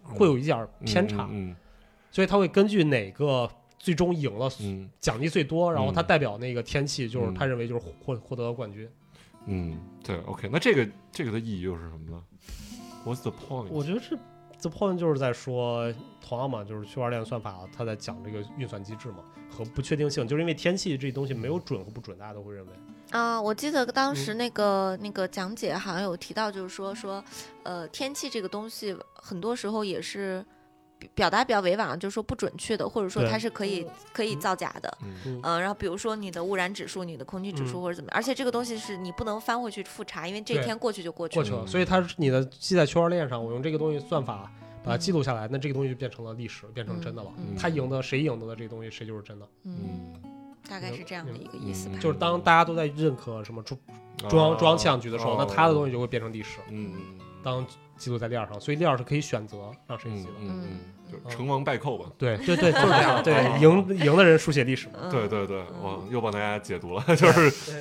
[SPEAKER 1] 会有一点儿
[SPEAKER 3] 嗯，
[SPEAKER 1] 偏差，
[SPEAKER 3] 嗯
[SPEAKER 1] 所以它会根据哪个最终赢了。
[SPEAKER 3] 嗯。
[SPEAKER 1] 奖励最多，然后它
[SPEAKER 3] 嗯
[SPEAKER 1] 代表那个天气，就是
[SPEAKER 3] 嗯
[SPEAKER 1] 他认为就是获获得了冠军。
[SPEAKER 3] 嗯，对，OK，那这个这个的意义又是什么呢？What's the point？
[SPEAKER 1] 我觉得这 The Point 就是在说，同样嘛，就是区块链算法，它在讲这个运算机制嘛和不确定性，就是因为天气这东西没有准和不准，大家都会认为。
[SPEAKER 2] 啊，我记得当
[SPEAKER 1] 嗯
[SPEAKER 2] 时那个、那个讲解好像有提到，就是说说，呃，天气这个东西很多时候也是表表达比较委婉，就是说不准确的，或者说
[SPEAKER 1] 对
[SPEAKER 2] 它是可以可以造假的。
[SPEAKER 3] 嗯
[SPEAKER 1] 嗯
[SPEAKER 2] 嗯、然后比如说你的污染指数、你的空气指数
[SPEAKER 1] 嗯
[SPEAKER 2] 或者怎么样，而且这个东西是你不能翻回去复查，因为这一
[SPEAKER 1] 对
[SPEAKER 2] 天过去就过去
[SPEAKER 1] 过
[SPEAKER 2] 了。
[SPEAKER 1] 去了，
[SPEAKER 3] 嗯
[SPEAKER 1] 所以它是你的记在区块链上，我用这个东西算法把它记录下来，那这个东西就变成了历史，变成真的了。
[SPEAKER 2] 嗯
[SPEAKER 1] 他赢的谁赢得的这个东西，谁就是真的。
[SPEAKER 2] 嗯，
[SPEAKER 3] 嗯，
[SPEAKER 2] 大概是这样的一个意思吧。
[SPEAKER 1] 就是当大家都在认可什么中
[SPEAKER 3] 啊
[SPEAKER 1] 中央中央气象局的时候，那他的东西，
[SPEAKER 3] 就
[SPEAKER 1] 就会变成历史，
[SPEAKER 3] 嗯，
[SPEAKER 1] 当记录在链上，所以链是可以选择让谁
[SPEAKER 3] 嗯
[SPEAKER 1] 记的。
[SPEAKER 3] 嗯嗯，
[SPEAKER 1] 嗯
[SPEAKER 3] 就成王败寇吧。
[SPEAKER 1] 对对对，就是这样。
[SPEAKER 3] 啊
[SPEAKER 1] 对，赢赢的人书写历史嘛。
[SPEAKER 2] 嗯
[SPEAKER 3] 对，对对，我又帮大家解读了，就是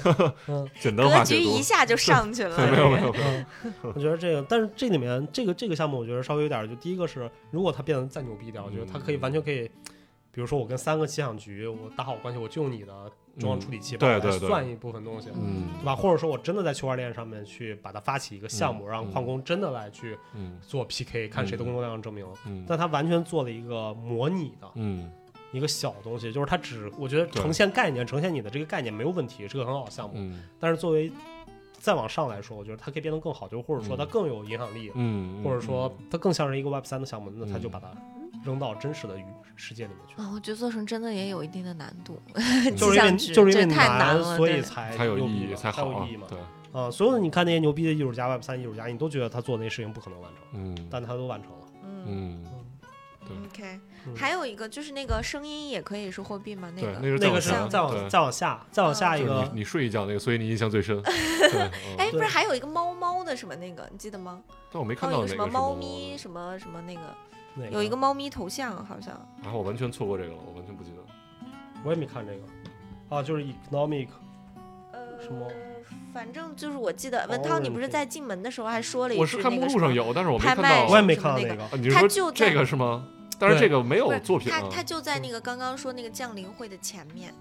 [SPEAKER 1] 嗯，
[SPEAKER 3] 简单
[SPEAKER 2] 格
[SPEAKER 3] 化
[SPEAKER 2] 局
[SPEAKER 3] 解读
[SPEAKER 2] 一。下就上去
[SPEAKER 3] 没
[SPEAKER 2] 了。
[SPEAKER 3] 有没有没有，
[SPEAKER 1] 嗯，我觉得这个，但是这里面这个这个项目，我觉得稍微有点儿，就第一个是，如果它变得再牛逼一点，我觉得它可以完全可以，比如说我跟三个气象局我打好关系，我就用你的中央处理器
[SPEAKER 3] 嗯
[SPEAKER 1] 把它
[SPEAKER 3] 对对对
[SPEAKER 1] 算一部分东西，对
[SPEAKER 3] 嗯
[SPEAKER 1] 吧？或者说我真的在区块链上面去把它发起一个项目，
[SPEAKER 3] 嗯
[SPEAKER 1] 让矿工真的来去
[SPEAKER 3] 嗯
[SPEAKER 1] 做 PK，看谁的工作量证明。
[SPEAKER 3] 嗯
[SPEAKER 1] 但它完全做了一个模拟的
[SPEAKER 3] 嗯
[SPEAKER 1] 一个小东西，就是它只我觉得
[SPEAKER 3] 对
[SPEAKER 1] 呈现概念，呈现你的这个概念没有问题，是个很好的项目。
[SPEAKER 3] 嗯
[SPEAKER 1] 但是作为再往上来说，我觉得它可以变得更好，就是或者说它
[SPEAKER 3] 嗯
[SPEAKER 1] 更有影响力，
[SPEAKER 3] 嗯，
[SPEAKER 1] 或者说它更像是一个 Web 三的项目，那它就把它扔到真实的世界里面去。
[SPEAKER 3] 嗯
[SPEAKER 2] 啊，我觉得做成真的也有一定的难度，
[SPEAKER 1] 就是因
[SPEAKER 2] 气
[SPEAKER 1] 为
[SPEAKER 2] 象局
[SPEAKER 1] 就是因为
[SPEAKER 2] 这太难了
[SPEAKER 1] 所
[SPEAKER 2] 对
[SPEAKER 1] 以才
[SPEAKER 3] 才有
[SPEAKER 1] 牛
[SPEAKER 3] 意
[SPEAKER 1] 逼
[SPEAKER 3] 义
[SPEAKER 1] 嘛
[SPEAKER 3] 才好
[SPEAKER 1] 有
[SPEAKER 3] 啊
[SPEAKER 1] 意义嘛。
[SPEAKER 3] 对，
[SPEAKER 1] 啊，所有的你看那些牛逼的艺术家，Web 三艺术家，你都觉得他做的那些事情不可能完成，
[SPEAKER 3] 嗯
[SPEAKER 1] 但他都完成了。
[SPEAKER 2] 嗯
[SPEAKER 3] 嗯，
[SPEAKER 2] ，OK。
[SPEAKER 1] 嗯
[SPEAKER 2] 还有一个就是那个声音也可以是货币吗？那
[SPEAKER 3] 对，
[SPEAKER 2] 个
[SPEAKER 3] 那是
[SPEAKER 1] 那个是
[SPEAKER 2] 向
[SPEAKER 1] 再往再往下再往下一
[SPEAKER 3] 就是
[SPEAKER 1] 个
[SPEAKER 3] 你你睡一觉那个，所以你印象 最深。对，嗯
[SPEAKER 2] 哎，不是
[SPEAKER 1] 对
[SPEAKER 2] 还有一个猫猫的什么那个，你记得吗？
[SPEAKER 3] 但我没
[SPEAKER 2] 还
[SPEAKER 3] 看
[SPEAKER 2] 有
[SPEAKER 3] 到
[SPEAKER 2] 一个什
[SPEAKER 3] 哪个是
[SPEAKER 2] 么
[SPEAKER 3] 猫
[SPEAKER 2] 猫
[SPEAKER 3] 咪
[SPEAKER 2] 咪什么什么那个，
[SPEAKER 1] 哪
[SPEAKER 2] 有一个猫咪头像好像。
[SPEAKER 3] 啊，我完全错过这个了，我完全不记得。
[SPEAKER 1] 我也没看这个啊，就是 economic
[SPEAKER 2] 呃
[SPEAKER 1] 什么？
[SPEAKER 2] 反正就是我记得文涛，你不是在进门的时候还说了一句，
[SPEAKER 3] 我是看目录上，有，但是我没
[SPEAKER 2] 拍
[SPEAKER 3] 看到
[SPEAKER 2] 卖
[SPEAKER 3] 啊。
[SPEAKER 1] 我也没看到
[SPEAKER 2] 哦什么
[SPEAKER 1] 那
[SPEAKER 2] 那
[SPEAKER 1] 个
[SPEAKER 3] 啊，你是
[SPEAKER 2] 他
[SPEAKER 3] 说
[SPEAKER 2] 就在
[SPEAKER 3] 这个是吗？但是
[SPEAKER 1] 对
[SPEAKER 3] 这个没 有
[SPEAKER 2] 不是
[SPEAKER 3] 作品
[SPEAKER 2] 他
[SPEAKER 3] 啊。
[SPEAKER 2] 他就在那个刚刚说那个降临会的前面，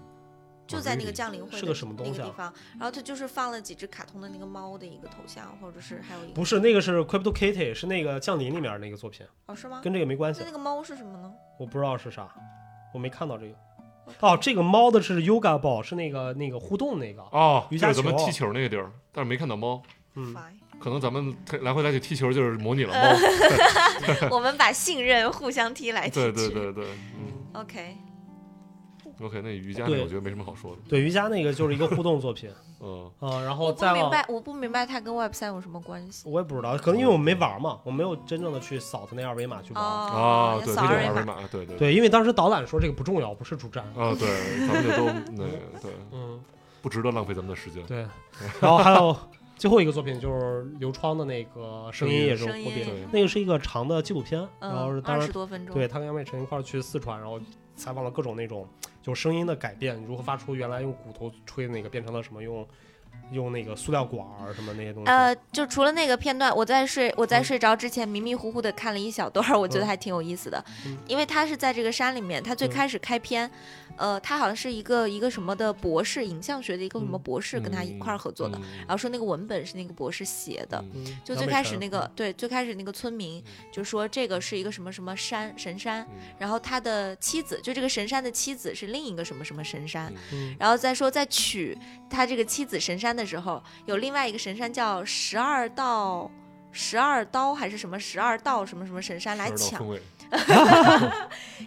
[SPEAKER 2] 就在那个降临会
[SPEAKER 1] 是
[SPEAKER 2] 的
[SPEAKER 1] 个什么
[SPEAKER 2] 那
[SPEAKER 1] 东西
[SPEAKER 2] 个
[SPEAKER 1] 啊
[SPEAKER 2] 地方，然后他就是放了几只卡通的那个猫的一个头像，或者是还有一个
[SPEAKER 1] 不是那个是 Crypto Kitty，是那个降临里面那个作品，
[SPEAKER 2] 哦是吗？
[SPEAKER 1] 跟这个没关系
[SPEAKER 2] 那。那个猫是什么呢？
[SPEAKER 1] 我不知道是啥，我没看到这个。哦，这个猫的是 Yoga Ball，是那个那个互动那个。
[SPEAKER 3] 哦，
[SPEAKER 1] 瑜
[SPEAKER 3] 就
[SPEAKER 1] 伽
[SPEAKER 3] 是咱们
[SPEAKER 1] 球
[SPEAKER 3] 踢球那个地儿，但是没看到猫，
[SPEAKER 1] 嗯
[SPEAKER 2] Fine
[SPEAKER 3] 可能咱们来回来去踢球就是模拟了猫。
[SPEAKER 2] 我们把信任互相踢来踢去。
[SPEAKER 3] 对对对对，嗯
[SPEAKER 1] 嗯，
[SPEAKER 2] OK，
[SPEAKER 3] OK，那瑜伽
[SPEAKER 1] 对
[SPEAKER 3] 那我觉得没什么好说的。
[SPEAKER 1] 对瑜伽那个就是一个互动作品
[SPEAKER 3] 嗯，
[SPEAKER 1] 啊，然后
[SPEAKER 2] 我不
[SPEAKER 1] 再
[SPEAKER 2] 明
[SPEAKER 1] 往
[SPEAKER 2] 白，我不明白它跟 Web 三有什么关系。
[SPEAKER 1] 我也不知道，可能因为我没玩嘛，我没有真正的去扫它那二维码去玩。
[SPEAKER 2] 哦
[SPEAKER 3] 啊，，
[SPEAKER 2] 要
[SPEAKER 3] 对，
[SPEAKER 2] 扫
[SPEAKER 3] 那种
[SPEAKER 2] 二
[SPEAKER 3] 二维
[SPEAKER 2] 维码。
[SPEAKER 3] 码，对对。
[SPEAKER 1] 对，因为当时导览说这个不重要，不是主战。
[SPEAKER 3] 啊，对，咱们就都那个对，
[SPEAKER 1] 嗯，
[SPEAKER 3] 不值得浪费咱们的时间。
[SPEAKER 1] 对。然后还有最后一个作品就是刘窗的那个声音也是
[SPEAKER 2] 声
[SPEAKER 1] 我比
[SPEAKER 2] 音，
[SPEAKER 3] 对
[SPEAKER 1] 那个是一个长的纪录片，然后是
[SPEAKER 2] 嗯，
[SPEAKER 1] 当
[SPEAKER 2] 二
[SPEAKER 1] 然
[SPEAKER 2] 十多分钟。
[SPEAKER 1] 对，他跟杨美辰一块儿去四川，然后采访了各种那种就声音的改变，如何发出原来用骨头吹的那个变成了什么用用那个塑料管儿什么那些东西。
[SPEAKER 2] 呃，就除了那个片段，我在睡我在
[SPEAKER 1] 嗯
[SPEAKER 2] 睡着之前迷迷糊糊的看了一小段儿，我觉得
[SPEAKER 1] 嗯
[SPEAKER 2] 还挺有意思的，
[SPEAKER 1] 嗯
[SPEAKER 2] 因为他是在这个山里面，他最
[SPEAKER 1] 嗯
[SPEAKER 2] 开始开篇，呃，他好像是一个一个什么的博士，影像学的一个什么
[SPEAKER 1] 嗯
[SPEAKER 2] 博士跟他一块儿合作的，
[SPEAKER 3] 嗯，
[SPEAKER 2] 然后说那个文本是那个博士写的，
[SPEAKER 1] 嗯
[SPEAKER 3] 嗯
[SPEAKER 2] 就
[SPEAKER 1] 杨
[SPEAKER 2] 最
[SPEAKER 1] 美
[SPEAKER 2] 开始
[SPEAKER 1] 辰
[SPEAKER 2] 那个对最开始那个村民
[SPEAKER 3] 嗯
[SPEAKER 2] 就说这个是一个什么什么山神山，
[SPEAKER 3] 嗯
[SPEAKER 2] 然后他的妻子就这个神山的妻子是另一个什么什么神山，
[SPEAKER 1] 嗯
[SPEAKER 2] 然后再说在娶他这个妻子神山的时候，有另外一个神山叫十二道。十二刀还是什么十二道什么什么神山嗯来
[SPEAKER 3] 十二道
[SPEAKER 2] 抢
[SPEAKER 3] 风，味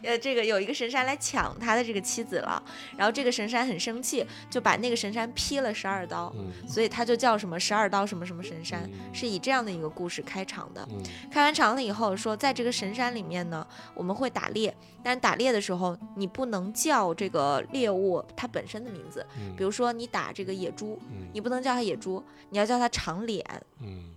[SPEAKER 2] 呃，这个有一个神山来抢他的这个妻子了，然后这个神山很生气，就把那个神山劈了十二刀，
[SPEAKER 3] 嗯，
[SPEAKER 2] 所以他就叫什么十二刀什么什么神山，
[SPEAKER 3] 嗯
[SPEAKER 2] 是以这样的一个故事开场的。
[SPEAKER 3] 嗯
[SPEAKER 2] 开完场了以后，说在这个神山里面呢，我们会打猎，但是打猎的时候你不能叫这个猎物它本身的名字，
[SPEAKER 3] 嗯，
[SPEAKER 2] 比如说你打这个野猪，
[SPEAKER 3] 嗯
[SPEAKER 2] 你不能叫它野猪，你要叫它长脸。
[SPEAKER 3] 嗯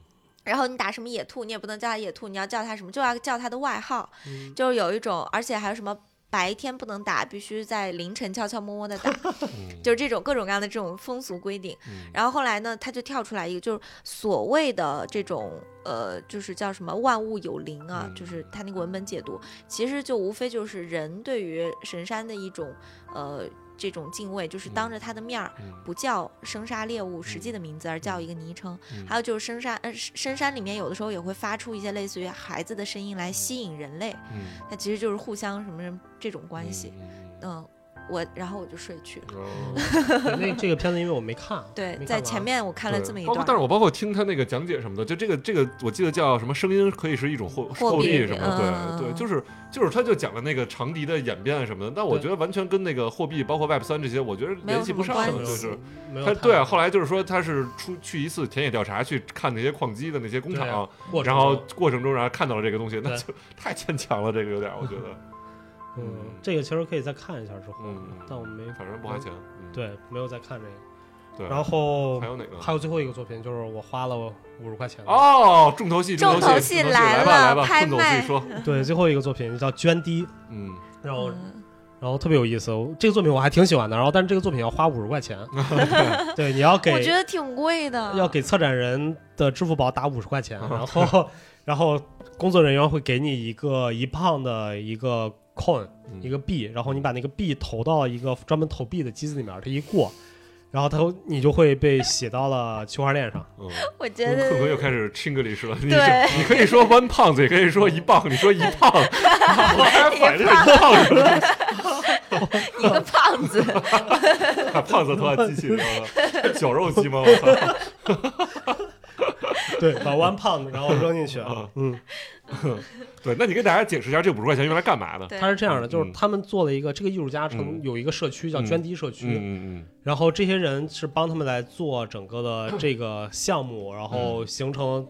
[SPEAKER 2] 然后你打什么野兔，你也不能叫它野兔，你要叫它什么，就要叫它的外号，
[SPEAKER 1] 嗯
[SPEAKER 2] 就是有一种，而且还有什么白天不能打，必须在凌晨悄悄摸摸的打，
[SPEAKER 3] 嗯，
[SPEAKER 2] 就是这种各种各样的这种风俗规定。
[SPEAKER 3] 嗯
[SPEAKER 2] 然后后来呢，他就跳出来一个，就是所谓的这种呃，就是叫什么万物有灵啊，
[SPEAKER 3] 嗯
[SPEAKER 2] 就是他那个文本解读，其实就无非就是人对于神山的一种呃这种敬畏，就是当着他的面儿。
[SPEAKER 3] 嗯
[SPEAKER 2] 不叫生杀猎物实际的名字，而叫一个昵称。
[SPEAKER 3] 嗯
[SPEAKER 2] 还有就是深山，呃，深山里面有的时候也会发出一些类似于孩子的声音来吸引人类，
[SPEAKER 3] 嗯
[SPEAKER 2] 它其实就是互相什么什么这种关系。
[SPEAKER 3] 嗯嗯
[SPEAKER 2] 嗯，我然后我就睡去了。
[SPEAKER 3] 嗯哦
[SPEAKER 1] 那这个片子因为我没看，啊
[SPEAKER 2] 对，
[SPEAKER 1] 没
[SPEAKER 2] 在
[SPEAKER 1] 看
[SPEAKER 2] 前
[SPEAKER 1] 完
[SPEAKER 2] 面我看了
[SPEAKER 3] 啊对
[SPEAKER 2] 这么一
[SPEAKER 3] 包括
[SPEAKER 2] 段，
[SPEAKER 3] 但是我包括听他那个讲解什么的，就这个这个，我记得叫什么声音可以是一种货
[SPEAKER 2] 货
[SPEAKER 3] 货
[SPEAKER 2] 币
[SPEAKER 3] 币什么的，
[SPEAKER 2] 嗯
[SPEAKER 3] 对对，就是就是他就讲了那个长笛的演变什么的，但我
[SPEAKER 1] 对
[SPEAKER 3] 觉得完全跟那个货币包括 Web 三这些，我觉得
[SPEAKER 2] 没有
[SPEAKER 3] 联系
[SPEAKER 2] 什
[SPEAKER 3] 不
[SPEAKER 2] 么
[SPEAKER 3] 上
[SPEAKER 2] 关
[SPEAKER 3] 的，
[SPEAKER 2] 系
[SPEAKER 3] 就是
[SPEAKER 1] 没有
[SPEAKER 3] 他
[SPEAKER 1] 看
[SPEAKER 3] 对啊，后来就是说他是出去一次田野调查，去看那些矿机的那些工
[SPEAKER 1] 对啊
[SPEAKER 3] 厂，
[SPEAKER 1] 过程
[SPEAKER 3] 然后过程中然后看到了这个东西，那
[SPEAKER 1] 对
[SPEAKER 3] 就太牵强了，这个有点我 觉得，
[SPEAKER 1] 嗯，这个其实可以再看一下之后，
[SPEAKER 3] 嗯
[SPEAKER 1] 但我没
[SPEAKER 3] 反正不花钱，嗯
[SPEAKER 1] 对没有再看这个。
[SPEAKER 3] 对，
[SPEAKER 1] 然后
[SPEAKER 3] 还有哪个？
[SPEAKER 1] 还有最后一个作品就是我花了五十块钱的
[SPEAKER 3] 哦，重头戏，
[SPEAKER 2] 重头
[SPEAKER 3] 头
[SPEAKER 2] 戏
[SPEAKER 3] 重头
[SPEAKER 2] 来了
[SPEAKER 3] 来吧来吧，
[SPEAKER 2] 拍
[SPEAKER 3] 顺总自
[SPEAKER 2] 卖
[SPEAKER 3] 己说，
[SPEAKER 1] 对，最后一个作品叫《涓滴》，
[SPEAKER 3] 嗯。
[SPEAKER 1] 然后
[SPEAKER 2] 嗯，
[SPEAKER 1] 然后特别有意思。这个作品我还挺喜欢的，然后但是这个作品要花五十块 钱，对，你要
[SPEAKER 2] 我觉
[SPEAKER 1] 给
[SPEAKER 2] 得挺贵的，
[SPEAKER 1] 要给策展人的支付宝打五十块 钱，然后 然后工作人员会给你一个一磅的一个 coin
[SPEAKER 3] 嗯
[SPEAKER 1] 一个币，然后你把那个币投到一个专门投币的机子里面，它一过。然后它你就会被写到了区块链 上，
[SPEAKER 3] 嗯，
[SPEAKER 2] 我觉
[SPEAKER 3] 坤坤又
[SPEAKER 2] 得
[SPEAKER 3] 开始 Chinglish 了。你
[SPEAKER 2] 对
[SPEAKER 3] 是你可以说 one pound，也可以说一磅，你 说一磅，我还反正一磅是吧？
[SPEAKER 2] 一个胖 子，
[SPEAKER 3] 胖子头发机器里头绞肉机吗？ 我操！
[SPEAKER 1] 对，把 one pound 然后扔进去
[SPEAKER 3] 啊，
[SPEAKER 1] 嗯，
[SPEAKER 3] 对，那你给大家解释一下这五十块钱用来干嘛 的？
[SPEAKER 2] 对
[SPEAKER 1] 他是这样的，就是
[SPEAKER 3] 嗯
[SPEAKER 1] 他们做了一个这个艺术家成
[SPEAKER 3] 嗯
[SPEAKER 1] 有一个社区叫
[SPEAKER 3] 嗯
[SPEAKER 1] 涓滴社区，
[SPEAKER 3] 嗯嗯
[SPEAKER 1] 然后这些人是帮他们来做整个 的这个项目，然后形成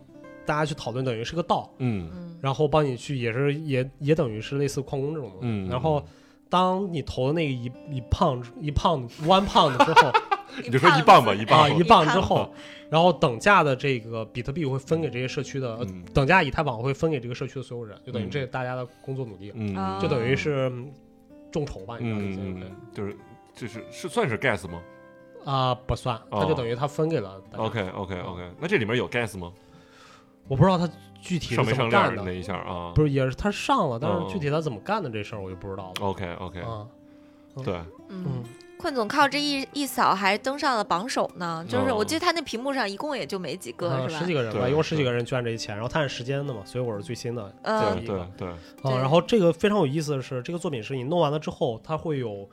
[SPEAKER 1] 大家去讨论，等于是个道，
[SPEAKER 3] 嗯
[SPEAKER 2] 嗯，
[SPEAKER 1] 然后帮你去也是也也等于是类似矿工这种东西。
[SPEAKER 3] 嗯嗯
[SPEAKER 1] 然后当你投的那个一一磅一胖 one pound 之 后
[SPEAKER 3] 嗯，你说一磅吧，哦
[SPEAKER 1] 啊
[SPEAKER 2] 哎
[SPEAKER 3] 一磅吧
[SPEAKER 1] 一磅之后，然后等价的这个比特币会分给这些社区的，呃
[SPEAKER 3] 嗯
[SPEAKER 1] 等价以太坊会分给这个社区的所有人，就等于
[SPEAKER 3] 嗯
[SPEAKER 1] 这大家的工作努力，
[SPEAKER 3] 嗯
[SPEAKER 2] 啊
[SPEAKER 1] 就等于是嗯众筹吧，你知道
[SPEAKER 3] 嗯
[SPEAKER 1] 这
[SPEAKER 3] 嗯
[SPEAKER 1] 些
[SPEAKER 3] 嗯，就是就是是算是 gas 吗
[SPEAKER 1] 啊、不算，他就
[SPEAKER 3] 哦
[SPEAKER 1] 等于他分给了大家。
[SPEAKER 3] ？OK OK OK，那这里面有 gas 吗？
[SPEAKER 1] 我不知道他具体
[SPEAKER 3] 上
[SPEAKER 1] 是
[SPEAKER 3] 没
[SPEAKER 1] 怎么
[SPEAKER 3] 上
[SPEAKER 1] 干
[SPEAKER 3] 链
[SPEAKER 1] 的嗯
[SPEAKER 3] 那，一下啊？
[SPEAKER 1] 不是，也是他上了，但
[SPEAKER 3] 嗯嗯哦
[SPEAKER 1] 是具体他怎么干的这事儿我就不知道了。
[SPEAKER 3] OK OK，
[SPEAKER 1] 啊，
[SPEAKER 3] 对，
[SPEAKER 2] 嗯
[SPEAKER 1] 嗯，，
[SPEAKER 2] 困总靠这一一扫还登上了榜首呢，就是
[SPEAKER 3] 哦
[SPEAKER 2] 我记得他那屏幕上一共也就没几个
[SPEAKER 1] 啊
[SPEAKER 2] 是
[SPEAKER 1] 十
[SPEAKER 2] 吧
[SPEAKER 1] 几？个人吧，
[SPEAKER 3] 对
[SPEAKER 1] 一共十几
[SPEAKER 3] 对
[SPEAKER 1] 个人捐这一钱，然后他按时间的嘛，所以我是最新的。
[SPEAKER 2] 嗯
[SPEAKER 3] 对对对，
[SPEAKER 1] 啊，
[SPEAKER 2] 对
[SPEAKER 1] 然后这个非常有意思的是，这个作品是你弄完了之后，它会有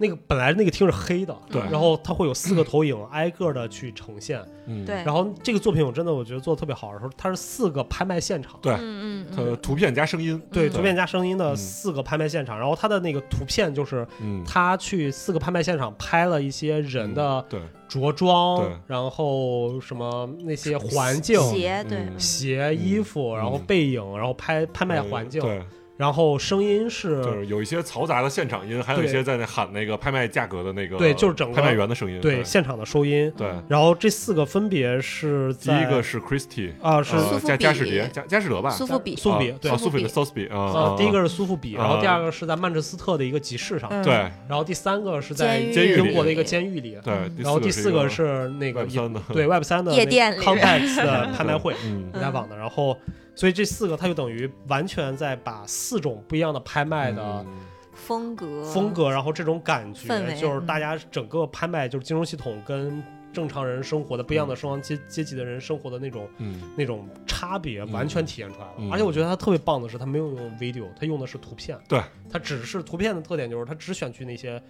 [SPEAKER 1] 那个本来那个厅是黑的，
[SPEAKER 3] 对
[SPEAKER 2] 嗯
[SPEAKER 1] 然后它会有四个投影挨个的去呈现，
[SPEAKER 3] 嗯，
[SPEAKER 2] 对
[SPEAKER 1] 然后这个作品我真的我觉得做的特别好，然后它是四个拍卖现场，
[SPEAKER 3] 对
[SPEAKER 2] 嗯嗯
[SPEAKER 3] 它
[SPEAKER 2] 嗯，
[SPEAKER 3] 图片加声音，
[SPEAKER 1] 对，
[SPEAKER 2] 嗯
[SPEAKER 1] 图片加声音的
[SPEAKER 3] 嗯
[SPEAKER 1] 四个拍卖现场，然后它的那个图片就是
[SPEAKER 3] 嗯，
[SPEAKER 1] 他去四个拍卖现场拍了一些人的
[SPEAKER 3] 对，
[SPEAKER 1] 着装，
[SPEAKER 3] 对
[SPEAKER 1] 然后什么那些环境、
[SPEAKER 2] 鞋对
[SPEAKER 3] 嗯
[SPEAKER 1] 鞋、衣服，然后背影，然后拍拍卖环境，
[SPEAKER 3] 对，
[SPEAKER 1] 然后声音是
[SPEAKER 3] 就是有一些嘈杂的现场音，还有一
[SPEAKER 1] 对
[SPEAKER 3] 些在那喊那个拍卖价格的那个，
[SPEAKER 1] 对就是整个
[SPEAKER 3] 拍卖员的声音，对
[SPEAKER 1] 现场的收音。
[SPEAKER 3] 对。
[SPEAKER 1] 然后这四个分别是
[SPEAKER 3] 第一
[SPEAKER 1] 在
[SPEAKER 3] 个是 Christie，
[SPEAKER 1] 啊是
[SPEAKER 2] 苏
[SPEAKER 3] 呃
[SPEAKER 2] 富
[SPEAKER 3] 加
[SPEAKER 2] 比
[SPEAKER 3] 加士蝶，加加士德吧，
[SPEAKER 2] 苏富比
[SPEAKER 1] 苏富比
[SPEAKER 3] 啊
[SPEAKER 1] 对
[SPEAKER 3] 啊苏富比
[SPEAKER 2] 苏
[SPEAKER 3] s o s b y
[SPEAKER 1] 呃
[SPEAKER 3] 啊，
[SPEAKER 1] 第一个是苏富比，
[SPEAKER 3] 啊
[SPEAKER 1] 然后第二个是在曼彻斯特的一个集市上，
[SPEAKER 2] 嗯
[SPEAKER 3] 对
[SPEAKER 1] 然后第三个是在
[SPEAKER 2] 监狱
[SPEAKER 3] 监狱里
[SPEAKER 1] 英国的一个监狱里，
[SPEAKER 3] 对，
[SPEAKER 1] 然后第四
[SPEAKER 3] 个
[SPEAKER 1] 个是那个
[SPEAKER 3] Web 三的，
[SPEAKER 1] 对 Web 三的
[SPEAKER 2] 夜店里
[SPEAKER 1] c o m p a x 的拍卖会，
[SPEAKER 3] 嗯，
[SPEAKER 1] 人家网的，然后所以这四个它就等于完全在把四种不一样的拍卖的
[SPEAKER 3] 嗯
[SPEAKER 2] 风格
[SPEAKER 1] 风格，然后这种感觉
[SPEAKER 2] 氛围嗯
[SPEAKER 1] 就是大家整个拍卖就是金融系统跟正常人生活的不一样的双阶阶级的人生活的那种
[SPEAKER 3] 嗯
[SPEAKER 1] 那种差别完全体现出来了。
[SPEAKER 3] 嗯
[SPEAKER 1] 而且我觉得它特别棒的是，它没有用 video，它用的是图片。
[SPEAKER 3] 对，
[SPEAKER 1] 它只是图片的特点就是它只选取那些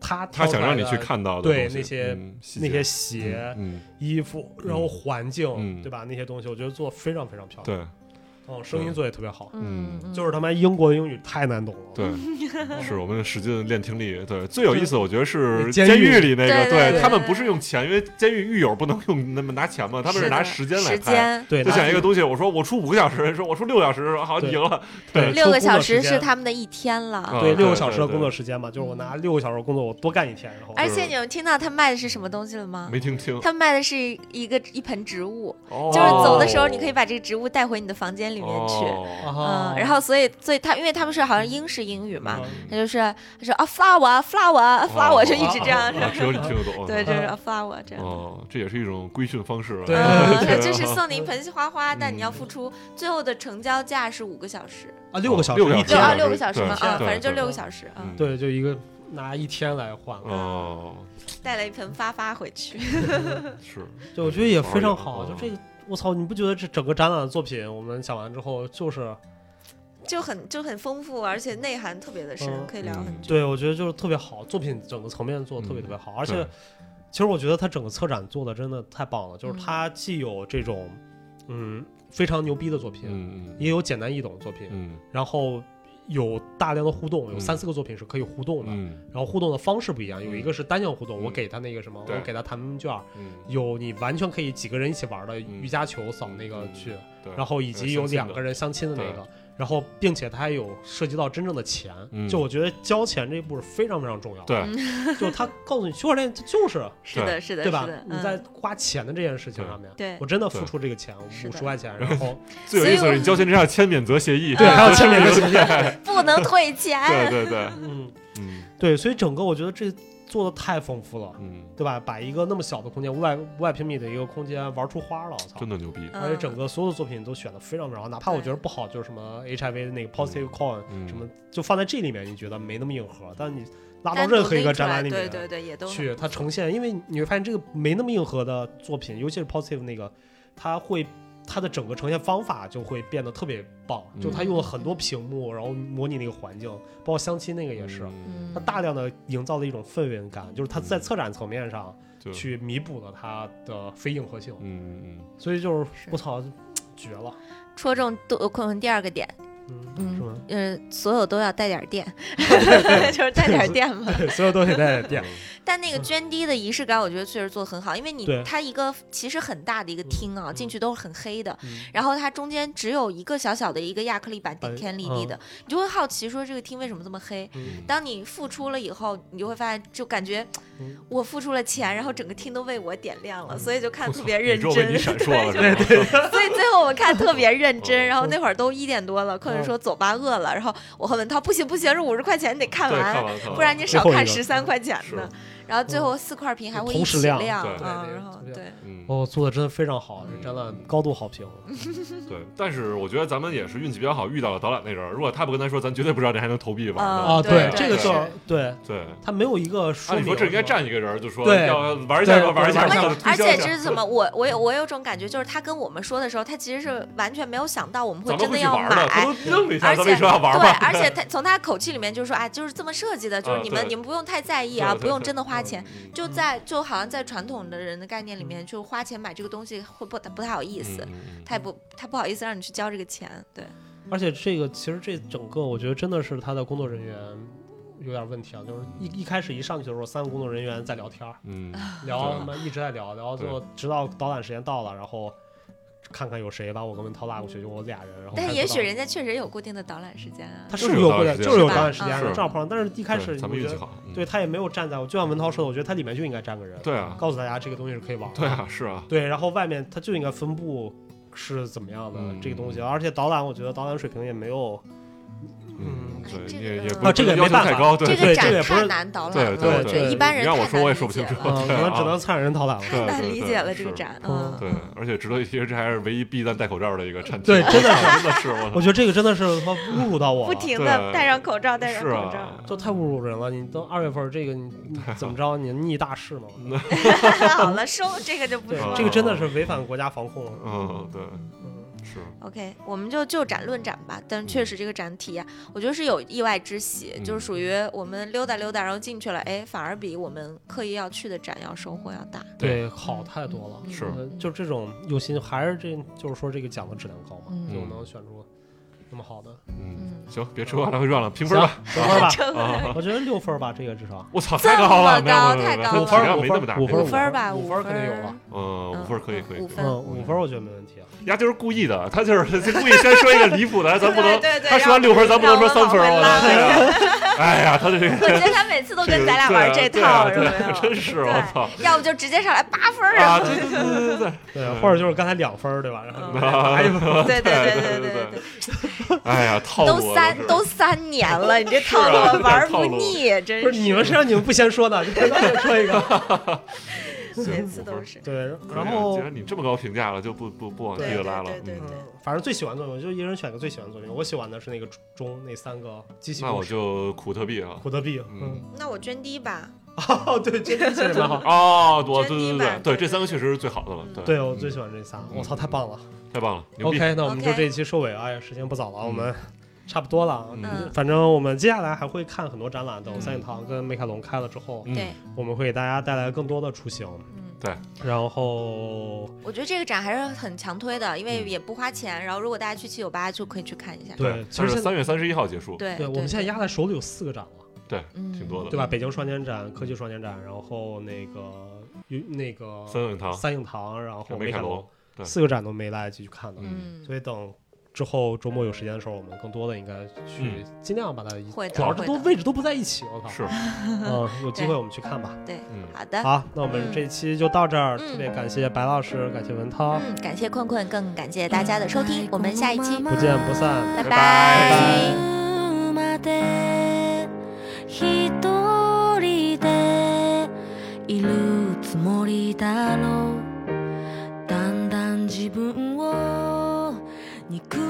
[SPEAKER 1] 它
[SPEAKER 3] 他
[SPEAKER 1] 他
[SPEAKER 3] 想让你去看到的
[SPEAKER 1] 对
[SPEAKER 3] 东西
[SPEAKER 1] 那些
[SPEAKER 3] 嗯细
[SPEAKER 1] 那些
[SPEAKER 3] 节
[SPEAKER 1] 鞋、
[SPEAKER 3] 嗯，
[SPEAKER 1] 衣服，然后环境，
[SPEAKER 3] 嗯
[SPEAKER 1] 对吧？那些东西我觉得做得非常非常漂
[SPEAKER 3] 嗯
[SPEAKER 1] 亮。
[SPEAKER 3] 对
[SPEAKER 1] 哦，声音做得也特别好。
[SPEAKER 2] 嗯嗯
[SPEAKER 1] 就是他妈英国英语太难懂了。
[SPEAKER 3] 对，是我们使劲练听力。对，最有意思的我觉得是
[SPEAKER 1] 监
[SPEAKER 3] 监
[SPEAKER 1] 狱
[SPEAKER 3] 狱里那个，
[SPEAKER 2] 对对对
[SPEAKER 3] 他们不是用钱，因为监狱狱友不能用那么拿钱嘛，他们
[SPEAKER 2] 是
[SPEAKER 3] 是拿
[SPEAKER 2] 的
[SPEAKER 3] 时间来
[SPEAKER 2] 时
[SPEAKER 3] 拍。
[SPEAKER 2] 间
[SPEAKER 1] 对，
[SPEAKER 3] 就
[SPEAKER 1] 拿
[SPEAKER 3] 想一个东西，我说我出五个小时，说我出六个小时，说好你
[SPEAKER 1] 对
[SPEAKER 3] 赢了。
[SPEAKER 1] 对
[SPEAKER 2] 六个小时
[SPEAKER 1] 呃抽空的嗯
[SPEAKER 2] 是他嗯们的一天了。
[SPEAKER 3] 啊
[SPEAKER 1] 对
[SPEAKER 3] 对
[SPEAKER 1] 六个小时的
[SPEAKER 3] 对
[SPEAKER 1] 工作时间嘛，就是我拿六个小时的工作，我多干一天，然后
[SPEAKER 2] 而且你们听到他卖的是什么东西了吗？
[SPEAKER 3] 没哦听清，
[SPEAKER 2] 他卖的是一个一盆植物，
[SPEAKER 3] 就
[SPEAKER 2] 就是走的时候你可以把这个植物带回你的房间里
[SPEAKER 3] 里
[SPEAKER 2] 面去。
[SPEAKER 3] 哦
[SPEAKER 1] 啊
[SPEAKER 2] 嗯，然后所以所以他因为他们是好像英式英语嘛，
[SPEAKER 1] 嗯
[SPEAKER 2] 他就是他说啊 flower flower
[SPEAKER 3] 哦
[SPEAKER 2] flower 就一直这样，
[SPEAKER 3] 只有你听得懂。
[SPEAKER 2] 对，就是啊 flower 这样。
[SPEAKER 3] 哦，这也是一种规训方式啊。
[SPEAKER 1] 对
[SPEAKER 2] 嗯，
[SPEAKER 1] 对嗯
[SPEAKER 2] 就是送你一盆花花，但你要付出最后的成交价是五个小时，
[SPEAKER 1] 啊六个小时
[SPEAKER 3] 六个
[SPEAKER 1] 一
[SPEAKER 3] 小时
[SPEAKER 2] 六
[SPEAKER 1] 天
[SPEAKER 2] 啊
[SPEAKER 3] 对
[SPEAKER 2] 六个小时嘛，
[SPEAKER 1] 对
[SPEAKER 2] 啊，
[SPEAKER 3] 对
[SPEAKER 2] 反正就
[SPEAKER 3] 对
[SPEAKER 2] 六个小时啊
[SPEAKER 3] 嗯，
[SPEAKER 1] 对，就一个拿一天来换，
[SPEAKER 3] 哦，
[SPEAKER 2] 带了一盆发发回去。
[SPEAKER 3] 是，
[SPEAKER 1] 就我觉得也非常
[SPEAKER 3] 好
[SPEAKER 1] 好。
[SPEAKER 3] 好
[SPEAKER 1] 就这个，我操，你不觉得这整个展览的作品，我们讲完之后就是，
[SPEAKER 2] 就很就很丰富，而且内涵特别的深，
[SPEAKER 1] 嗯
[SPEAKER 2] 可以聊很久。
[SPEAKER 1] 对我觉得就是特别好，作品整个层面做的特别特别好，而且
[SPEAKER 3] 对
[SPEAKER 1] 其实我觉得他整个策展做的真的太棒了，
[SPEAKER 2] 嗯
[SPEAKER 1] 就是他既有这种嗯非常牛逼的作品，
[SPEAKER 3] 嗯
[SPEAKER 1] 也有简单易懂的作品，
[SPEAKER 3] 嗯
[SPEAKER 1] 然后有大量的互动，有
[SPEAKER 3] 嗯
[SPEAKER 1] 三四个作品是可以互动的，
[SPEAKER 3] 嗯
[SPEAKER 1] 然后互动的方式不一样，有一个是单向互动，
[SPEAKER 3] 嗯
[SPEAKER 1] 我给他那个什么，
[SPEAKER 3] 对
[SPEAKER 1] 我给他弹幕卷，
[SPEAKER 3] 嗯，
[SPEAKER 1] 有你完全可以几个人一起玩的
[SPEAKER 3] 嗯
[SPEAKER 1] 瑜伽球扫那个
[SPEAKER 3] 嗯
[SPEAKER 1] 去，
[SPEAKER 3] 对，
[SPEAKER 1] 然后以及有两个人相亲的那
[SPEAKER 3] 对
[SPEAKER 1] 个。然后，并且它还有涉及到真正的钱，
[SPEAKER 3] 嗯
[SPEAKER 1] 就我觉得交钱这一步是非常非常重要的。
[SPEAKER 3] 对，
[SPEAKER 1] 就他告诉你，区块链它就是
[SPEAKER 2] 是的，是的，
[SPEAKER 1] 对
[SPEAKER 2] 是
[SPEAKER 1] 吧
[SPEAKER 2] 的？。
[SPEAKER 1] 你在
[SPEAKER 2] 嗯
[SPEAKER 1] 花钱的这件事情上面，
[SPEAKER 2] 对
[SPEAKER 1] 我真的
[SPEAKER 3] 对
[SPEAKER 1] 付出这个钱，
[SPEAKER 2] 是
[SPEAKER 1] 五
[SPEAKER 2] 的
[SPEAKER 1] 十块钱，然后
[SPEAKER 3] 最有意思的是你交钱之下签免责协议，
[SPEAKER 1] 对，还有 签名的
[SPEAKER 3] 协
[SPEAKER 1] 时
[SPEAKER 3] 议，
[SPEAKER 1] 间，
[SPEAKER 2] 不能退 钱。
[SPEAKER 3] 对对对，
[SPEAKER 1] 嗯，
[SPEAKER 3] 嗯
[SPEAKER 1] 对，所以整个我觉得这做的太丰富了，
[SPEAKER 3] 嗯，
[SPEAKER 1] 对吧？把一个那么小的空间，五百五百平米的一个空间玩出花了，我操
[SPEAKER 3] 真！的牛逼，
[SPEAKER 2] 嗯
[SPEAKER 1] 而且整个所有的作品都选的非常非常好，哪怕我觉得不好，就是什么 HIV 的那个 Positive Coin，、
[SPEAKER 3] 嗯
[SPEAKER 1] 什么就放在这里面，你觉得没那么硬核，但你拉到
[SPEAKER 2] 单独
[SPEAKER 1] 任何一个
[SPEAKER 2] 拎出
[SPEAKER 1] 展
[SPEAKER 2] 来
[SPEAKER 1] 览里面
[SPEAKER 2] 对对对，也都很
[SPEAKER 1] 去，它呈现，因为你会发现这个没那么硬核的作品，尤其是 Positive 那个，它会。它的整个呈现方法就会变得特别棒，
[SPEAKER 3] 嗯
[SPEAKER 1] 就它用了很多屏幕，然后模拟那个环境，包括相亲那个也是，啊
[SPEAKER 2] 嗯
[SPEAKER 1] 它大量的营造了一种氛围感，就是它在策展层面上
[SPEAKER 2] 嗯
[SPEAKER 3] 就
[SPEAKER 1] 去弥补了它的非硬核性，
[SPEAKER 3] 嗯
[SPEAKER 1] 所以就是
[SPEAKER 2] 是
[SPEAKER 1] 我操，绝了，
[SPEAKER 2] 戳中杜坤坤第二个点，
[SPEAKER 1] 嗯，是吗
[SPEAKER 2] 嗯？呃，所有都要带点儿 电，就是带点儿电嘛。
[SPEAKER 1] 嗯对， 所有东西在
[SPEAKER 3] 嗯
[SPEAKER 1] 变，，
[SPEAKER 2] 但那个涓滴的仪式感，我觉得确实做得很好，因为你
[SPEAKER 1] 对
[SPEAKER 2] 它一个其实很大的一个
[SPEAKER 1] 嗯
[SPEAKER 2] 厅啊，
[SPEAKER 1] 嗯
[SPEAKER 2] 进去都是很黑的，
[SPEAKER 1] 嗯
[SPEAKER 2] 然后它中间只有一个小小的一个亚克力板
[SPEAKER 3] 哎
[SPEAKER 2] 顶
[SPEAKER 1] 板
[SPEAKER 2] 天立
[SPEAKER 1] 嗯
[SPEAKER 2] 地的，你就会好奇说这个厅为什么这么黑？
[SPEAKER 1] 嗯
[SPEAKER 2] 当你付出了以后，你就会发现，就感觉
[SPEAKER 1] 嗯
[SPEAKER 2] 我付出了钱，然后整个厅都为我点亮了，所以就看特别认
[SPEAKER 3] 宇宙
[SPEAKER 2] 真。
[SPEAKER 3] 为嗯你闪烁了，
[SPEAKER 2] 对，
[SPEAKER 3] 对对，
[SPEAKER 2] 所以最后我们看特别认
[SPEAKER 3] 哦嗯
[SPEAKER 2] 真。然后那会儿都一点多了，客人说走吧，饿了。然后我和文涛不行不行，这五十块钱你得看
[SPEAKER 3] 看
[SPEAKER 2] 完，
[SPEAKER 3] 完看完，
[SPEAKER 2] 不然你
[SPEAKER 1] 啊最
[SPEAKER 2] 少
[SPEAKER 1] 后一
[SPEAKER 2] 看
[SPEAKER 1] 个嗯
[SPEAKER 2] 十三块钱呢。然后最后四块屏还会一
[SPEAKER 1] 同时
[SPEAKER 2] 起
[SPEAKER 1] 亮
[SPEAKER 2] 亮
[SPEAKER 3] 对
[SPEAKER 2] 啊，
[SPEAKER 1] 对
[SPEAKER 2] 然后
[SPEAKER 1] 对
[SPEAKER 2] 对，
[SPEAKER 3] 嗯，
[SPEAKER 1] 哦，做的真的非常好，
[SPEAKER 2] 嗯
[SPEAKER 1] 这展览高度好评。
[SPEAKER 3] 对。但是我觉得咱们也是运气比较好，遇到了导览那人儿。如果他不跟咱说，咱绝对不知道这还能投币玩呢。
[SPEAKER 1] 啊，
[SPEAKER 2] 哦对
[SPEAKER 1] 这个
[SPEAKER 2] 对
[SPEAKER 1] 就是对，
[SPEAKER 3] 对，
[SPEAKER 1] 他没有一个说
[SPEAKER 3] 按理
[SPEAKER 1] 明。
[SPEAKER 3] 说这应该站一个人儿，就说
[SPEAKER 1] 对
[SPEAKER 3] 要玩一下吧，
[SPEAKER 1] 对
[SPEAKER 3] 玩一下
[SPEAKER 1] 玩一
[SPEAKER 3] 吧，
[SPEAKER 1] 下
[SPEAKER 3] 就
[SPEAKER 1] 吧
[SPEAKER 3] 推销
[SPEAKER 2] 而且
[SPEAKER 3] 一下
[SPEAKER 2] 这是 怎么？我我有我有种感觉，就是他跟我们说的时候，他其实是完全没有想到我们会
[SPEAKER 3] 咱
[SPEAKER 2] 真
[SPEAKER 3] 们
[SPEAKER 2] 的
[SPEAKER 3] 会去
[SPEAKER 2] 要
[SPEAKER 3] 玩的，
[SPEAKER 2] 买
[SPEAKER 3] 他，都愣了一下，
[SPEAKER 2] 而
[SPEAKER 3] 咱们一
[SPEAKER 2] 且
[SPEAKER 3] 说要玩
[SPEAKER 2] 对
[SPEAKER 3] 吧，，
[SPEAKER 2] 而 且他从他口气里面就说啊，就是这么设计的，就是
[SPEAKER 3] 啊
[SPEAKER 2] 你们、
[SPEAKER 3] 对
[SPEAKER 2] 你们不用太在意啊，
[SPEAKER 3] 对对
[SPEAKER 2] 不用
[SPEAKER 3] 对
[SPEAKER 2] 真的花
[SPEAKER 3] 嗯
[SPEAKER 2] 钱。
[SPEAKER 3] 嗯
[SPEAKER 2] 就在就好像在传统的人的概念里面，就花钱买这个东西会不不太好意思，
[SPEAKER 3] 嗯哦嗯嗯
[SPEAKER 2] 他也不他不好意思让你去交这个钱，对，
[SPEAKER 1] 而且这个其实这整个，我觉得真的是他的工作人员有点问题啊，就是一一开始一上去的时候，三个工作人员在聊天儿，
[SPEAKER 3] 嗯，
[SPEAKER 1] 聊
[SPEAKER 3] 对
[SPEAKER 1] 他妈一直在聊，聊
[SPEAKER 3] 对
[SPEAKER 1] 就直到导览时间到了，然后看看有谁把我跟文涛拉过去，就我俩人。然后
[SPEAKER 2] 但
[SPEAKER 1] 看
[SPEAKER 2] 也
[SPEAKER 1] 不到
[SPEAKER 2] 许人家确实有固定的导览时间啊
[SPEAKER 1] 他，
[SPEAKER 3] 是
[SPEAKER 1] 是
[SPEAKER 3] 有
[SPEAKER 1] 有
[SPEAKER 3] 导
[SPEAKER 1] 过
[SPEAKER 3] 览
[SPEAKER 1] 的，
[SPEAKER 3] 时
[SPEAKER 1] 就
[SPEAKER 3] 间
[SPEAKER 1] 是有导
[SPEAKER 2] 是吧
[SPEAKER 1] 览时间
[SPEAKER 3] 是
[SPEAKER 1] 的，正好碰上。但是一开始
[SPEAKER 3] 对咱们
[SPEAKER 1] 你
[SPEAKER 3] 运
[SPEAKER 1] 觉
[SPEAKER 3] 气
[SPEAKER 1] 得
[SPEAKER 3] 好，嗯
[SPEAKER 1] 对他也没有站在，我就像文涛说的，我觉得他里面就应该站个人，
[SPEAKER 3] 对啊，
[SPEAKER 1] 告诉大家这个东西是可以玩的。
[SPEAKER 3] 对啊，是啊，
[SPEAKER 1] 对，然后外面它就应该分布是怎么样的、
[SPEAKER 3] 嗯
[SPEAKER 1] 这个东西，而且导览我觉得导览水平也没有，
[SPEAKER 3] 嗯，对，
[SPEAKER 2] 这
[SPEAKER 3] 也
[SPEAKER 2] 个
[SPEAKER 3] 也
[SPEAKER 1] 啊这个也
[SPEAKER 3] 要
[SPEAKER 1] 没
[SPEAKER 3] 求
[SPEAKER 1] 办
[SPEAKER 3] 太
[SPEAKER 1] 法
[SPEAKER 3] 高，对
[SPEAKER 2] 这
[SPEAKER 1] 对
[SPEAKER 2] 个
[SPEAKER 1] 这个也
[SPEAKER 2] 展
[SPEAKER 1] 不
[SPEAKER 2] 太
[SPEAKER 1] 是
[SPEAKER 2] 难导
[SPEAKER 3] 对
[SPEAKER 2] 览了，
[SPEAKER 3] 对
[SPEAKER 2] 我觉
[SPEAKER 1] 对
[SPEAKER 2] 得一般
[SPEAKER 3] 你
[SPEAKER 2] 人
[SPEAKER 3] 让我
[SPEAKER 2] 太
[SPEAKER 3] 说我也
[SPEAKER 2] 难
[SPEAKER 3] 说
[SPEAKER 2] 理
[SPEAKER 3] 不啊
[SPEAKER 2] 解
[SPEAKER 3] 清楚
[SPEAKER 2] 了，
[SPEAKER 1] 呃，可能只能看人导览了。
[SPEAKER 2] 太难
[SPEAKER 3] 对对
[SPEAKER 2] 理
[SPEAKER 3] 对
[SPEAKER 2] 解了这个
[SPEAKER 3] 是
[SPEAKER 2] 展，
[SPEAKER 1] 嗯
[SPEAKER 2] 嗯，
[SPEAKER 3] 对，而且值得一提，这还是唯一避弹戴口罩的一个产区，
[SPEAKER 1] 对真 的
[SPEAKER 3] 真的是我
[SPEAKER 1] 我
[SPEAKER 3] 操，
[SPEAKER 1] 觉得这个真的是他侮辱到我
[SPEAKER 2] 不
[SPEAKER 1] 了，
[SPEAKER 2] 停
[SPEAKER 3] 对
[SPEAKER 2] 的戴上口罩，戴上
[SPEAKER 3] 是
[SPEAKER 2] 口罩
[SPEAKER 3] 啊，，
[SPEAKER 1] 这太侮辱人了。你都二月份这个你 你怎么着，你逆大势嘛？
[SPEAKER 2] 好了，收这个就不
[SPEAKER 1] 对
[SPEAKER 2] 说，了
[SPEAKER 1] 这。个真的是违反国家防控了。
[SPEAKER 3] 啊嗯，对，
[SPEAKER 1] 嗯，
[SPEAKER 3] 是，
[SPEAKER 2] OK，我们就就展论展吧，但确
[SPEAKER 3] 嗯
[SPEAKER 2] 实这个展体验，我觉得是有意外之喜，就是
[SPEAKER 3] 嗯
[SPEAKER 2] 属于我们溜达溜达，然后进去了，哎，反而比我们刻意要去的展要收获要大。嗯
[SPEAKER 1] 对，好太多了。
[SPEAKER 3] 是
[SPEAKER 1] 呃就这种用心，还是这就是说这个奖的质量高嘛，
[SPEAKER 2] 嗯
[SPEAKER 1] 就能选出那么好的
[SPEAKER 3] 嗯，
[SPEAKER 2] 嗯
[SPEAKER 3] 行，别扯话来回转了，评分 吧，
[SPEAKER 1] 行评分 吧。
[SPEAKER 2] 这么
[SPEAKER 3] 啊，
[SPEAKER 1] 我觉得六分吧，这个至少
[SPEAKER 3] 我操，
[SPEAKER 2] 这
[SPEAKER 3] 太高了，
[SPEAKER 2] 么
[SPEAKER 3] 没有
[SPEAKER 2] 高
[SPEAKER 3] 没有
[SPEAKER 2] 太
[SPEAKER 3] 没
[SPEAKER 2] 高
[SPEAKER 3] 有
[SPEAKER 2] 了
[SPEAKER 3] 体量没那么大，
[SPEAKER 1] 五分
[SPEAKER 2] 五
[SPEAKER 1] 五
[SPEAKER 2] 分儿吧，
[SPEAKER 1] 五
[SPEAKER 2] 五
[SPEAKER 1] 分儿
[SPEAKER 2] 分
[SPEAKER 1] 肯定有
[SPEAKER 2] 儿
[SPEAKER 1] 了。
[SPEAKER 3] 嗯，
[SPEAKER 2] 嗯
[SPEAKER 3] 五分儿可以可以，
[SPEAKER 2] 五
[SPEAKER 3] 可以
[SPEAKER 2] 分
[SPEAKER 1] 嗯，五分我觉得没问题啊。
[SPEAKER 3] 丫就是故意的，他就是他故意先说一个离谱的，咱不能
[SPEAKER 2] 对对对
[SPEAKER 3] 他说完六分，咱不能说三分，
[SPEAKER 2] 让
[SPEAKER 3] 我
[SPEAKER 2] 我们往回
[SPEAKER 3] 操！哎呀，他这个
[SPEAKER 2] 我觉得他每次都跟咱俩玩这
[SPEAKER 3] 对啊
[SPEAKER 2] 套，有
[SPEAKER 3] 对
[SPEAKER 2] 没
[SPEAKER 3] 啊对啊
[SPEAKER 2] 有？
[SPEAKER 3] 真是我操！
[SPEAKER 2] 要不就直接上来八分儿
[SPEAKER 3] 啊，
[SPEAKER 2] 啊！
[SPEAKER 3] 对对对对对对，
[SPEAKER 1] 对啊
[SPEAKER 3] 嗯，
[SPEAKER 1] 或者就是刚才两分儿对吧？然后你 再
[SPEAKER 3] 啊
[SPEAKER 1] 打一分儿。
[SPEAKER 2] 对对
[SPEAKER 3] 对
[SPEAKER 2] 对
[SPEAKER 3] 对
[SPEAKER 2] 对
[SPEAKER 3] 对，哎呀，套路
[SPEAKER 2] 都
[SPEAKER 3] 啊
[SPEAKER 2] 三都
[SPEAKER 3] 是
[SPEAKER 2] 三年了，你这套
[SPEAKER 3] 是
[SPEAKER 2] 路
[SPEAKER 3] 啊
[SPEAKER 2] 我玩
[SPEAKER 3] 套
[SPEAKER 2] 不
[SPEAKER 3] 路
[SPEAKER 2] 腻，真
[SPEAKER 1] 不是你们谁让你们不先说的？你们先说一个。
[SPEAKER 3] 行
[SPEAKER 2] 每次
[SPEAKER 3] 五
[SPEAKER 2] 都
[SPEAKER 3] 分
[SPEAKER 2] 是。
[SPEAKER 1] 对，
[SPEAKER 3] 可以啊
[SPEAKER 1] 然后
[SPEAKER 3] 既然你这么高评价了，就不不不往低
[SPEAKER 2] 对
[SPEAKER 3] 了
[SPEAKER 2] 对
[SPEAKER 3] 拉了
[SPEAKER 2] 对。对
[SPEAKER 3] 嗯
[SPEAKER 2] 对，
[SPEAKER 1] 嗯反正最喜欢作品就一人选一个最喜欢作品。我喜欢的是那个中那三个机器
[SPEAKER 3] 那我
[SPEAKER 1] 故事，
[SPEAKER 3] 就苦特币啊。
[SPEAKER 1] 苦特币。嗯，
[SPEAKER 3] 嗯，
[SPEAKER 2] 那我捐低吧，
[SPEAKER 1] 哦对，这 这这蛮好。
[SPEAKER 3] 哦，我对
[SPEAKER 2] 真
[SPEAKER 3] 对
[SPEAKER 2] 低
[SPEAKER 3] 对
[SPEAKER 2] 吧
[SPEAKER 3] 对，
[SPEAKER 2] 对
[SPEAKER 3] 这三个确实是最好的了。
[SPEAKER 1] 对，
[SPEAKER 3] 对，
[SPEAKER 1] 我最喜欢这仨。我操，太棒了。
[SPEAKER 3] 太棒了，牛逼！
[SPEAKER 1] OK，那我们就
[SPEAKER 2] OK
[SPEAKER 1] 这一期收尾。哎呀，时间不早了，
[SPEAKER 3] 嗯
[SPEAKER 1] 我们差不多了。
[SPEAKER 3] 嗯
[SPEAKER 1] 反正我们接下来还会看很多展览，等
[SPEAKER 2] 嗯
[SPEAKER 1] 三影堂跟美凯龙开了之后，
[SPEAKER 3] 嗯
[SPEAKER 2] 对，
[SPEAKER 1] 我们会给大家带来更多的雏形。
[SPEAKER 2] 嗯。
[SPEAKER 1] 然后
[SPEAKER 2] 我觉得这个展还是很强推的，因为
[SPEAKER 3] 嗯
[SPEAKER 2] 也不花钱。然后如果大家去七九八就可以去看一下。
[SPEAKER 1] 对其
[SPEAKER 3] 它
[SPEAKER 1] 实现
[SPEAKER 3] 是
[SPEAKER 1] 在
[SPEAKER 3] 三月三十一号结束，
[SPEAKER 2] 哎对
[SPEAKER 1] 对，我们现在压在手里有四个展了。
[SPEAKER 3] 对，
[SPEAKER 2] 嗯
[SPEAKER 3] 挺多的
[SPEAKER 1] 对吧？北京双年展、科技双年展，然后那个有那个
[SPEAKER 3] 三影堂
[SPEAKER 1] 三影堂，然后
[SPEAKER 3] 美
[SPEAKER 1] 凯
[SPEAKER 3] 凯龙，对
[SPEAKER 1] 四个展都没来得及去看的。
[SPEAKER 3] 嗯
[SPEAKER 2] 嗯，
[SPEAKER 1] 所以等之后周末有时间的时候，我们更多的应该去尽量把它一，
[SPEAKER 2] 会的
[SPEAKER 1] 主要是
[SPEAKER 2] 会
[SPEAKER 1] 都
[SPEAKER 2] 的
[SPEAKER 1] 位置都不在一起，我靠，
[SPEAKER 3] 嗯是，
[SPEAKER 1] 嗯，有机会
[SPEAKER 2] 对
[SPEAKER 1] 我们去看吧。
[SPEAKER 2] 对，
[SPEAKER 3] 嗯，
[SPEAKER 2] 好的。
[SPEAKER 1] 好，那我们这一期就到这儿，
[SPEAKER 2] 嗯
[SPEAKER 1] 特别感谢白老师，感谢文涛，
[SPEAKER 2] 嗯，感谢困困，更感谢大家的收听，我们下一期
[SPEAKER 1] 不见不散。
[SPEAKER 2] 拜
[SPEAKER 3] 拜
[SPEAKER 2] 拜
[SPEAKER 4] 生まで一人でいるつもりだろうだんだん自分を憎